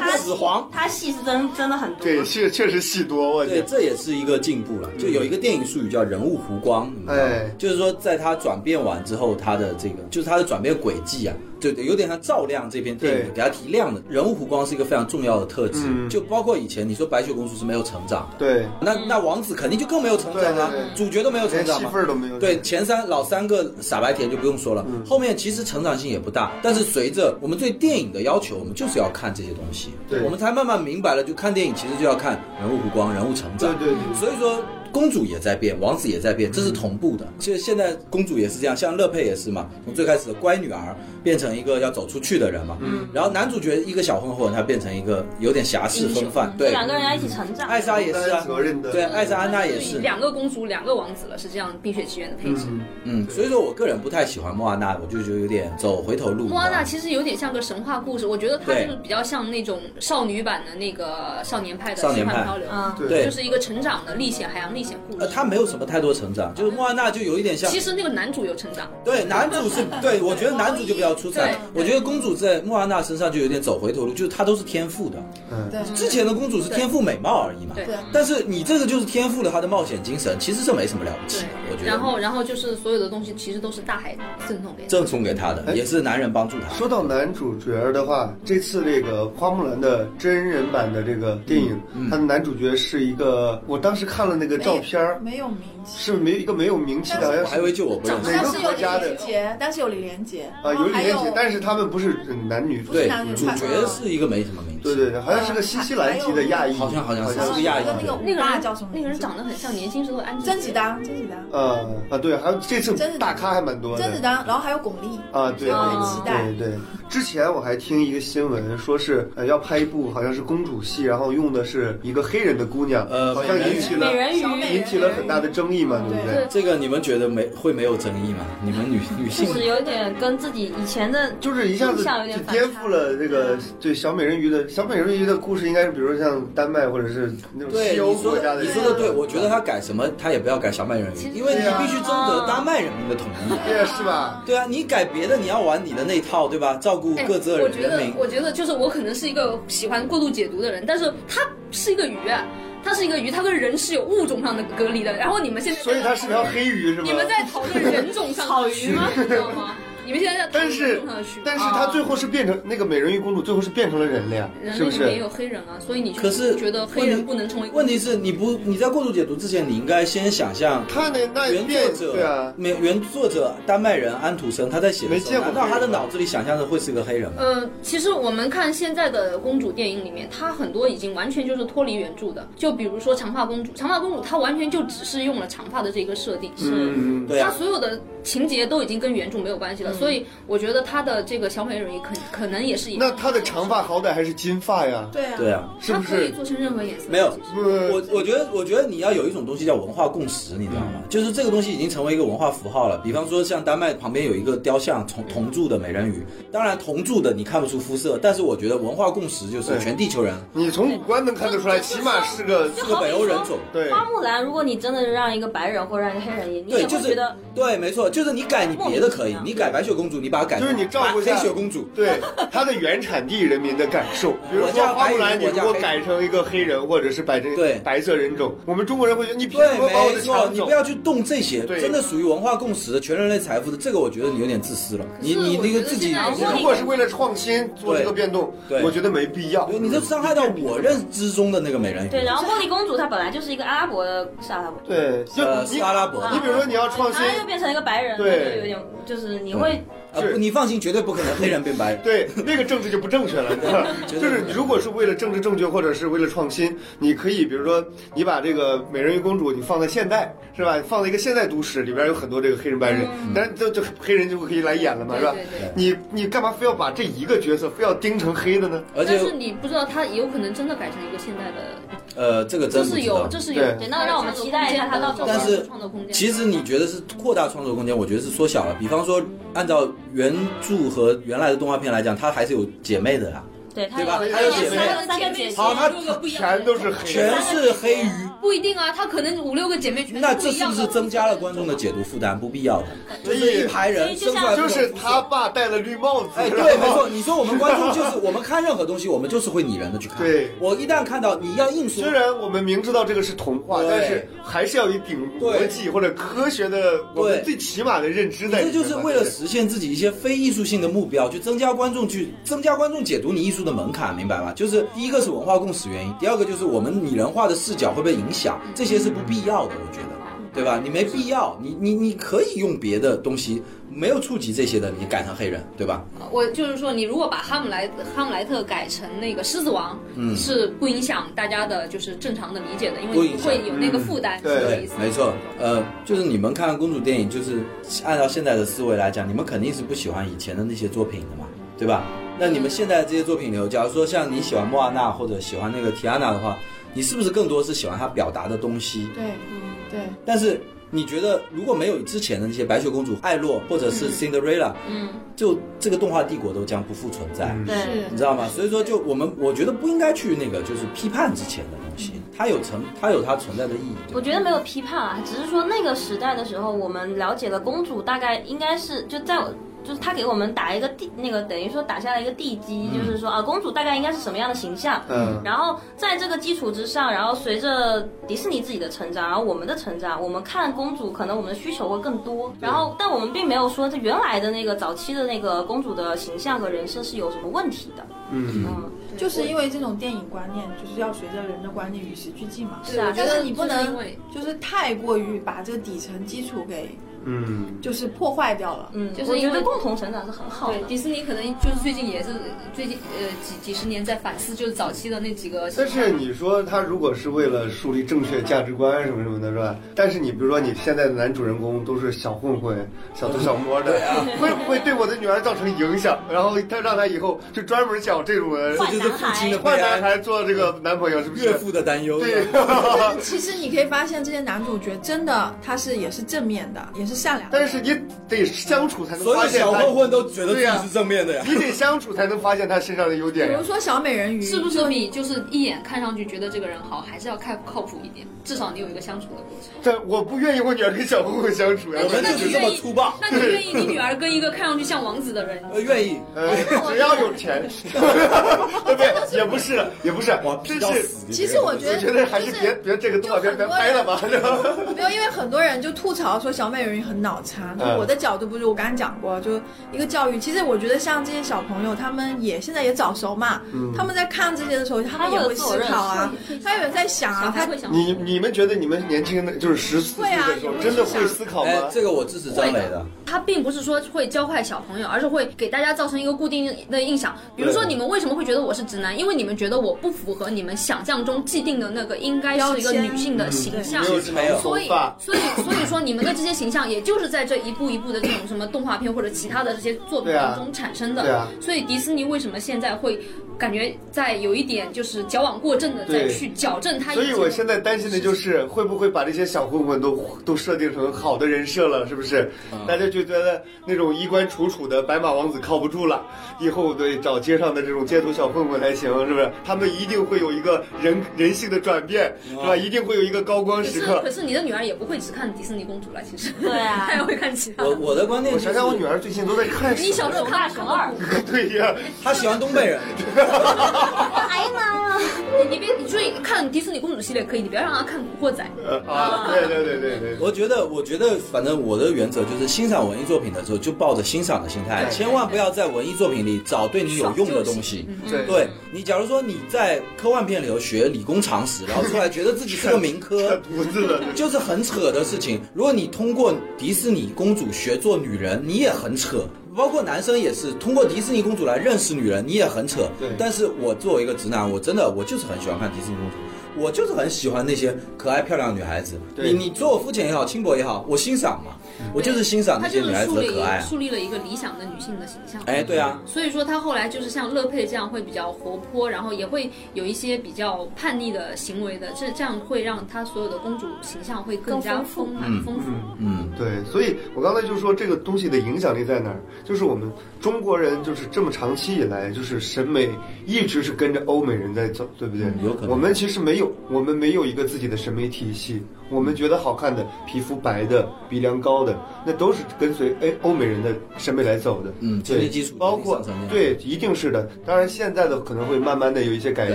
S4: 他
S2: 死黄
S4: 他戏是真真的很多。
S1: 对，确确实戏多，我
S2: 对，
S1: 去。
S2: 这也是一个进步了。就有一个电影术语叫“人物弧光”，你知道
S1: 嗯
S2: 吗
S1: 哎
S2: 就是说在他转变完之后，他的这个就是他的转变轨迹啊，就有点像照亮这篇电
S1: 对
S2: 影，给他提亮的。人物弧光是一个非常重要的特质，
S1: 嗯
S2: 就包括以前你说白雪公主是没有成长的，
S1: 对，
S2: 那那王子肯定就更没有成长啊
S1: 对对对，
S2: 主角都没有成
S1: 连
S2: 长
S1: 戏
S2: 嘛
S1: 份。儿都没有。
S2: 对，前三老三个傻白甜就不用说了，
S1: 嗯
S2: 后面其实成长性也不大。但是随着我们对电影的要求，我们就是要看这些东西，
S1: 对
S2: 我们才慢慢明白了，就看电影其实就要看人物弧光、人物成长。
S1: 对对对嗯
S2: 所以说。公主也在变，王子也在变，这是同步的。其实现在公主也是这样，像乐佩也是嘛，从最开始的乖女儿变成一个要走出去的人嘛。嗯。然后男主角一个小混混，他变成一个有点侠士风范。对。
S4: 两个人要一起成长。
S2: 艾莎也是啊
S1: 负担责任的，
S2: 对，艾莎安娜也是。
S3: 两个公主，两个王子了，是这样《冰雪奇缘》的配置。
S1: 嗯，
S2: 嗯，所以说我个人不太喜欢莫阿娜，我就觉得有点走回头路。啊
S3: 莫阿娜
S2: 实
S3: 其实有点像个神话故事，我觉得它
S2: 对
S3: 就是比较像那种少女版的那个少年派的
S2: 少
S3: 奇
S2: 年派
S3: 幻漂流，
S4: 嗯，
S1: 对
S2: 对
S3: 就，是一个成长的历险海洋历险故
S2: 呃，
S3: 事。
S2: 她没有什么太多成长，就是莫阿娜就有一点像
S3: 其。实那个男主有成长，
S2: 对，男主是对，我觉得男主就比较出彩
S3: 对。
S2: 我觉得公主在莫阿娜身上就有点走回头路，就是她都是天赋的。
S1: 嗯
S5: 对
S2: 之前的公主是天赋美貌而已嘛。
S3: 对
S5: 对
S2: 但是你这个就是天赋了她的冒险精神，其实这没什么了不起
S3: 对
S2: 的，我觉，得。
S3: 然后然后就是所有的东西其实都是大海赠送给你。
S2: 赠送给她的
S1: 哎
S2: 也是男人帮助她。
S1: 说到男主角的话，这次这个《花木兰》的真人版的这个电影，
S2: 嗯
S1: 它的男主角是一个，我当时看了那个照片儿，
S5: 没有名气。
S1: 是没有一个没有名气的，好像
S2: 我还以
S1: 是
S2: 为就我不认
S1: 哪
S2: 识
S5: 但
S1: 个
S5: 是有
S1: 国
S5: 李
S1: 家的
S5: 连杰，但是有李连杰
S2: 哦
S1: 啊有李连杰
S5: 然后
S1: 且但是他们不是呃男女主，嗯
S2: 对嗯
S5: 男女，
S2: 主
S5: 派
S2: 角是一个没什么名
S1: 对
S2: 字，
S1: 对对，好像是个新西兰籍的亚裔，
S2: 好像好像是
S1: 是
S2: 是亚裔
S5: 那个
S3: 那
S5: 武
S3: 个
S5: 大
S3: 人
S5: 叫什么名字？
S3: 那个人长得很像年轻时候的安
S5: 甄子
S3: 杰，
S5: 丹，甄子丹，
S1: 呃啊对，还有这次
S5: 甄子
S1: 大咖还蛮多的，
S5: 甄子丹，然后还有巩俐，
S1: 啊，对，
S5: 我
S4: 很
S5: 期待
S1: 对对，之前我还听一个新闻，说是呃要拍一部好像是公主戏，然后用的是一个黑人的姑娘，
S2: 呃
S1: 好像引起了
S4: 美人
S5: 小美
S1: (laughs)
S4: 鱼
S1: 引起了很大的争议嘛，对不
S5: 对
S1: 对？
S2: 这个你们觉得没会没有争议吗？你们女女
S4: 就
S2: 性
S4: 是有点跟自己以前的
S1: 就是一下子
S4: 印象有
S1: 就
S4: 点
S1: 颠覆了这个
S3: 嗯
S1: 对小美人鱼的小美人鱼的故事，应该是比如说像丹麦或者是那种
S2: 对
S1: 西欧
S2: 你
S1: 国
S2: 说
S1: 家
S2: 的
S1: 的，啊
S2: 你说的对，我觉得他改什么他也不要改小麦人
S3: 其
S2: 鱼，
S3: 实
S2: 因为你
S1: 对啊
S2: 必须征得丹麦人民的同意。
S1: 对啊，是吧？
S2: 对啊，你改别的，你要玩你的那一套，对吧？照顾
S3: 哎
S2: 各自的
S3: 我觉
S2: 人
S3: 得
S2: 民，。
S3: 我觉得就是我可能是一个喜欢过度解读的人，但是它是一个鱼啊，它是一个鱼，它跟人是有物种上的隔离的。然后你们现在，
S1: 所以它是条黑鱼是吧？
S3: 你们在讨论人种上的
S4: 草鱼吗
S3: 你知道
S1: (laughs)
S3: 吗？你们现在在讨
S1: 但
S3: 论人
S1: 是
S3: 种上的区别，
S1: 但是它最后是变成那个美人鱼公主，最后是变成了人了呀，
S3: 人
S1: 是
S3: 类
S1: 不
S3: 里面也
S1: 是？
S3: 有黑人啊，所以你就
S2: 可是
S3: 觉得黑
S2: 问
S3: 人
S2: 题
S3: 不能成为
S2: 问题是你不你在过度解读之前，你应该先想象
S1: 他那那
S2: 原
S1: 变
S2: 作者
S1: 对啊，
S2: 美原作者丹麦人安徒生他在写的
S1: 没
S2: 时
S1: 见
S2: 候，
S1: 过
S2: 难道
S1: 黑人
S2: 他的脑子里想象的会是个黑人吗？
S3: 呃，其实我们看现在的公主电影里面，它很多已经完全就是脱离原著的。就比如说长发公主，长发公主她完全就只是用了长发的这个设定，
S1: 嗯，
S2: 对
S3: 它
S2: 啊，嗯
S3: 所有的情节都已经跟原著没有关系了。所以我觉得她的这个小美人鱼可可能也是一
S1: 那他的长发好歹还是金发呀，
S5: 对啊，
S2: 对啊，
S1: 是不
S3: 她可以
S1: 是？
S3: 做成任何颜色。
S2: 没有
S3: 其实
S1: 不，
S2: 我我觉得，我觉得你要有一种东西叫文化共识，你知道
S1: 嗯
S2: 吗？就是这个东西已经成为一个文化符号了。比方说，像丹麦旁边有一个雕像铜
S1: 嗯
S2: 铜铸的美人鱼，当然铜铸的你看不出肤色，但是我觉得文化共识就是
S1: 对
S2: 全地球人
S1: 你从五官能看得出来，起码是个
S2: 是个北欧人种。
S1: 对。
S4: 花木兰，如果你真的让一个白人或让一个黑人演，你
S2: 对，
S4: 也
S2: 就
S4: 会觉
S2: 是
S4: 得
S2: 对，没错，就是你改你别的可以
S4: 莫名其妙，
S2: 你改白雪公主，你把它改
S1: 就
S2: 成
S1: 是你照顾一
S2: 黑
S1: 下
S2: 雪公主，
S1: (laughs) 对它的原产地人民的感受，比如
S2: 我
S1: 说
S2: 家
S1: 花木兰，
S2: 白
S1: 你
S2: 人
S1: 如果
S2: 我家黑人
S1: 改成一个黑人或者是白这
S2: 对
S1: 白色人种，我们中国人会觉得你凭
S2: 对
S1: 什，么把我
S2: 没
S1: 的
S2: 错，
S1: 抢
S2: 你
S1: 走
S2: 不？要去动这些，
S1: 对
S2: 真的属于文化共识的全人类财富的，这个我觉得你有点自私了。你
S3: 可是
S2: 你
S3: 我
S2: 那个
S3: 觉得
S2: 自己，
S3: 现在
S1: 你如果是为了创新做这个变动
S2: 对，对
S1: 我觉得没必要。
S2: 你这伤害到我认知中的那个美人鱼。
S4: 对。然后茉莉公主她本来就是一个阿拉伯的，是阿拉伯，
S1: 对，就
S2: 呃，
S1: 你
S2: 是阿拉伯。
S1: 你比如说你要创
S4: 然
S1: 新
S4: 后，又变成一个白人，
S1: 对
S4: 那就有点就是你会
S2: 啊，
S1: 是
S2: 不，你放心，绝对不可能黑人变白人。
S1: 对，那个政治就不正确
S2: (laughs)
S1: 了，你知道吗？
S2: 绝对
S1: 就是你如果是为了政治正确或者是为了创新，你可以比如说你把这个美人鱼公主你放在现代是吧？放在一个现代都市里边有很多这个黑人白人，
S2: 嗯
S1: 但是就就黑人就可以来演了嘛，
S3: 对
S1: 是吧
S3: 对？对。
S1: 你你干嘛非要把这一个角色非要盯成黑的呢？
S2: 而且
S3: 但，是你不知道，她也有可能真的改成一个现代的，
S2: 呃，这个
S3: 这
S2: 真不
S3: 是
S2: 知
S3: 有，
S2: 道。
S3: 这是有
S1: 对。
S4: 对那让我们期待一下她到底
S2: 但是
S3: 创作空间。
S2: 其实你觉得是扩大创作空间，我觉得是缩小了。比方说，按照原著和原来的动画片来讲，它还是有姐妹的啦，
S4: 对她
S2: 对吧
S4: 有
S2: 还有姐妹
S4: 三个三个姐姐，
S2: 好她
S1: 全都是黑
S2: 全
S1: 的。
S2: 是黑鱼。
S3: 不一定啊，她可能五六个姐妹全
S2: 那
S3: 不
S2: 这
S3: 一
S2: 是
S3: 样
S2: 不
S3: 的
S2: 是增加了观众的解读负担？不必要的，
S1: 所以
S2: 就是一排人
S4: 所以就
S2: 生
S4: 像
S2: 出来
S1: 就
S2: 不同
S1: 是
S2: 肤色
S1: 他爸戴了绿帽子，
S2: 哎，
S1: 是吧
S2: 对，没错，你说我们观众就是我们看任何东西，我们就是会拟人的去看。
S1: 对
S2: 我一旦看到你要硬说
S1: 虽，然我们明知道这个是童话，
S2: 对
S1: 但是还是要有一顶逻辑或者科学的，我们
S2: 对
S1: 最起码的认知在里面吧。
S2: 这就是为了实现自己一些非艺术性的目标，去增加观众去增加观众解读你艺术的门槛，明白吗？就是第一个是文化共识原因，第二个就是我们拟人化的视角会被影响，这些是不必要的，我觉得，对吧？你没必要，你你你可以用别的东西，没有触及这些的，你改成黑人，对吧？
S3: 呃我就是说，你如果把哈姆莱哈姆莱特改成那个狮子王，
S2: 嗯
S3: 是不影响大家的就是正常的理解的，因为
S2: 不
S3: 你
S2: 影
S3: 不
S2: 响
S3: 会有那个负
S1: 嗯
S3: 担，是这个
S2: 对
S3: 意思，。
S2: 没错，呃，就是你们看公主电影，就是按照现在的思维来讲，你们肯定是不喜欢以前的那些作品的嘛，对吧？那你们现在这些作品里头，假如说像你喜欢莫阿娜或者喜欢那个提安娜的话，你是不是更多是喜欢她表达的东西？
S5: 对，嗯对，
S2: 但是你觉得如果没有之前的那些白雪公主、艾洛或者是 Cinderella，
S4: 嗯，
S2: 就这个动画帝国都将不复存在。
S1: 嗯
S4: 对，
S2: 你
S5: 是
S2: 知道吗？所以说，就我们我觉得不应该去那个，就是批判之前的东西，它有存，它有它存在的意义。对吧
S4: 我觉得没有批判啊，只是说那个时代的时候，我们了解了公主大概应该是就在我。就是他给我们打一个地，那个等于说打下了一个地基，就是说啊，公主大概应该是什么样的形象，
S1: 嗯，
S4: 然后在这个基础之上，然后随着迪士尼自己的成长，然后我们的成长，我们看公主可能我们的需求会更多。然后，但我们并没有说这原来的那个早期的那个公主的形象和人设是有什么问题的。
S1: 嗯，
S4: 嗯，
S5: 就是因为这种电影观念，就是要随着人的观念与时俱进嘛。
S4: 是啊
S5: 但是你不
S3: 就是因
S5: 能
S3: 为
S5: 就是太过于把这个底层基础给
S1: 嗯，
S5: 就是破坏掉了。
S4: 嗯，
S3: 就是
S4: 我
S3: 因
S4: 觉
S3: 为
S4: 得共同成长是很好的
S3: 对，。迪士尼可能就是最近也是最近呃几几十年在反思，就是早期的那几个。
S1: 但是你说他如果是为了树立正确价值观什么什么的，是吧？但是你比如说你现在的男主人公都是小混混、小偷小摸的，
S2: 啊
S1: 会不会对我的女儿造成影响？然后他让他以后就专门找这种
S2: (laughs)
S1: 人，
S4: 坏
S2: 就是
S4: 男
S2: 父
S4: 孩
S2: 亲的，
S1: 换男孩做这个男朋友，是不是？
S2: 岳父的担忧。
S1: 对，
S5: (laughs) 其实你可以发现，这些男主角真的他是也是正面的，也是善良的。
S1: 但是你得相处才能
S2: 所
S1: 发
S2: 有
S1: 现
S2: 小
S1: 他
S2: 混混都觉得自
S1: 对呀
S2: 己是正面的呀。
S1: 你得相处才能发现他身上的优点
S5: 比
S1: 呀
S5: 如。说小美人鱼，
S3: 是不
S5: 就是
S3: 比就是一眼看上去觉得这个人好，还是要靠靠谱一点？至少你有一个相处的过程。
S1: 但我不愿意我女儿跟小混混相处呀。
S2: 我们
S3: 那
S2: 就
S3: 你
S2: 是这么粗暴，
S3: 那你愿意你女儿跟一个看上去像王子的人？
S2: 呃，愿意。
S1: 呃，只要有 (laughs) 钱，对不对？也不是，也不是
S2: 呃哇，，
S1: 真
S2: 逼到
S1: 是。
S2: 死
S5: 其实我
S1: 我
S5: 觉得
S1: 觉得还是
S5: 就是
S1: 别别这个动画片别拍了吧，是吧？
S5: 没有，因为很多人就吐槽说小美人鱼很脑残。就
S1: 嗯
S5: 我的角度不是我刚才讲过，就一个教育。其实我觉得像这些小朋友，他们也现在也早熟嘛，他们在看这些的时候，他们也会思考啊，他也在想
S3: 小
S5: 啊，
S3: 孩
S5: 他
S3: 会 (laughs) 想，
S1: 你你们觉得你们年轻的就是十四岁的时候，
S5: 会啊
S1: 真的会思考
S2: 哎
S1: 吗，？
S2: 这个我支持张磊的。
S3: 他并不是说会教坏小朋友，而是会给大家造成一个固定的印象。比如说，
S1: 对
S3: 你们为什么会觉得我是直男？因为你们觉得我不符合你们想象中既定的那个应该是一个
S5: 标签
S3: 女性的形象。
S1: 嗯没有
S2: 没有
S1: 长头
S3: 所以，
S1: 发，
S3: 所以，所以说，你们的这些形象，也就是在这一步一步的这种什么动画片或者其他的这些作品
S1: 对啊
S3: 当中产生的。
S1: 对啊
S3: 所以，迪士尼为什么现在会感觉在有一点就是矫枉过正的再
S1: 对
S3: 去矫正它？
S1: 所以我现在担心的就是，会不会把这些小混混都 (laughs) 都设定成好的人设了，是不是？大家就觉得那种衣冠楚楚的白马王子靠不住了，以后得找街上的这种街头小混混才行，是不是？他们一定会有一个人人性的转变，是吧？一定会有一个高光
S3: 可
S1: 时
S3: 是，
S1: 刻
S3: 可。是你的女儿也不会只看迪士尼公主了，其实。
S4: 对啊
S3: (laughs) 她也会看其他的。
S2: 我我的观念
S1: 我
S2: 就
S1: 想
S2: 是
S1: 想，，我女儿最近都在看什么？
S3: 你小时候看
S4: 大熊二，
S1: (laughs) 对
S3: (laughs)
S1: 呀，
S2: 她喜欢东北人，
S4: 哎呀妈呀！
S3: (laughs) 你别，你注意看迪士尼公主系列可以，你不要让她看《古惑仔》。
S1: 呃啊，对对对对对对。
S2: 我觉得，我觉得，反正我的原则就是欣赏文艺作品的时候，就抱着欣赏的心态，
S1: 对
S2: 千万不要在文艺作品里找对你有用的东西。
S1: 对，
S2: 对你，假如说你在科幻片里头学理工常识，然后出来觉得自己是个民科
S1: (laughs) 独自的，
S2: 就是很扯的事情。如果你通过迪士尼公主学做女人，你也很扯。包括男生也是通过迪士尼公主来认识女人，你也很扯。
S1: 对
S2: 但是我作为一个直男，我真的我就是很喜欢看迪士尼公主，我就是很喜欢那些可爱漂亮的女孩子。
S1: 对嗯
S2: 你你做我肤浅也好，轻薄也好，我欣赏嘛，我就是欣赏那
S3: 她
S2: 些
S3: 就
S2: 女
S3: 是
S2: 孩子
S3: 树
S2: 的
S3: 立
S2: 可爱。啊
S3: 树立了一个理想的女性的形象。
S2: 哎，对啊，
S3: 所以说她后来就是像乐佩这样会比较活泼，然后也会有一些比较叛逆的行为的，这这样会让她所有的公主形象会更加
S4: 更丰富
S3: 丰满
S2: 嗯
S3: 丰富。
S2: 嗯，
S1: 对，所以我刚才就说这个东西的影响力在哪儿，就是我们中国人就是这么长期以来就是审美一直是跟着欧美人在走，对不对？
S2: 嗯有可能
S1: 我们其实没有，我们没有一个自己的审美体系，我们觉得好看的、皮肤白的、鼻梁高的，那都是跟随哎欧美人的审美来走的。
S2: 嗯
S1: 对
S2: 经济基础
S1: 包括
S2: 经济上层
S1: 对，一定是的。当然现在的可能会慢慢的有一些改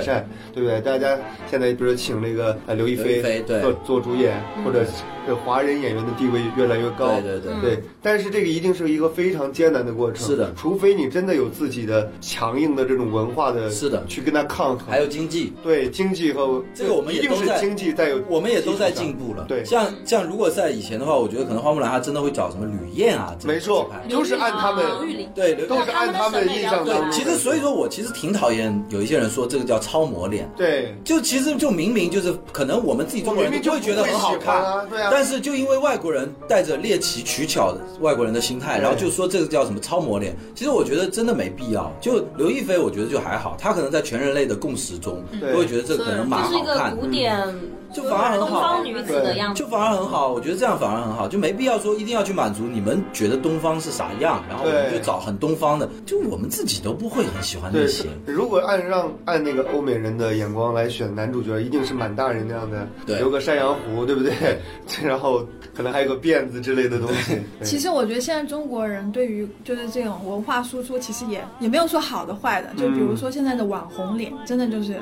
S1: 善，对不对？大家现在比如请那个呃刘亦
S2: 刘亦菲对
S1: 做做主演，或者这华人演员的地位越来越高。
S2: 对对对嗯
S1: 对，但是这个一定是一个非常艰难的过程。
S2: 是的
S1: 除非你真的有自己的强硬的这种文化的，
S2: 是的
S1: 去跟它抗衡。
S2: 还有经济，
S1: 对经济和
S2: 这个我们
S1: 一
S2: 也
S1: 定
S2: 都
S1: 是
S2: 在
S1: 经济在有，
S2: 我们也都在进步了。
S1: 对
S2: 像像如果在以前的话，我觉得可能花木兰她真的会找什么吕燕啊，这
S1: 没错
S2: 这派，
S1: 就是按他们，
S3: 刘玉玲
S2: 对刘
S1: 都是按他们的印象
S4: 对
S1: 当中。
S2: 其实，所以说我其实挺讨厌有一些人说这个叫超模脸。
S1: 对，
S2: 就其实就明明就是可能我们自己中国人
S1: 我明明
S2: 不
S1: 就
S2: 会觉得很好
S1: 不会喜
S2: 看，
S1: 欢啊对啊
S2: 但是就因为外国人带着猎奇取巧的外国人的心态，
S1: 对
S2: 然后就说这个叫什么超模脸，其实我觉得真的没必要。就刘亦菲，我觉得就还好，她可能在全人类的共识中，
S1: 嗯对
S2: 我会觉得这个可能蛮
S4: 就是一
S2: 好
S4: 个
S2: 看
S4: 古
S2: 的，
S4: 典
S2: 就反而很
S4: 东
S2: 好啊
S4: 方。女子的样子
S2: 就。反而很好，我觉得这样反而很好，就没必要说一定要去满足你们觉得东方是啥样，然后我们
S1: 对
S2: 就找很东方的，就我们自己都不会很喜欢那
S1: 对
S2: 些。，
S1: 如果按让按那个欧美人的眼光来选男主角，一定是满大人那样的，
S2: 对
S1: 留个山羊胡，对不 (laughs) 对？然后可能还有个辫子之类的东西。对
S5: 其实我觉得现在中国人对于就是这种文化输出，其实也也没有说好的坏的，就比如说现在的网红脸，真的就是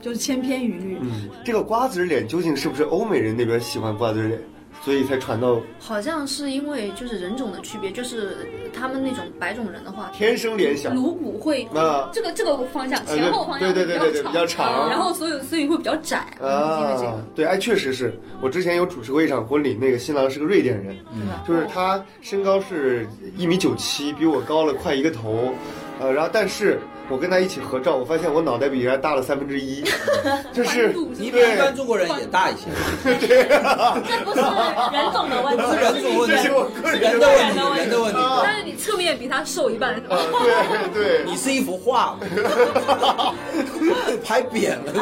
S5: 就是千篇一律。
S1: 嗯嗯，这个瓜子脸究竟是不是欧美人那边喜欢瓜子脸？所以才传到
S3: 好像是因为就是人种的区别，就是他们那种白种人的话，
S1: 天生联想。
S3: 颅骨会
S1: 那
S3: 这个这个方向
S1: 呃
S3: 前后方向
S1: 对对对对对比较长
S3: 然后所以所以会比较
S2: (laughs)
S3: 窄，因为这个
S1: 啊，对，哎，确实是我之前有主持过一场婚礼，那个新郎是个瑞典人，
S3: 对吧？
S1: 就是他身高是一米九七，比我高了快一个头，呃，然后但是我跟他一起合照，我发现我脑袋比人家大了三分之一，就是
S3: 宽度
S2: 你比
S1: 对
S2: 一般中国人也大一些，
S4: 这不是
S3: 嗯 (laughs)
S4: 人种的问题，
S2: 不是人种问
S1: 这
S2: 题
S1: 是我个
S2: 人
S1: 人
S2: 的
S1: 的
S2: 问题，人的问题。呃
S3: 但是你侧面比他瘦一半，是吧 (laughs)
S1: 对对，
S2: 你是一幅画嘛，拍扁了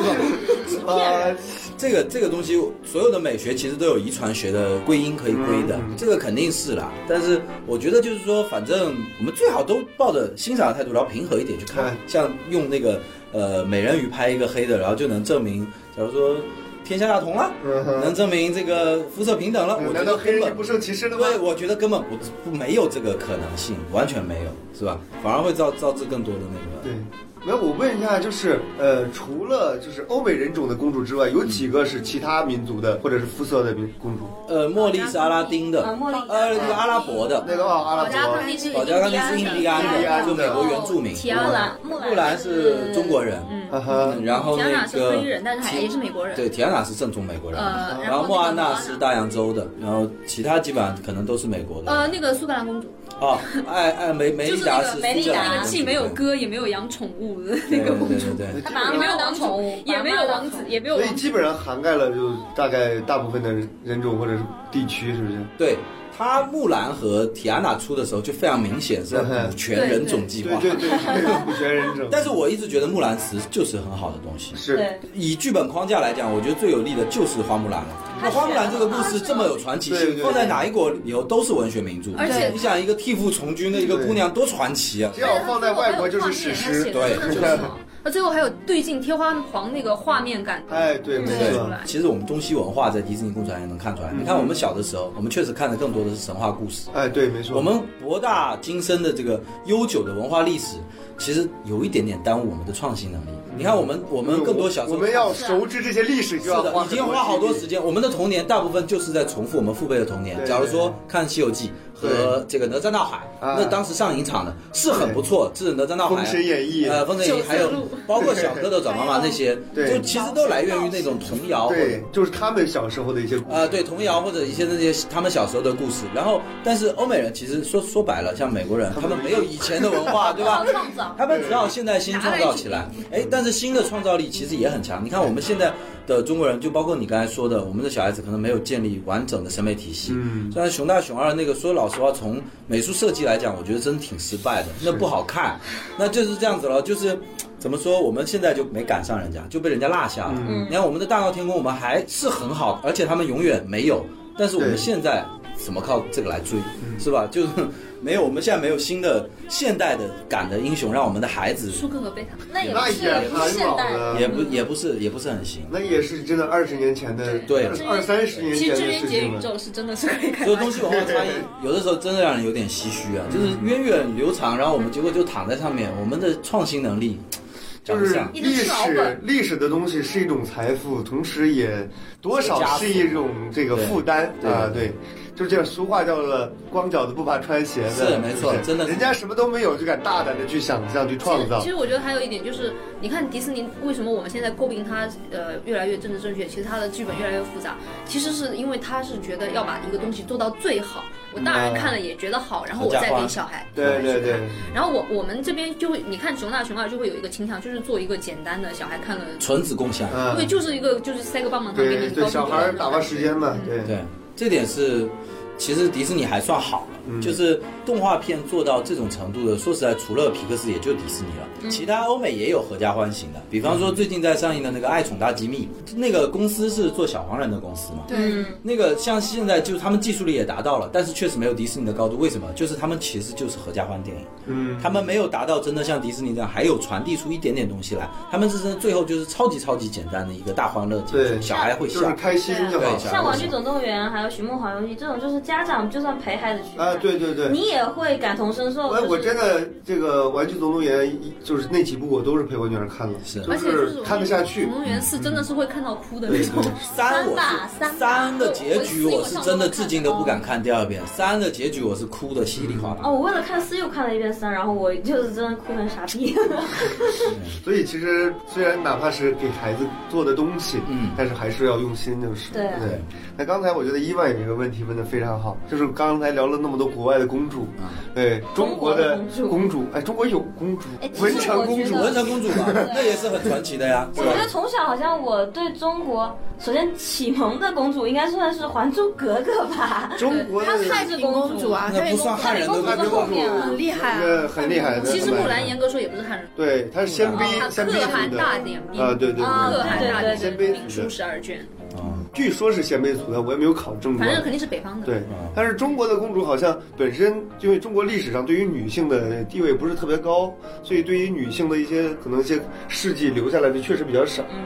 S2: 是吧？啊，这个这个东西，所有的美学其实都有遗传学的归因可以归的，
S1: 嗯
S2: 这个肯定是啦。但是我觉得就是说，反正我们最好都抱着欣赏的态度，然后平和一点去看
S1: 哎。
S2: 像用那个呃美人鱼拍一个黑的，然后就能证明，假如说天下大同了，
S1: 嗯哼嗯
S2: 能证明这个肤色平等了，我觉
S1: 难道
S2: 得
S1: 黑人
S2: 根
S1: 就
S2: 本
S1: 不受歧视了吗？
S2: 对，我觉得根本不不没有这个可能性，完全没有，是吧？反而会造造致更多的那
S1: 对
S2: 个。，
S1: 那我问一下，就是呃，除了就是欧美人种的公主之外，有几个是其他民族的或者是肤色的民公主？
S2: 呃，茉莉是阿拉丁的，
S4: 啊茉莉
S2: 呃，这个阿拉伯的，
S1: 那个啊，阿拉
S3: 保加
S1: 伯
S3: 康帝是
S2: 保加康帝是印第安
S1: 印第安的
S2: 的，就美国原住民。
S3: 提
S4: 木
S3: 阿兰
S4: 兰，木
S2: 木兰是中国人，
S3: 嗯，
S1: 啊哈
S2: 嗯，然后
S3: 提安
S2: 那
S3: 娜是黑
S2: 个
S3: 人，但是还也是美国人，
S2: 对，提安娜是正宗美国人，
S3: 呃，
S2: 然后
S3: 后
S2: 莫
S3: 那
S2: 安
S3: 个
S2: 娜
S3: 莫
S2: 是大洋洲的，然后其他基本上可能都是美国的。
S3: 呃，那个苏格兰公主，
S2: 哦，艾艾梅梅
S3: 就
S2: 丽
S3: 是
S2: 达
S3: 那
S2: 是
S3: 个
S2: 苏
S4: 梅丽
S2: 格兰
S4: 达
S3: 那个
S2: 的
S3: 既没有歌也没有养宠 (laughs) 物的
S2: 对
S3: 那个
S2: 对
S3: 公
S2: 对
S3: 主，
S2: 对对，
S4: 他把
S3: 也没
S4: 妈
S3: 有
S4: 当
S3: 王
S4: 宠物
S3: 子，，也没有王子，也没有
S1: 所
S3: 王
S1: 以
S3: 子。
S1: 基本上涵盖了就大概大部分的人种或者是地区，是不是？
S2: 对他木兰和提安娜出的时候就非常明显是补全人种计
S1: 嗯对
S2: 划。
S1: 对对，对不全人种。
S2: 但是我一直觉得木兰辞就是很好的东西。
S1: 是
S2: 以剧本框架来讲，我觉得最有利的就是花木兰了。那
S4: 它
S2: 花木兰这个故事这么有传奇
S1: 对对
S2: 性，
S1: 对
S2: 放在哪一国以后都是文学名著。
S3: 而且
S2: 你想一个替父从军的一个姑娘多传奇啊！
S1: 这要放在外国就是史诗，
S2: 对
S3: 就是好。那最后还有对镜贴花黄那个画面感，
S1: 哎，对，没
S3: 对
S1: 错。
S2: 其实我们中西文化在迪士尼共传也能看出来。你看我们小的时候，我们确实看的更多的是神话故事。
S1: 哎，对，没错。
S2: 我们博大精深的这个悠久的文化历史，其实有一点点耽误我们的创新能力。你看，我们我们更多小时
S1: 我
S2: 候
S1: 们要熟知这些历史，
S2: 是
S1: 就要
S2: 的，已经花好多时间。我们的童年大部分就是在重复我们父辈的童年。
S1: 对
S2: 假如说看《西游记》和这个《哪吒闹海》，
S1: 啊
S2: 那当时上影场的是很不错，是《哪吒闹海》
S1: 封神演义
S2: 呃，《封神演义》还有
S3: 九色鹿
S2: 包括小蝌蚪找妈妈那些，
S1: 对
S2: 就其实都来源于那种童谣或者
S1: 对，就是他们小时候的一些故事。
S2: 呃，对童谣或者一些那些他们小时候的故事，然后但是欧美人其实说说白了，像美国人，他们没有以前的文 (laughs) 化，对吧？
S4: 创造。
S2: 他们只好现在新创造起来，哎，但是新的创造力其实也很强。你看我们现在的中国人，就包括你刚才说的，我们的小孩子可能没有建立完整的审美体系。
S1: 嗯
S2: 虽然熊大熊二那个，说老实话，从美术设计来讲，我觉得真挺失败的，那不好看，那就是这样子了，就是。怎么说？我们现在就没赶上人家，就被人家落下了。
S1: 嗯
S2: 你看我们的大闹天宫，我们还是很好，而且他们永远没有。但是我们
S1: 对嗯
S2: 现在怎么靠这个来追，是吧？就是没有，我们现在没有新的现代的感的英雄，让我们的孩子
S3: 舒克和贝塔。
S4: 那也不
S1: 那
S4: 是
S1: 也
S4: 不是
S1: 很
S4: 现
S1: 老
S4: 代，
S1: 了，
S2: 也不也不是也不是很行。
S1: 那也是真的二十年前的，
S2: 对
S1: 二三十年
S3: 其
S1: 前
S3: 实
S1: 的
S3: 《至
S1: 事
S3: 渊节
S1: 情
S3: 宇
S1: 了。
S3: 宙》是真的是可以看
S2: 这个东西文化差异，有的时候真的让人有点唏嘘啊！就是源远流长，然后我们结果就躺在上面，我们的创新能力
S1: 就
S2: 讲不
S1: 是
S2: 上。
S1: 历史，历史的东西是一种财富，同时也多少是一种这个负担
S2: 对
S1: 啊，
S2: 对
S1: 对。就这样，俗话叫了“光脚的不怕穿鞋的”，
S2: 是没错
S1: 不
S2: 真的是
S1: 人家什么都没有，就敢大胆的去想象、去 (laughs)
S3: 其
S1: 创
S3: 实，
S1: 造
S3: 其。实我觉得还有一点就是，你看迪士尼为什么我们现在诟病它呃越来越政治正确，其实它的剧本越来越复杂，其实是因为它是觉得要把一个东西做到最好，我大
S1: 嗯
S3: 人看了也觉得好，然后我再给小孩。
S1: 对对对，
S3: 然后我我们这边就会，你看《熊大熊二》就会有一个倾向，就是做一个简单的，小孩看了，
S2: 纯子共享。
S1: 嗯
S3: 对，，就是一个就是塞个棒棒糖给
S1: 对
S3: 你，
S1: 对，小孩儿打发时间嘛，对
S2: 嗯对，这点是，其实迪士尼还算好了，就是动画片做到这种程度的，说实在，除了皮克斯也就迪士尼了，其他欧美也有合家欢型的，比方说最近在上映的那个《爱宠大机密》，那个公司是做小黄人的公司嘛。
S5: 对，
S2: 那个像现在就是他们技术力也达到了，但是确实没有迪士尼的高度。为什么？就是他们其实就是合家欢电影，
S1: 嗯，
S2: 他们没有达到真的像迪士尼这样，还有传递出一点点东西来。他们是真的最后就是超级超级简单的一个大欢乐结
S1: 对
S2: 局，小孩会
S1: 就
S2: 笑。
S1: 是开心就好
S2: 对。
S4: 像《玩具总动员》还有《寻梦环游记》这种，就是家长就算陪孩子去看
S1: 啊，对对对，
S4: 你也会感同身受。
S1: 哎，
S4: 就是
S1: 我真的这个《玩具总动员》一就是那几部我都是陪我女儿看了，
S2: 是
S1: 就
S3: 而且就是
S1: 是看得下去
S3: 总。动员四真的是会看到哭的那种。
S2: 三我
S3: 吧，
S2: 是
S3: 三
S2: 三的结局，我是真的至今都不。
S3: 我
S2: 敢看第二遍。三的结局我是哭的稀里哗
S4: 哦，
S2: 啦。
S4: 我为了看四又看了一遍三，然后我就是真的哭成傻逼。
S1: 所以其实虽然哪怕是给孩子做的东西，
S2: 嗯
S1: 但是还是要用心，就是
S4: 对啊
S1: 那刚才我觉得伊万有一个问题问的非常好，就是刚才聊了那么多国外的公主，
S3: 啊
S1: 对中国的
S4: 中国的公主
S1: 公主，哎，中国有公主
S4: 哎其，实
S1: 文成公
S4: 我觉
S1: 主
S4: 得
S2: 文成公主嘛，那也是很传奇的呀。
S4: (laughs) 我觉得从小好像我对中国，首先启蒙的公主应该算是《还珠格格》吧，
S1: 中国的
S4: 太
S5: 太平公主啊，
S2: 那
S5: 太
S2: 不
S5: 平
S2: 算
S5: 公主
S2: 汉人的
S1: 太
S4: 太
S1: 平公
S4: 平公
S1: 主
S4: 主
S5: 很厉害啊
S1: 这个很厉害的。
S3: 是其实木兰
S1: 也
S3: 严格说也不是汉人，
S1: 对，她是鲜
S3: 她
S1: 卑，鲜
S3: 可
S1: 卑
S3: 汗
S1: 族的
S3: 大点兵
S1: 啊，对对
S4: 啊
S3: 可
S1: 对，
S3: 汗大
S4: 对
S1: 鲜
S3: 点
S1: 卑
S3: 兵，
S1: 族
S3: 书
S1: 的，
S3: 十二卷，
S2: 嗯
S1: 据说是鲜卑族的，我也没有考证过
S3: 反。正肯定是北方的。
S1: 对，
S2: 啊
S1: 但是中国的公主好像本身，因为中国历史上对于女性的地位不是特别高，所以对于女性的一些可能一些事迹留下来的确实比较少。对
S2: 嗯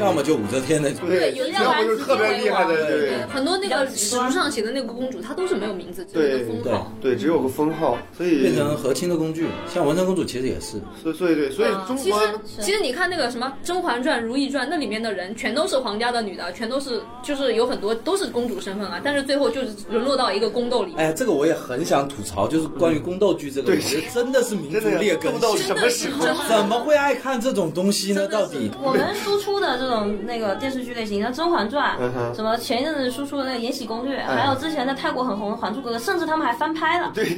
S2: 要么就武则天那种。
S1: 对，
S3: 有一些
S1: 要么就是特别厉害的，
S2: 对
S1: 对
S3: 很多
S4: 比
S3: 那个
S4: 较
S3: 史书上写的那个公主，她都是没有名字，只有
S1: 对
S3: 一个封号。
S1: 对，只有个封号，所以
S2: 变成和亲的工具，像文成公主其实也是，
S1: 所以所以对，所以中
S3: 啊其实
S1: 国。，
S4: 是
S3: 其实你看那个什么《甄嬛传》《如懿传》，那里面的人全都是皇家的女的，全都是就是有很多都是公主身份啊，但是最后就是沦落到一个宫斗里面。
S2: 哎呀，这个我也很想吐槽，就是关于宫斗剧这个，
S1: 对
S2: 我觉得真的是民
S1: 真
S2: 族
S1: 的
S2: 劣
S1: 要
S2: 根
S1: 斗到
S2: 性，
S1: 什么时候？
S2: (laughs) 怎么会爱看这种东西呢？
S3: 真的
S2: 到
S3: 是
S2: 底
S4: 我们输出的这种那个电视剧类型，像《甄嬛传
S1: 嗯哼》，哎
S4: 什么前一阵子输出的那个《延禧攻略》，还有之前在泰国很红的《还珠格格》，甚至他们还翻拍了。
S1: 对， (laughs)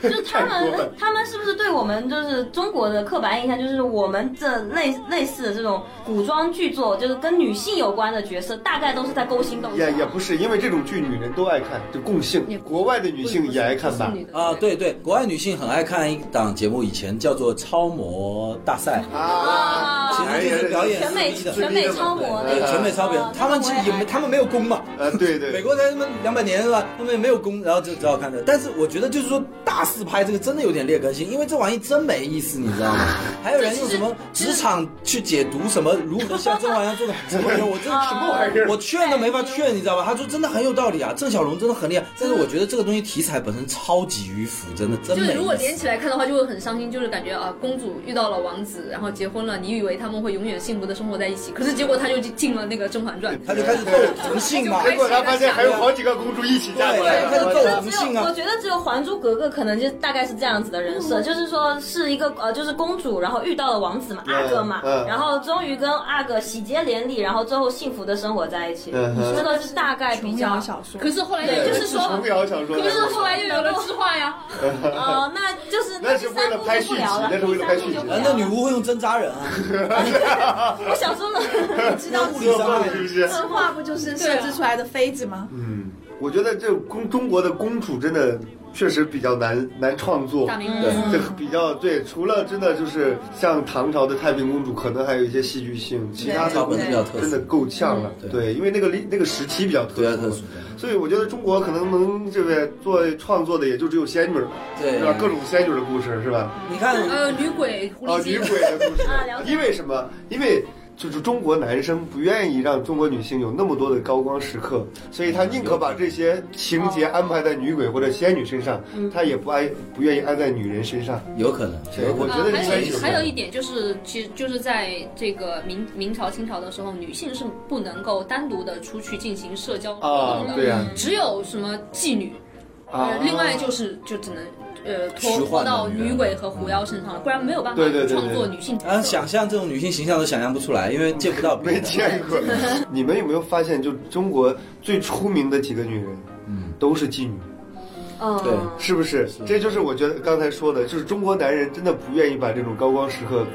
S4: 就是他
S1: 太多了
S4: 们，他们是不是对我们就是中国的刻板印象，就是我们这类类似的这种古装剧作，就是跟女性有关的角色，大概都是在勾心斗角
S1: 也。也不是，因为这种剧女人都爱看，就共性。国外的女性也爱看吧
S3: 不是？女的
S2: 啊？，对对，国外女性很爱看一档节目，以前叫做《超模大赛》，
S1: 啊，
S4: 啊
S2: 其实就是表演
S4: 全美
S2: 撕逼的
S4: 全美超模那
S2: 对
S4: 个，哦
S2: 全美超表，他们其实也没他们没有攻嘛，
S1: 呃，对对，
S2: 美国才他妈两百年是吧？他们也没有攻，然后就只好看的。但是我觉得就是说大四拍这个真的有点劣根性，因为这玩意真没意思，你知道吗？ (laughs) 还有人用什么职场去解读什么如何像这玩意儿做的， (laughs) 我我这什么玩意儿？我劝都没法劝，你知道吧？他说真的很有道理啊，郑晓龙真的很厉害，但是我觉得这个东西题材本身超级迂腐，真的真
S3: 就
S2: 没
S3: 是如果
S2: 意
S3: 连
S2: 思。
S3: 起来看的话，就会很伤心，就是感觉啊，公主遇到了王子，然后结婚了，你以为他们会永远幸福的生活在一起，可是结果她就进了那个《甄嬛传》。
S2: 他就开始斗同性嘛，
S1: 结果他发现还有好几个公主一起嫁过来，
S2: 对他就斗啊
S4: 只有我觉得只有《还珠格格》可能就大概是这样子的人设，就是说是一个呃，就是公主，然后遇到了王子嘛，
S1: 嗯
S4: 阿哥嘛，
S1: 嗯
S4: 然后终于跟阿哥喜结连理，然后最后幸福的生活在一起。
S1: 嗯哼
S4: 这个是大概比
S5: 琼
S4: 较
S5: 瑶。小说，
S3: 可是后来又就是说，
S1: 琼瑶小说，
S3: 可是后来又有了智化呀，
S4: (laughs) 哦，那就是
S1: 那是为了拍续集那是为了拍续集
S2: 啊，那女巫会用针扎 (laughs) 人啊，
S4: 我想
S1: (laughs)
S4: 说了，
S5: 知道
S2: 物
S5: 自
S2: 理啊
S5: 己
S2: 伤害
S1: 是不是？
S5: 神话不就是设置出来的妃子吗？
S1: 嗯，我觉得这公中国的公主真的确实比较难难创作
S3: 大。明宫
S2: 嗯对
S1: 这比较对，除了真的就是像唐朝的太平公主，可能还有一些戏剧性，其他
S2: 她本身比较特
S1: 真的
S2: 殊，
S1: 够呛了。
S2: 嗯
S1: 对，因为那个历那个时期比较
S2: 对啊，
S1: 特
S2: 特
S1: 殊
S2: 殊，，
S1: 所以我觉得中国可能能这个做创作的也就只有仙女了，
S2: 对
S1: 是吧？各种仙女的故事是吧？
S2: 你看
S3: 呃，女鬼、狐
S1: 啊，
S3: 狸
S1: 女
S3: 精，
S1: 鬼的故事
S4: 啊了。解
S1: 因为什么？因为就是中国男生不愿意让中国女性有那么多的高光时刻，所以他宁可把这些情节安排在女鬼或者仙女身上，
S3: 嗯
S1: 他也不安不愿意安在女人身上。
S2: 有可能，
S1: 对，
S2: 有可
S1: 我
S2: 能。
S1: 觉得
S3: 呃
S1: 应
S3: 还
S1: 该
S3: 有一
S1: 有。
S3: 还有一点就是，其实就是在这个明明朝、清朝的时候，女性是不能够单独的出去进行社交活
S1: 啊
S3: 动，的，
S1: 对呀，
S3: 只有什么妓女，
S1: 啊
S3: 呃，，另外就是就只能呃
S2: 虚
S3: 拖
S2: 幻
S3: 拖
S2: 的
S3: 到
S2: 女人
S3: 女鬼和狐妖身上了，不然没有办法
S1: 对对对对
S3: 创作女性角
S2: 啊，
S3: 色。
S2: 想象这种女性形象都想象不出来，因为见不到
S1: 没
S2: 别人。
S1: 见
S3: (laughs)
S1: 过。你们有没有发现，就中国最出名的几个女人，
S2: 嗯，
S1: 都是妓女，
S4: 嗯，
S2: 对
S1: 是不是？这就是我觉得刚才说的，就是中国男人真的不愿意把这种高光时刻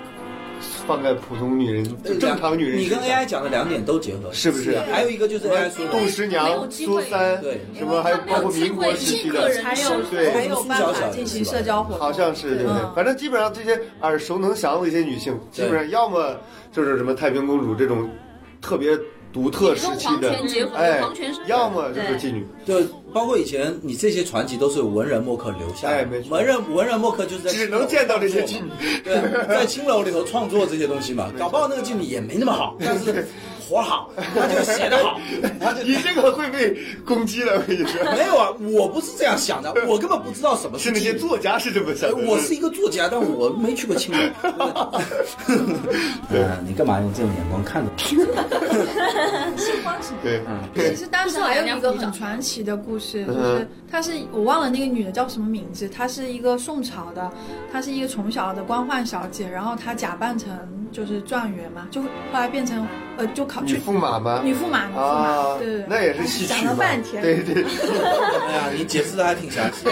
S1: 放在普通女人、就正常女人
S2: 你
S1: 身
S2: 跟
S1: 上。
S2: AI 讲的两点都结合，
S1: 是不是
S2: 还有一个就是 AI 说
S1: 杜
S2: 的，
S1: 十娘、苏三，
S2: 对
S1: 什么还有包括民国时期的，
S5: 还有
S1: 对
S5: 没有办法进行社交活动，
S1: 好像是对不对？
S5: 嗯
S1: 反正基本上这些耳熟能详的一些女性，基
S2: 对
S1: 本上要么就是什么太平公主这种特别独特时
S3: 跟
S1: 期
S3: 皇
S1: 的，
S3: 权结合，
S1: 哎
S3: 皇权是，
S1: 要么就是妓女，
S2: 就包括以前你这些传奇都是文人墨客留下
S1: 哎
S2: 的
S1: 没，错
S2: 文人文人墨客就是在
S1: 只能见到这些妓女。 (laughs)
S2: 对，在青楼里头创作这些东西嘛，搞不好那个妓女也没那么好，但是活好，他就是写的
S1: (laughs)
S2: 好，他就
S1: 啊你这个会被攻击的，我跟你说，
S2: 没有啊，我不是这样想的，我根本不知道什么
S1: 是
S2: 是
S1: 那些
S2: 妓女
S1: 作家是这么想
S2: 呃
S1: 的。
S2: 我是一个作家，但我没去过青岛。
S1: 对
S6: 嗯，你干嘛用这种眼光看着？
S5: 性关系。
S1: 对，
S5: 其实当时还有一个很传奇的故事，
S1: 嗯
S5: 就是她是我忘了那个女的叫什么名字，她是一个宋朝的，她是一个从小的官宦小姐，然后她假扮成就是状元嘛，就后来变成呃就考
S1: 女
S5: 去
S1: 驸马吗？
S5: 女驸马，女驸马，
S1: 啊
S5: 对对，对
S1: 那也是戏
S5: 讲
S1: 曲
S5: 了
S1: 嘛。
S5: 半天，
S1: 对对，
S2: 哎呀，你解释的还挺详细。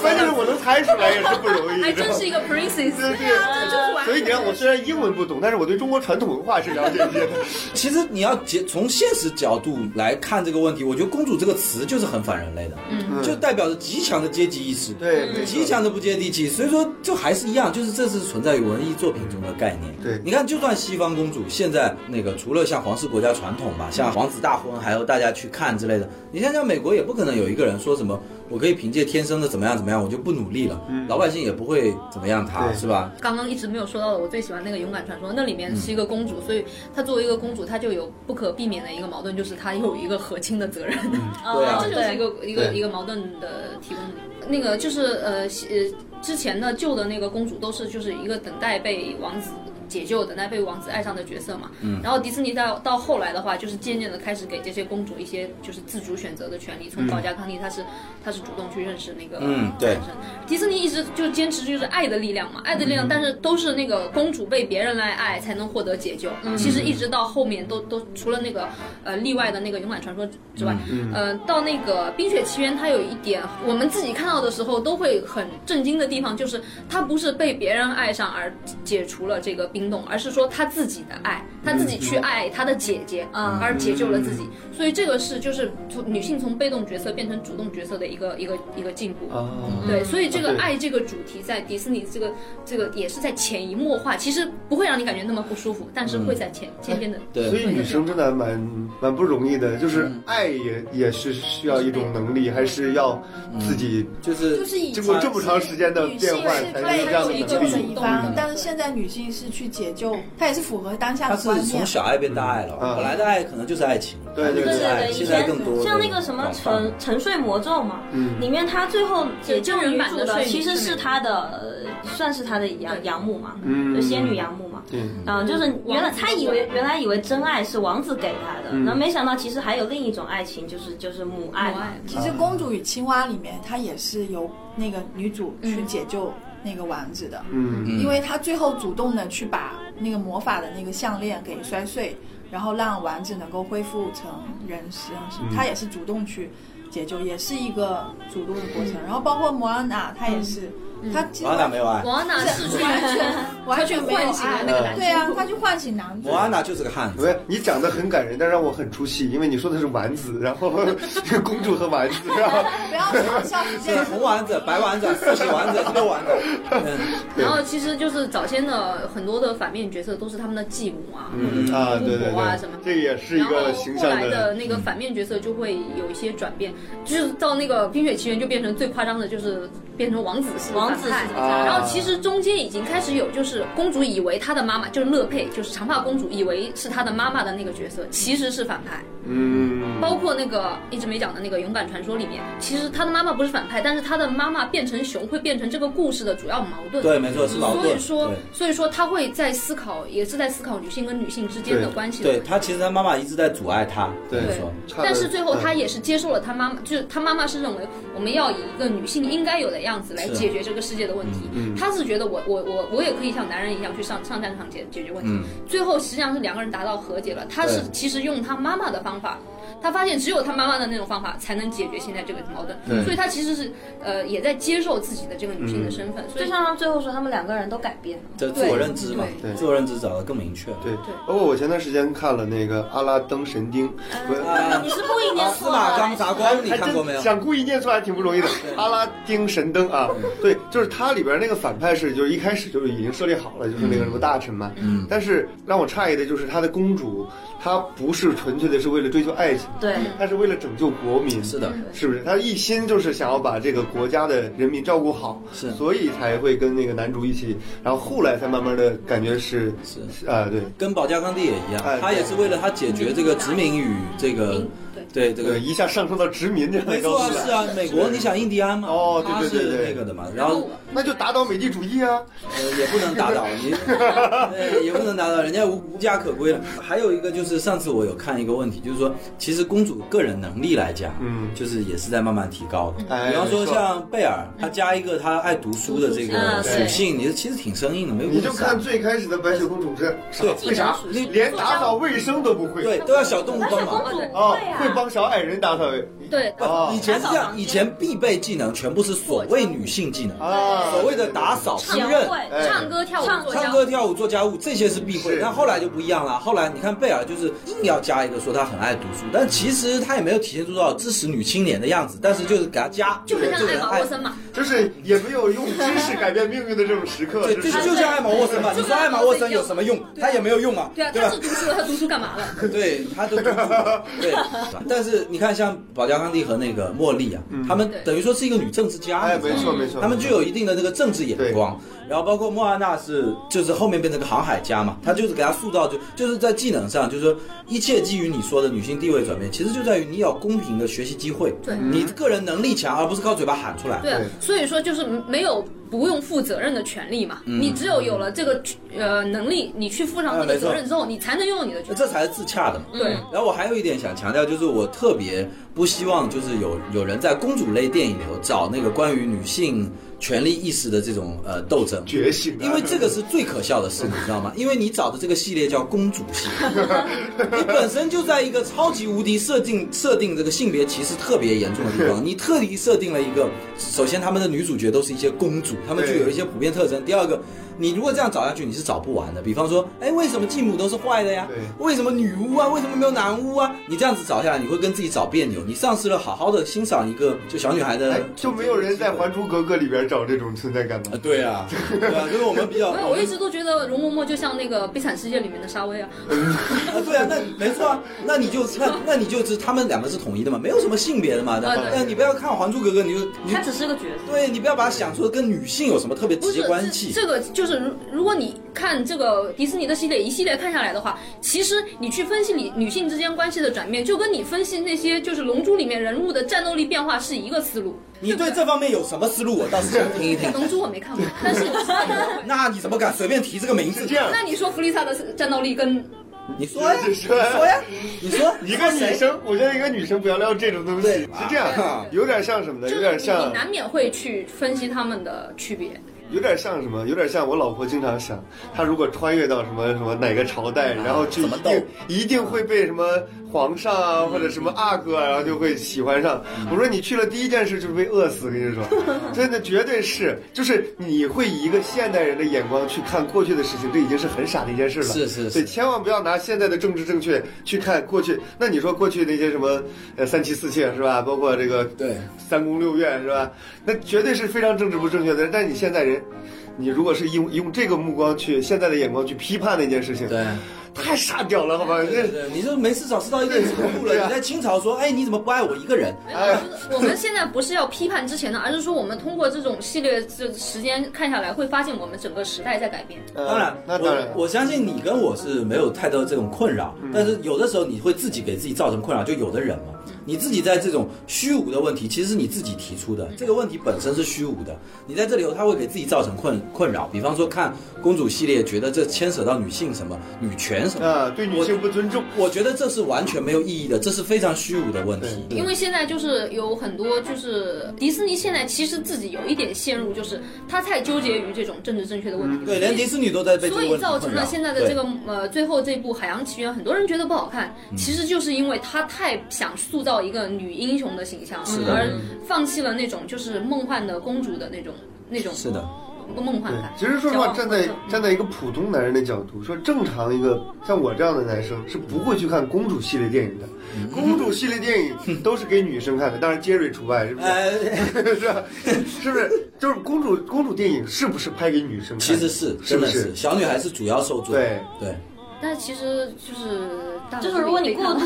S1: 关键是我能猜出来也是不容易，
S3: 还
S1: 你知
S3: 真
S1: 道吗
S3: 是一个 princess，
S1: 对对
S3: 这就是玩
S1: (laughs) 所以你看，我虽然英文不懂，但是我对中国传统文化是了解一些的。 (laughs)
S2: 其实你要解从现实角度来看这个问题，我觉得“公主”这个词就是很反人类的，
S1: 嗯
S2: 就代表着极强的阶级意识，
S1: 对没错
S2: 极强的不接地气。所以说，就还是一样，就是这是存在于文艺作品中的概念。
S1: 对
S2: 你看，就算西方公主现在那个，除了像皇室国家传统
S1: 嗯
S2: 吧，像皇子大婚，还有大家去看之类的，你像像美国也不可能有一个人说什么。我可以凭借天生的怎么样怎么样，我就不努力了，老百姓也不会怎么样他，
S1: 嗯对
S2: 是吧？
S3: 刚刚一直没有说到的，我最喜欢那个《勇敢传说》，那里面是一个公主，所以她作为一个公主，她就有不可避免的一个矛盾，就是她有一个和亲的责任，
S4: 嗯
S2: 对啊
S3: 这就是一个一个
S1: 对
S3: 一个矛盾的提供。那个就是呃西呃，之前的旧的那个公主都是就是一个等待被王子。解救等待被王子爱上的角色嘛，嗯、然后迪士尼到到后来的话，就是渐渐的开始给这些公主一些就是自主选择的权利。从保加康帝，她是她是主动去认识那个
S2: 嗯对
S3: 男生迪士尼一直就坚持就是爱的力量嘛，爱的力量，但是都是那个公主被别人来爱才能获得解救。其实一直到后面都都除了那个呃例外的那个勇敢传说之外，呃，到那个冰雪奇缘，它有一点我们自己看到的时候都会很震惊的地方，就是她不是被别人爱上而解除了这个冰冻，而是说她自己的爱，她自己去爱她的姐姐，
S4: 嗯
S3: 而解救了自己。所以这个是就是从女性从被动角色变成主动角色的一个一个一个进步。
S1: 嗯啊
S3: 对，所以这个
S1: 对
S3: 爱这个主题在迪士尼这个这个也是在潜移默化，其实不会让你感觉那么不舒服，但是会在潜渐渐的。
S1: (laughs)
S2: 对
S1: 所以女生真的蛮蛮不容易的，就是爱也也是需要一种能力，还是要自己
S2: 就是
S5: 就是以
S1: 经过这么长时间的
S5: 女
S1: 变
S5: 性
S1: 换
S5: 是
S1: 才能
S5: 被
S1: 有这样的
S5: 解救
S1: 能
S5: 的
S1: 力嗯
S5: 一。方，但是现在女性是去解救，她也是符合当下
S2: 他
S5: 的观
S2: 是从
S5: 念。
S2: 小爱变大爱了，
S1: 嗯
S2: 本来的爱可能就是爱情，
S1: 对对
S2: 就
S4: 对
S2: 是爱
S4: 对对，
S2: 现
S4: 以
S2: 在
S4: 前
S2: 更多
S4: 像那个什么
S2: 广泛
S4: 沉沉睡魔咒嘛，
S1: 嗯
S4: 里面他最后解救女主的其实是他的，呃算是他的养
S3: 对
S4: 养母嘛，
S1: 嗯
S4: 就仙女
S3: 啊
S4: 养母嘛。
S1: 对，
S4: 嗯，就是原来他以为原来以为真爱是王子给他的，
S1: 嗯
S4: 然后没想到其实还有另一种爱情，就是就是母爱
S3: 母
S4: 嘛。
S3: 爱
S5: 其实《公主与青蛙》里面，她也是由那个女主去
S3: 嗯
S5: 解救那个王子的，
S1: 嗯，
S5: 因为她最后主动的去把那个魔法的那个项链给摔碎，然后让丸子能够恢复成人形，
S2: 嗯
S5: 她也是主动去解救，也是一个主动的过
S3: 嗯
S5: 程。然后包括莫安娜，她也是，她其实
S2: 摩安娜没有爱，
S3: 王安娜是去
S5: 完全
S3: (laughs)
S5: 完全没有
S3: 唤醒了
S5: 爱
S3: 那个男主
S5: 对啊，她去唤醒男主
S2: 摩。安娜就是个汉
S1: 不
S2: 子
S1: 是。你讲的很感人，但让我很出戏，因为你说的是丸子，然 (laughs) 后公主和丸子，然后
S5: 不要嘲笑你
S2: (laughs)
S5: 这
S2: 是
S5: 个
S2: 红丸子、白丸子、四喜丸子、六丸子，嗯，
S3: (laughs) 然后其实就是早先的很多的反面角色都是他们的继母啊，
S1: 嗯啊，对对
S3: 巫婆啊什么
S1: 对，这也是一
S3: 然后
S1: 个形
S3: 后
S1: 象嗯
S3: 来的那个反面角色就会有一些转变，就是到那个《冰雪奇缘》就变成最夸张的，就是变成王子是
S4: 王子是
S3: 反派
S4: 反
S1: 派
S3: 然后其实中间已经开始有，就是公主以为她的妈妈就是乐佩，就是长发公主以为是她的妈妈的那个角色，其实是反派。
S1: 嗯，
S3: 包括那个一直没讲的那个《勇敢传说》里面，其实她的妈妈不是反派，但是她的妈妈变成熊会变成这个故事的主要矛盾。
S2: 对，没错，是矛
S3: 所
S2: 盾
S3: 以。说
S2: 对，
S3: 所以说他会在思考，也是在思考女性跟女性之间的关系的
S2: 对他其实他妈妈一直在阻碍他，
S1: 对
S2: 没错，
S1: 差得
S3: 但是最后他也是接受了他妈妈，就是他妈妈是认为我们要以一个女性应该有的样子来
S2: 是啊嗯
S3: 解决这个世界的问题。他是觉得我我我我也可以像男人一样去上上战场解解决问题。最后实际上是两个人达到和解了。他是
S2: 嗯对
S3: 其实用他妈妈的方法。他发现只有他妈妈的那种方法才能解决现在这个矛盾，所以他其实是呃也在接受自己的这个女性的身份，所
S4: 嗯就
S3: 以
S4: 像他最后说，他们两个人都改变了。
S2: 这自我认知嘛
S1: 对，
S2: 自我认知找得更明确。
S1: 对，包括我前段时间看了那个《阿拉登神丁》，
S3: 嗯
S1: 我
S2: 啊
S4: 你，是故意念
S2: 司
S4: 错
S2: 马
S4: 了
S2: 刚。砸锅，你
S1: 还
S2: 看过没有
S1: 真？想故意念错还挺不容易的。阿拉丁神灯啊，对，就是它里边那个反派是，就是一开始就已经设立好了，就是那个什么大臣嘛。嗯。但是让我诧异的就是他的公主，她不是纯粹的是为了追求爱情，
S4: 对，
S1: 她是为了拯救国民。
S2: 是的，
S1: 是不是？她一心就是想要把这个国家的人民照顾好，
S2: 是
S1: 所以才会跟那个男主一起，然后后来才慢慢的感觉是
S2: 是
S1: 啊，对，
S2: 跟保加康帝也一样
S1: 哎，
S2: 他也是为了他解决这个殖民与这个
S3: 嗯对
S2: 对这
S1: 这
S2: 个
S1: 个一下上升到殖民这样的
S2: 没错
S1: 高
S2: 啊，
S1: 度
S2: 是
S1: 了。
S2: 啊，美国你想印第安嘛，
S1: 哦对对对
S2: 他
S1: 对
S2: 是那个的嘛，然 (laughs) 后
S1: 那就打倒美帝主义啊！
S2: 呃也不能打倒 (laughs) 你，对也不能打倒人家无无家可归了。还有一个就是上次我有看一个问题，就是说其实公主个人能力来讲，
S1: 嗯
S2: 就是也是在慢慢提高的。
S1: 哎
S2: 比方说
S1: 没错
S2: 像贝尔，他加一个他爱读书啊的这个
S4: 嗯
S2: 属
S4: 对
S2: 性，你其实挺生硬的，没有
S1: 你就
S2: 意思啊
S1: 看最开始的白雪公主是啥
S2: 对
S1: 会啥，连打扫卫生都不会。
S2: 对都要小动物
S4: 但是
S2: 帮
S4: 公
S2: 忙。
S4: 主不
S1: 哦
S4: 会，啊，
S1: 会帮小矮人打扫卫。
S3: 对，
S1: 哦
S2: 以前是这
S4: 打扫
S2: 样，
S4: 房
S2: 以
S4: 间
S2: 前必备技能全部是所谓女性技能，
S1: 啊，
S2: 所谓的打扫、烹
S4: 贤
S2: 饪、
S4: 惠，
S1: 哎
S3: 哦唱歌跳舞
S4: 唱
S3: 做
S2: 唱
S3: 家
S2: 歌、
S3: 务，
S2: 跳舞、做家务这些是必会，
S1: 是
S2: 但后来就不一样了。后来你看贝尔就是硬要加一个说他很爱读书，但其实他也没有体现出多少支持女青年的样子，但是就是给他加，
S3: 就很
S2: 这个
S3: 像爱
S2: 人
S3: 马
S2: 爱
S3: 沃。森嘛，
S1: 就是也没有用知识改变命运的这种时刻，
S2: 对，
S1: 就
S2: 这
S1: 是
S2: 就像爱马沃森嘛。
S3: 就
S2: 你
S3: 跟
S2: 说爱马沃森有什么用？
S3: 对啊
S2: 他也没有用啊，
S3: 对啊，他
S2: 吧
S3: 是？读书了，他读书干嘛了？
S2: (laughs)
S1: (laughs)
S2: 对，他都对。但是你看，像保加康帝和那个茉莉啊，他们
S3: 对
S2: 等于说是一个女政治家，
S1: 嗯哎，
S2: 你知
S1: 没
S2: 道吗
S1: 错没错，
S2: 他们具有一定的那个政治眼光。然后包括莫安娜是，就是后面变成个航海家嘛，
S1: 嗯
S2: 他就是给他塑造就就是在技能上，就是说一切基于你说的女性地位转变，其实就在于你有公平的学习机会，
S3: 对
S1: 嗯
S2: 你个人能力强，而不是靠嘴巴喊出来。
S3: 对啊，所以说就是没有不用负责任的权利嘛，你只有有了这个呃能力，你去负上这
S2: 哎
S3: 个
S2: 嗯没错
S3: 责任之后，你才能拥有你的权利。
S2: 这才是自洽的嘛。
S3: 对
S2: 然后我还有一点想强调，就是我特别不希望，就是有有人在公主类电影里头找那个关于女性权利意识的这种呃斗争。
S1: 觉醒啊，
S2: 因为这个是最可笑
S1: (laughs)
S2: 的事，你知道吗？因为你找的这个系列叫公主系，你本身就在一个超级无敌设定设定这个性别歧视特别严重的地
S1: (laughs)
S2: 方，你特地设定了一个，首先他们的女主角都是一些公主，她们就
S1: 对
S2: 有一些普遍特征。第二个，你如果这样找下去，你是找不完的。比方说，哎，为什么继母都是坏的呀？
S1: 对
S2: 为什么女巫啊？为什么没有男巫啊？你这样子找下来，你会跟自己找别扭，你丧失了好好的欣赏一个就小女孩的
S1: 哎，就没有人在《还珠格格》里边找这种存在感吗
S2: 啊，？对啊，对啊，就是我们
S3: (laughs)
S2: 比较，
S3: 没有，我一直都觉得容嬷嬷就像那个《悲惨世界》里面的沙威啊，
S2: 啊，对啊，那没错啊，那你就那那你就是他们两个是统一的嘛，没有什么性别的嘛。
S3: 啊
S2: 那
S3: 对
S2: 那你不要看《还珠格格》，你就你
S4: 她只是个角色。
S2: 对你不要把它想说跟女性有什么特别
S3: 不
S2: 直
S3: 是
S2: 接关系。
S3: 这这个就是如如果你看这个迪士尼的系列一系列看下来的话，其实你去分析你女性之间关系的转变，就跟你分析那些就是《龙珠》里面人物的战斗力变化是一个思路。
S2: 你对这方面有什么思路？我倒是想听一听。
S3: 《龙珠》我没
S2: (laughs)
S3: 看过，但是我知道你的
S2: 那你怎么敢随便提这个名字
S1: 是这？样，
S3: 那你说弗利萨的战斗力跟
S2: 你说呀，
S1: 是
S2: 你
S1: 是
S2: 说呀，你说
S1: 一个女生，我觉得一个女生不要聊这种东西，
S2: 对啊
S1: 是这样，有点像什么呢？
S3: 就
S1: 有
S3: 是
S1: 点
S3: 你
S1: 像，
S3: 难免会去分析他们的区别。
S1: 有点像什么？有点像我老婆经常想，她如果穿越到什么什么哪个朝代，然后去一
S2: 哎怎么嗯斗
S1: 定一定会被什么皇上啊或者什么阿哥啊，然后就会喜欢上。
S2: 嗯
S1: 我说你去了第一件事就是被饿死，跟你
S2: (laughs)
S1: 说，真的绝对是，就是你会以一个现代人的眼光去看过去的事情，这已经是很傻的一件事了。
S2: 是是是
S1: 对，千万不要拿现在的政治正确去看过去。那你说过去那些什么呃三妻四妾是吧？包括这个
S2: 对
S1: 三宫六院是吧？那绝对是非常政治不正确的。但你现在人，你如果是用用这个目光去现在的眼光去批判那件事情，
S2: 对。
S1: 太傻屌了，好吧？
S2: 对
S1: 这
S2: 对，你就没事找事到一定程度
S1: 对
S2: 了。
S1: 啊
S2: 你在清朝说，哎，你怎么不爱我一个人？
S1: 哎，
S3: 就是我们现在不是要批判之前的，而是说我们通过这种系列这时间看下来，会发现我们整个时代在改变。
S1: 呃
S2: 当然，
S1: 那当然，嗯
S2: 我我相信你跟我是没有太多这种困扰，但是有的时候你会自己给自己造成困扰，就有的人嘛，你自己在这种虚无的问题，其实是你自己提出的，这个问题本身是虚无的，你在这里头他会给自己造成困困扰，比方说看公主系列，觉得这牵扯到女性什么女权什么，
S1: 啊，对女性不尊重，
S2: 我觉得这是完全没有意义的，这是非常虚无的问题。
S1: 对
S3: 因为现在就是有很多，就是迪士尼现在其实自己有一点陷入，就是他太纠结于这种政治正确的问题，
S2: 嗯对，连迪士尼都在被这个
S3: 所
S2: 问
S3: 以
S2: 题
S3: 造成
S2: 困扰
S3: 了现在的这个呃最后这部《海洋奇缘》，很多人觉得不好看，
S2: 嗯
S3: 其实就是因为他太想塑造一个女英雄的形象，
S2: 是的嗯
S3: 而放弃了那种就是梦幻的公主的那种那种
S2: 对是的，
S3: 梦幻
S1: 对
S3: 感，。
S1: 其实说实话，站
S3: 向往
S1: 在
S3: 梦想
S1: 站在一个普通男人的角度，说正常一个像我这样的男生是不会去看公主系列电影的。
S2: 嗯
S1: 公主 (laughs) 系列电影都是给女生看的，当然杰瑞除外，是不是？
S2: 哎，
S1: 是吧？是不是？就是公主公主电影是不是拍给女生看的？
S2: 其实是，
S1: 是
S2: 真
S1: 不
S2: 的
S1: 是？
S2: 小女孩是主要受众。
S1: 对
S2: 对，
S3: 但是其实就是大
S4: 就
S3: 多数
S4: 是如果你
S3: 被看
S2: (laughs)
S4: 过度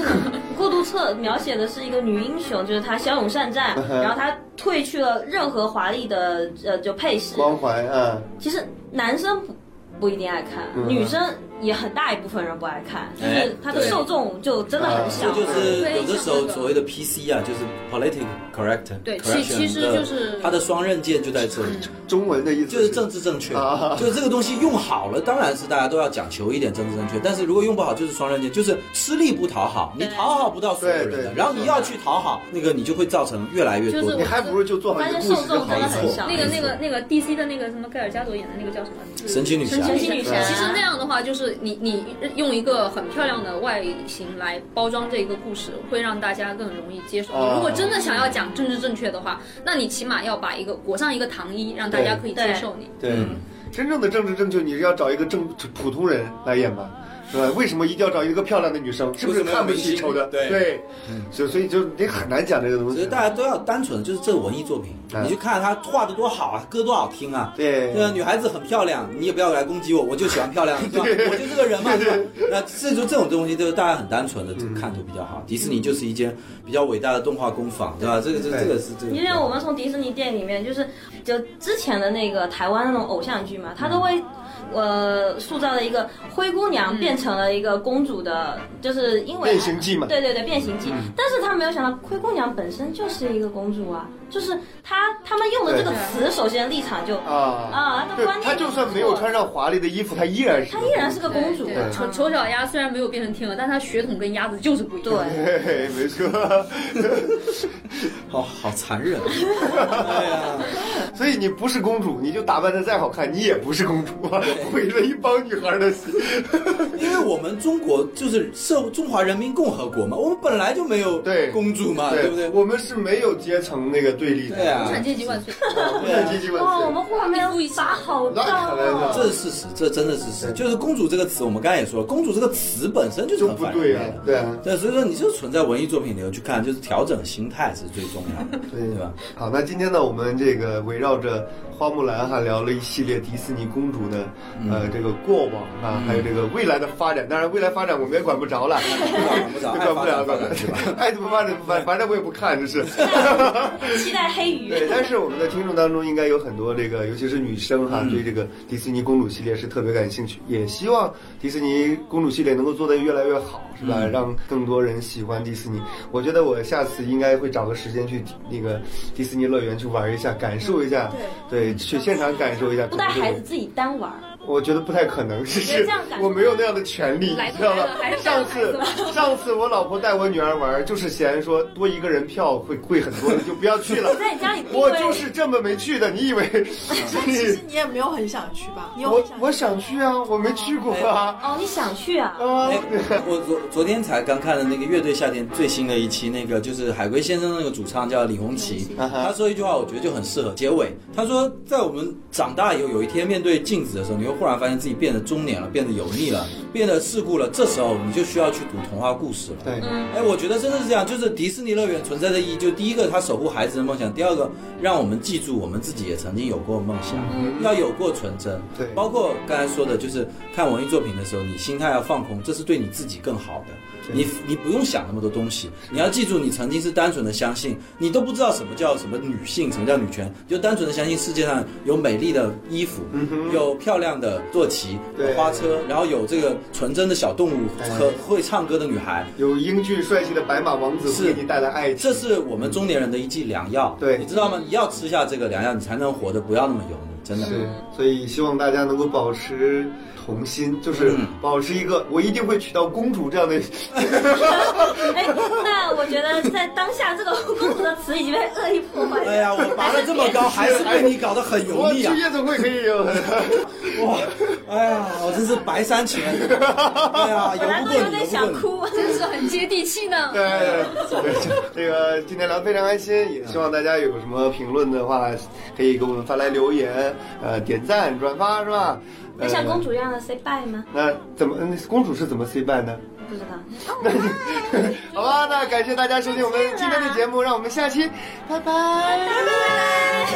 S4: 过度侧描写的是一个女英雄，就是她骁勇善战，
S2: 嗯
S4: 然后她褪去了任何华丽的呃就配饰。
S1: 光环啊，
S4: 其实男生不不一定爱看，
S1: 嗯
S4: 女生也很大一部分人不爱看，就
S2: 哎
S4: 是她的受众就真的很小。
S1: 啊
S2: 这就是
S3: 对
S2: 有的时
S3: 像那
S2: 候
S3: 个
S2: 所谓的 PC 啊，就是 political correct。
S3: 对其其实就是嗯
S2: 它的双刃剑就在这里。
S1: 中文的意思
S2: 就是政治正确
S1: 啊，
S2: (laughs) 就是这个东西用好了，当然是大家都要讲求一点政治正确。但是如果用不好，就是双刃剑，就是吃力不讨好，你讨好不到所有人
S1: 对
S2: 的，
S1: 对
S2: 然后你要去讨好，那个你就会造成越来越多
S3: 就是
S2: 的
S1: 你还不如就做好一个故事就好
S4: 但是受众真的很
S1: 了
S4: 少。
S3: (laughs) 那个那个那个 DC 的那个什么盖尔加朵演的那个
S2: (laughs)
S3: 叫什么？
S2: 神奇女侠。
S4: 神奇女侠
S3: 其实那样的话，就是你你用一个很漂亮的外形来包装这一个故事，会让大家更容易接受。
S1: 啊
S3: 如果真的想要讲政治正确的话，那你起码要把一个裹上一个糖衣，让大家可以接受你。
S1: 对，
S2: 嗯
S1: 真正的政治正确，你是要找一个正普通人来演吧，是吧？为什么一定要找一个漂亮的女生？是不是看不起丑的？
S2: 为什么要明星对
S1: 对，所以所以就你很难讲这个东
S2: 所以
S1: 西。
S2: 大家都要单纯，就是这文艺作品，
S1: 嗯
S2: 你去看他画的多好啊，歌多好听啊。
S1: 对
S2: 那女孩子很漂亮，你也不要来攻击我，我就喜欢
S1: (laughs)
S2: 漂亮，是吧？我就这个人嘛，是吧？那这就这种东西，就是大家很单纯的
S1: 嗯
S2: 看就比较好。迪士尼就是一间比较伟大的动画工坊，对吧？这个这个
S1: 对
S2: 这个是这个。
S4: 因为我们从迪士尼电影里面，就是就之前的那个台湾那种偶像剧嘛，它都会。呃，塑造了一个灰姑娘变成了一个公主的，就是因为
S1: 变形记嘛嗯
S4: 对对对，变形记。但是他没有想到，灰姑娘本身就是一个公主啊，就是她他们用的这个
S3: 对
S4: 词，首先立场就
S1: 啊，
S4: 啊，那
S1: 对
S4: 观，念
S1: 她就算没有
S4: 错
S1: 穿，上华丽的衣服，她依然是
S4: 她依然是个公主
S3: 对
S4: 啊。
S3: 丑丑小鸭虽然没有变成天鹅，但它血统跟鸭子就是不一样。
S4: 对
S1: (laughs) 嘿嘿，没错。 (laughs)
S2: 好好残忍啊。 (laughs) 对啊呀，
S1: 所以你不是公主，你就打扮的再好看，你也不是公主，毁了一帮女孩的心。
S2: 因为我们中国就是社中华人民共和国嘛，我们本来就没有
S1: 对
S2: 公主嘛，啊对不对？
S1: 我们是没有阶层那个对立的，
S2: 对啊
S3: 无产阶级万岁！
S1: 无产阶级万
S4: 哇，
S1: 岁
S4: 我们画面打好
S1: 那
S4: 大
S1: 看来呢
S4: 哦，
S2: 这是事实，这真的是事实。
S1: 对
S2: 就是“公主”这个词，我们刚才也说了，“公主”这个词本身就是
S1: 就
S2: 很
S1: 不
S2: 反
S1: 对
S2: 人
S1: 啊
S2: 类的，
S1: 对啊。
S2: 对，所以说你就存在文艺作品里头去看，就是调整心态是最重要的，
S1: (laughs)
S2: 对吧？
S1: 好，那今天呢，我们这个围绕着花木兰哈聊了一系列迪士尼公主的
S2: 嗯
S1: 呃这个过往啊，还有这个未来的发展。当然，未来发展我们也管不
S2: (laughs)
S1: 着了，
S2: 管不
S1: 管
S2: 着
S1: 不了，管
S2: 爱发展
S1: 不
S2: 发展是吧
S1: 了， (laughs) 爱怎么发展怎么发展，反正我也不看，这是。
S4: 期待黑鱼。
S1: 对，但是我们的听众当中应该有很多这个，尤其是女生哈，
S4: 嗯
S1: 对这个迪士尼公主系列是特别感兴趣，也希望迪士尼公主系列能够做得越来越好，是
S4: 嗯
S1: 吧？让更多人喜欢迪士尼。我觉得我下次应该会找个时间去那个迪士尼乐园去玩一下，感受一下，对，去现场感受一下。
S4: 不带
S1: 可能
S4: 孩
S1: 就
S4: 子自己单玩儿，
S1: 我觉得不太可能，就是
S4: 这样感觉
S1: 我没有那样的权利，
S3: 来
S1: 你
S3: 都
S1: 知道吗
S3: 来了还？是带
S1: 上
S3: 着孩子
S1: 次 (laughs) 上次我老婆带我女儿玩，就是嫌说多一个人票会贵很多，你就不要去了。
S4: 我在你家里定
S1: 我
S4: 位
S1: 就是这么没去的，你以为？ (laughs)
S5: 其实你也没有很想去吧？你有
S1: 我
S5: 很
S1: 我
S5: 想去
S1: 想去啊，我没去过啊。
S4: 哦，你想去啊？
S1: 啊
S2: (laughs) 哎，我昨昨天才刚看的那个乐队夏天最新的一期，那个就是海龟先生那个主唱叫李红旗，
S1: 啊哈
S2: 他说一句话，我觉得就很适合结尾。他说，在我们长大以后，有一天面对镜子的时候，你会忽然发现自己变得中年了，变得油腻了，变得世故了。这时候你就需要去读童话故事了。
S1: 对，
S2: 哎，我觉得真的是这样，就是迪士尼乐园存在的意义，就第一个，它守护孩子的梦想；第二个，让我们记住我们自己也曾经有过梦想，要有过纯真。
S1: 对
S2: 包括刚才说的，就是看文艺作品的时候，你心态要放空，这是对你自己更好的。你你不用想那么多东西，你要记住，你曾经是单纯的相信，你都不知道什么叫什么女性，什么叫女权，你就单纯的相信世界上有美丽的衣服，有漂亮的坐骑、
S1: 对
S2: 花车，然后有这个纯真的小动物和会唱歌的女孩，
S1: 有英俊帅气的白马王子会
S2: 是
S1: 给你带来爱情。
S2: 这是我们中年人的一剂良药，
S1: 对
S2: 你知道吗？你要吃下这个良药，你才能活得不要那么油腻，真的。
S1: 是，所以希望大家能够保持童心，就是
S2: 嗯
S1: 保持一个我一定会娶到公主这
S2: (laughs)
S1: 样的。 (laughs)
S4: 哎，那我觉得在当下这个“公主”的词已经被恶意破坏
S2: 哎
S4: 了。
S2: 呀，我拔了这么高，还是被你搞得很油
S1: 我去
S2: 腻啊！
S1: 夜总会可以有。
S2: 哇，哎呀，我真是白山前，哎呀，
S4: 本来
S2: 油不
S4: 都
S2: (laughs) 过
S4: 有
S2: 你，
S4: 点
S2: 油
S4: 想
S2: 不过
S4: 哭，
S3: 真是很接地
S2: (laughs)
S3: 气呢。
S1: 对，这个今天聊得非常开心，也希望大家有什么评论的话，可以给我们发来留言，呃，点赞、转发是吧？
S4: 那像
S1: 呃
S4: 公主一样的 say bye 吗？
S1: 那怎么嗯公主是怎么 say bye 呢？
S4: 不知道。
S1: 好吧，那感谢大家收听我们今天的节目，让我们下期拜拜。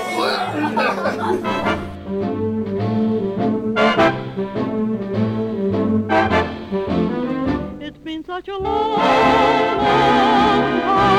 S7: It's been such a long, long time.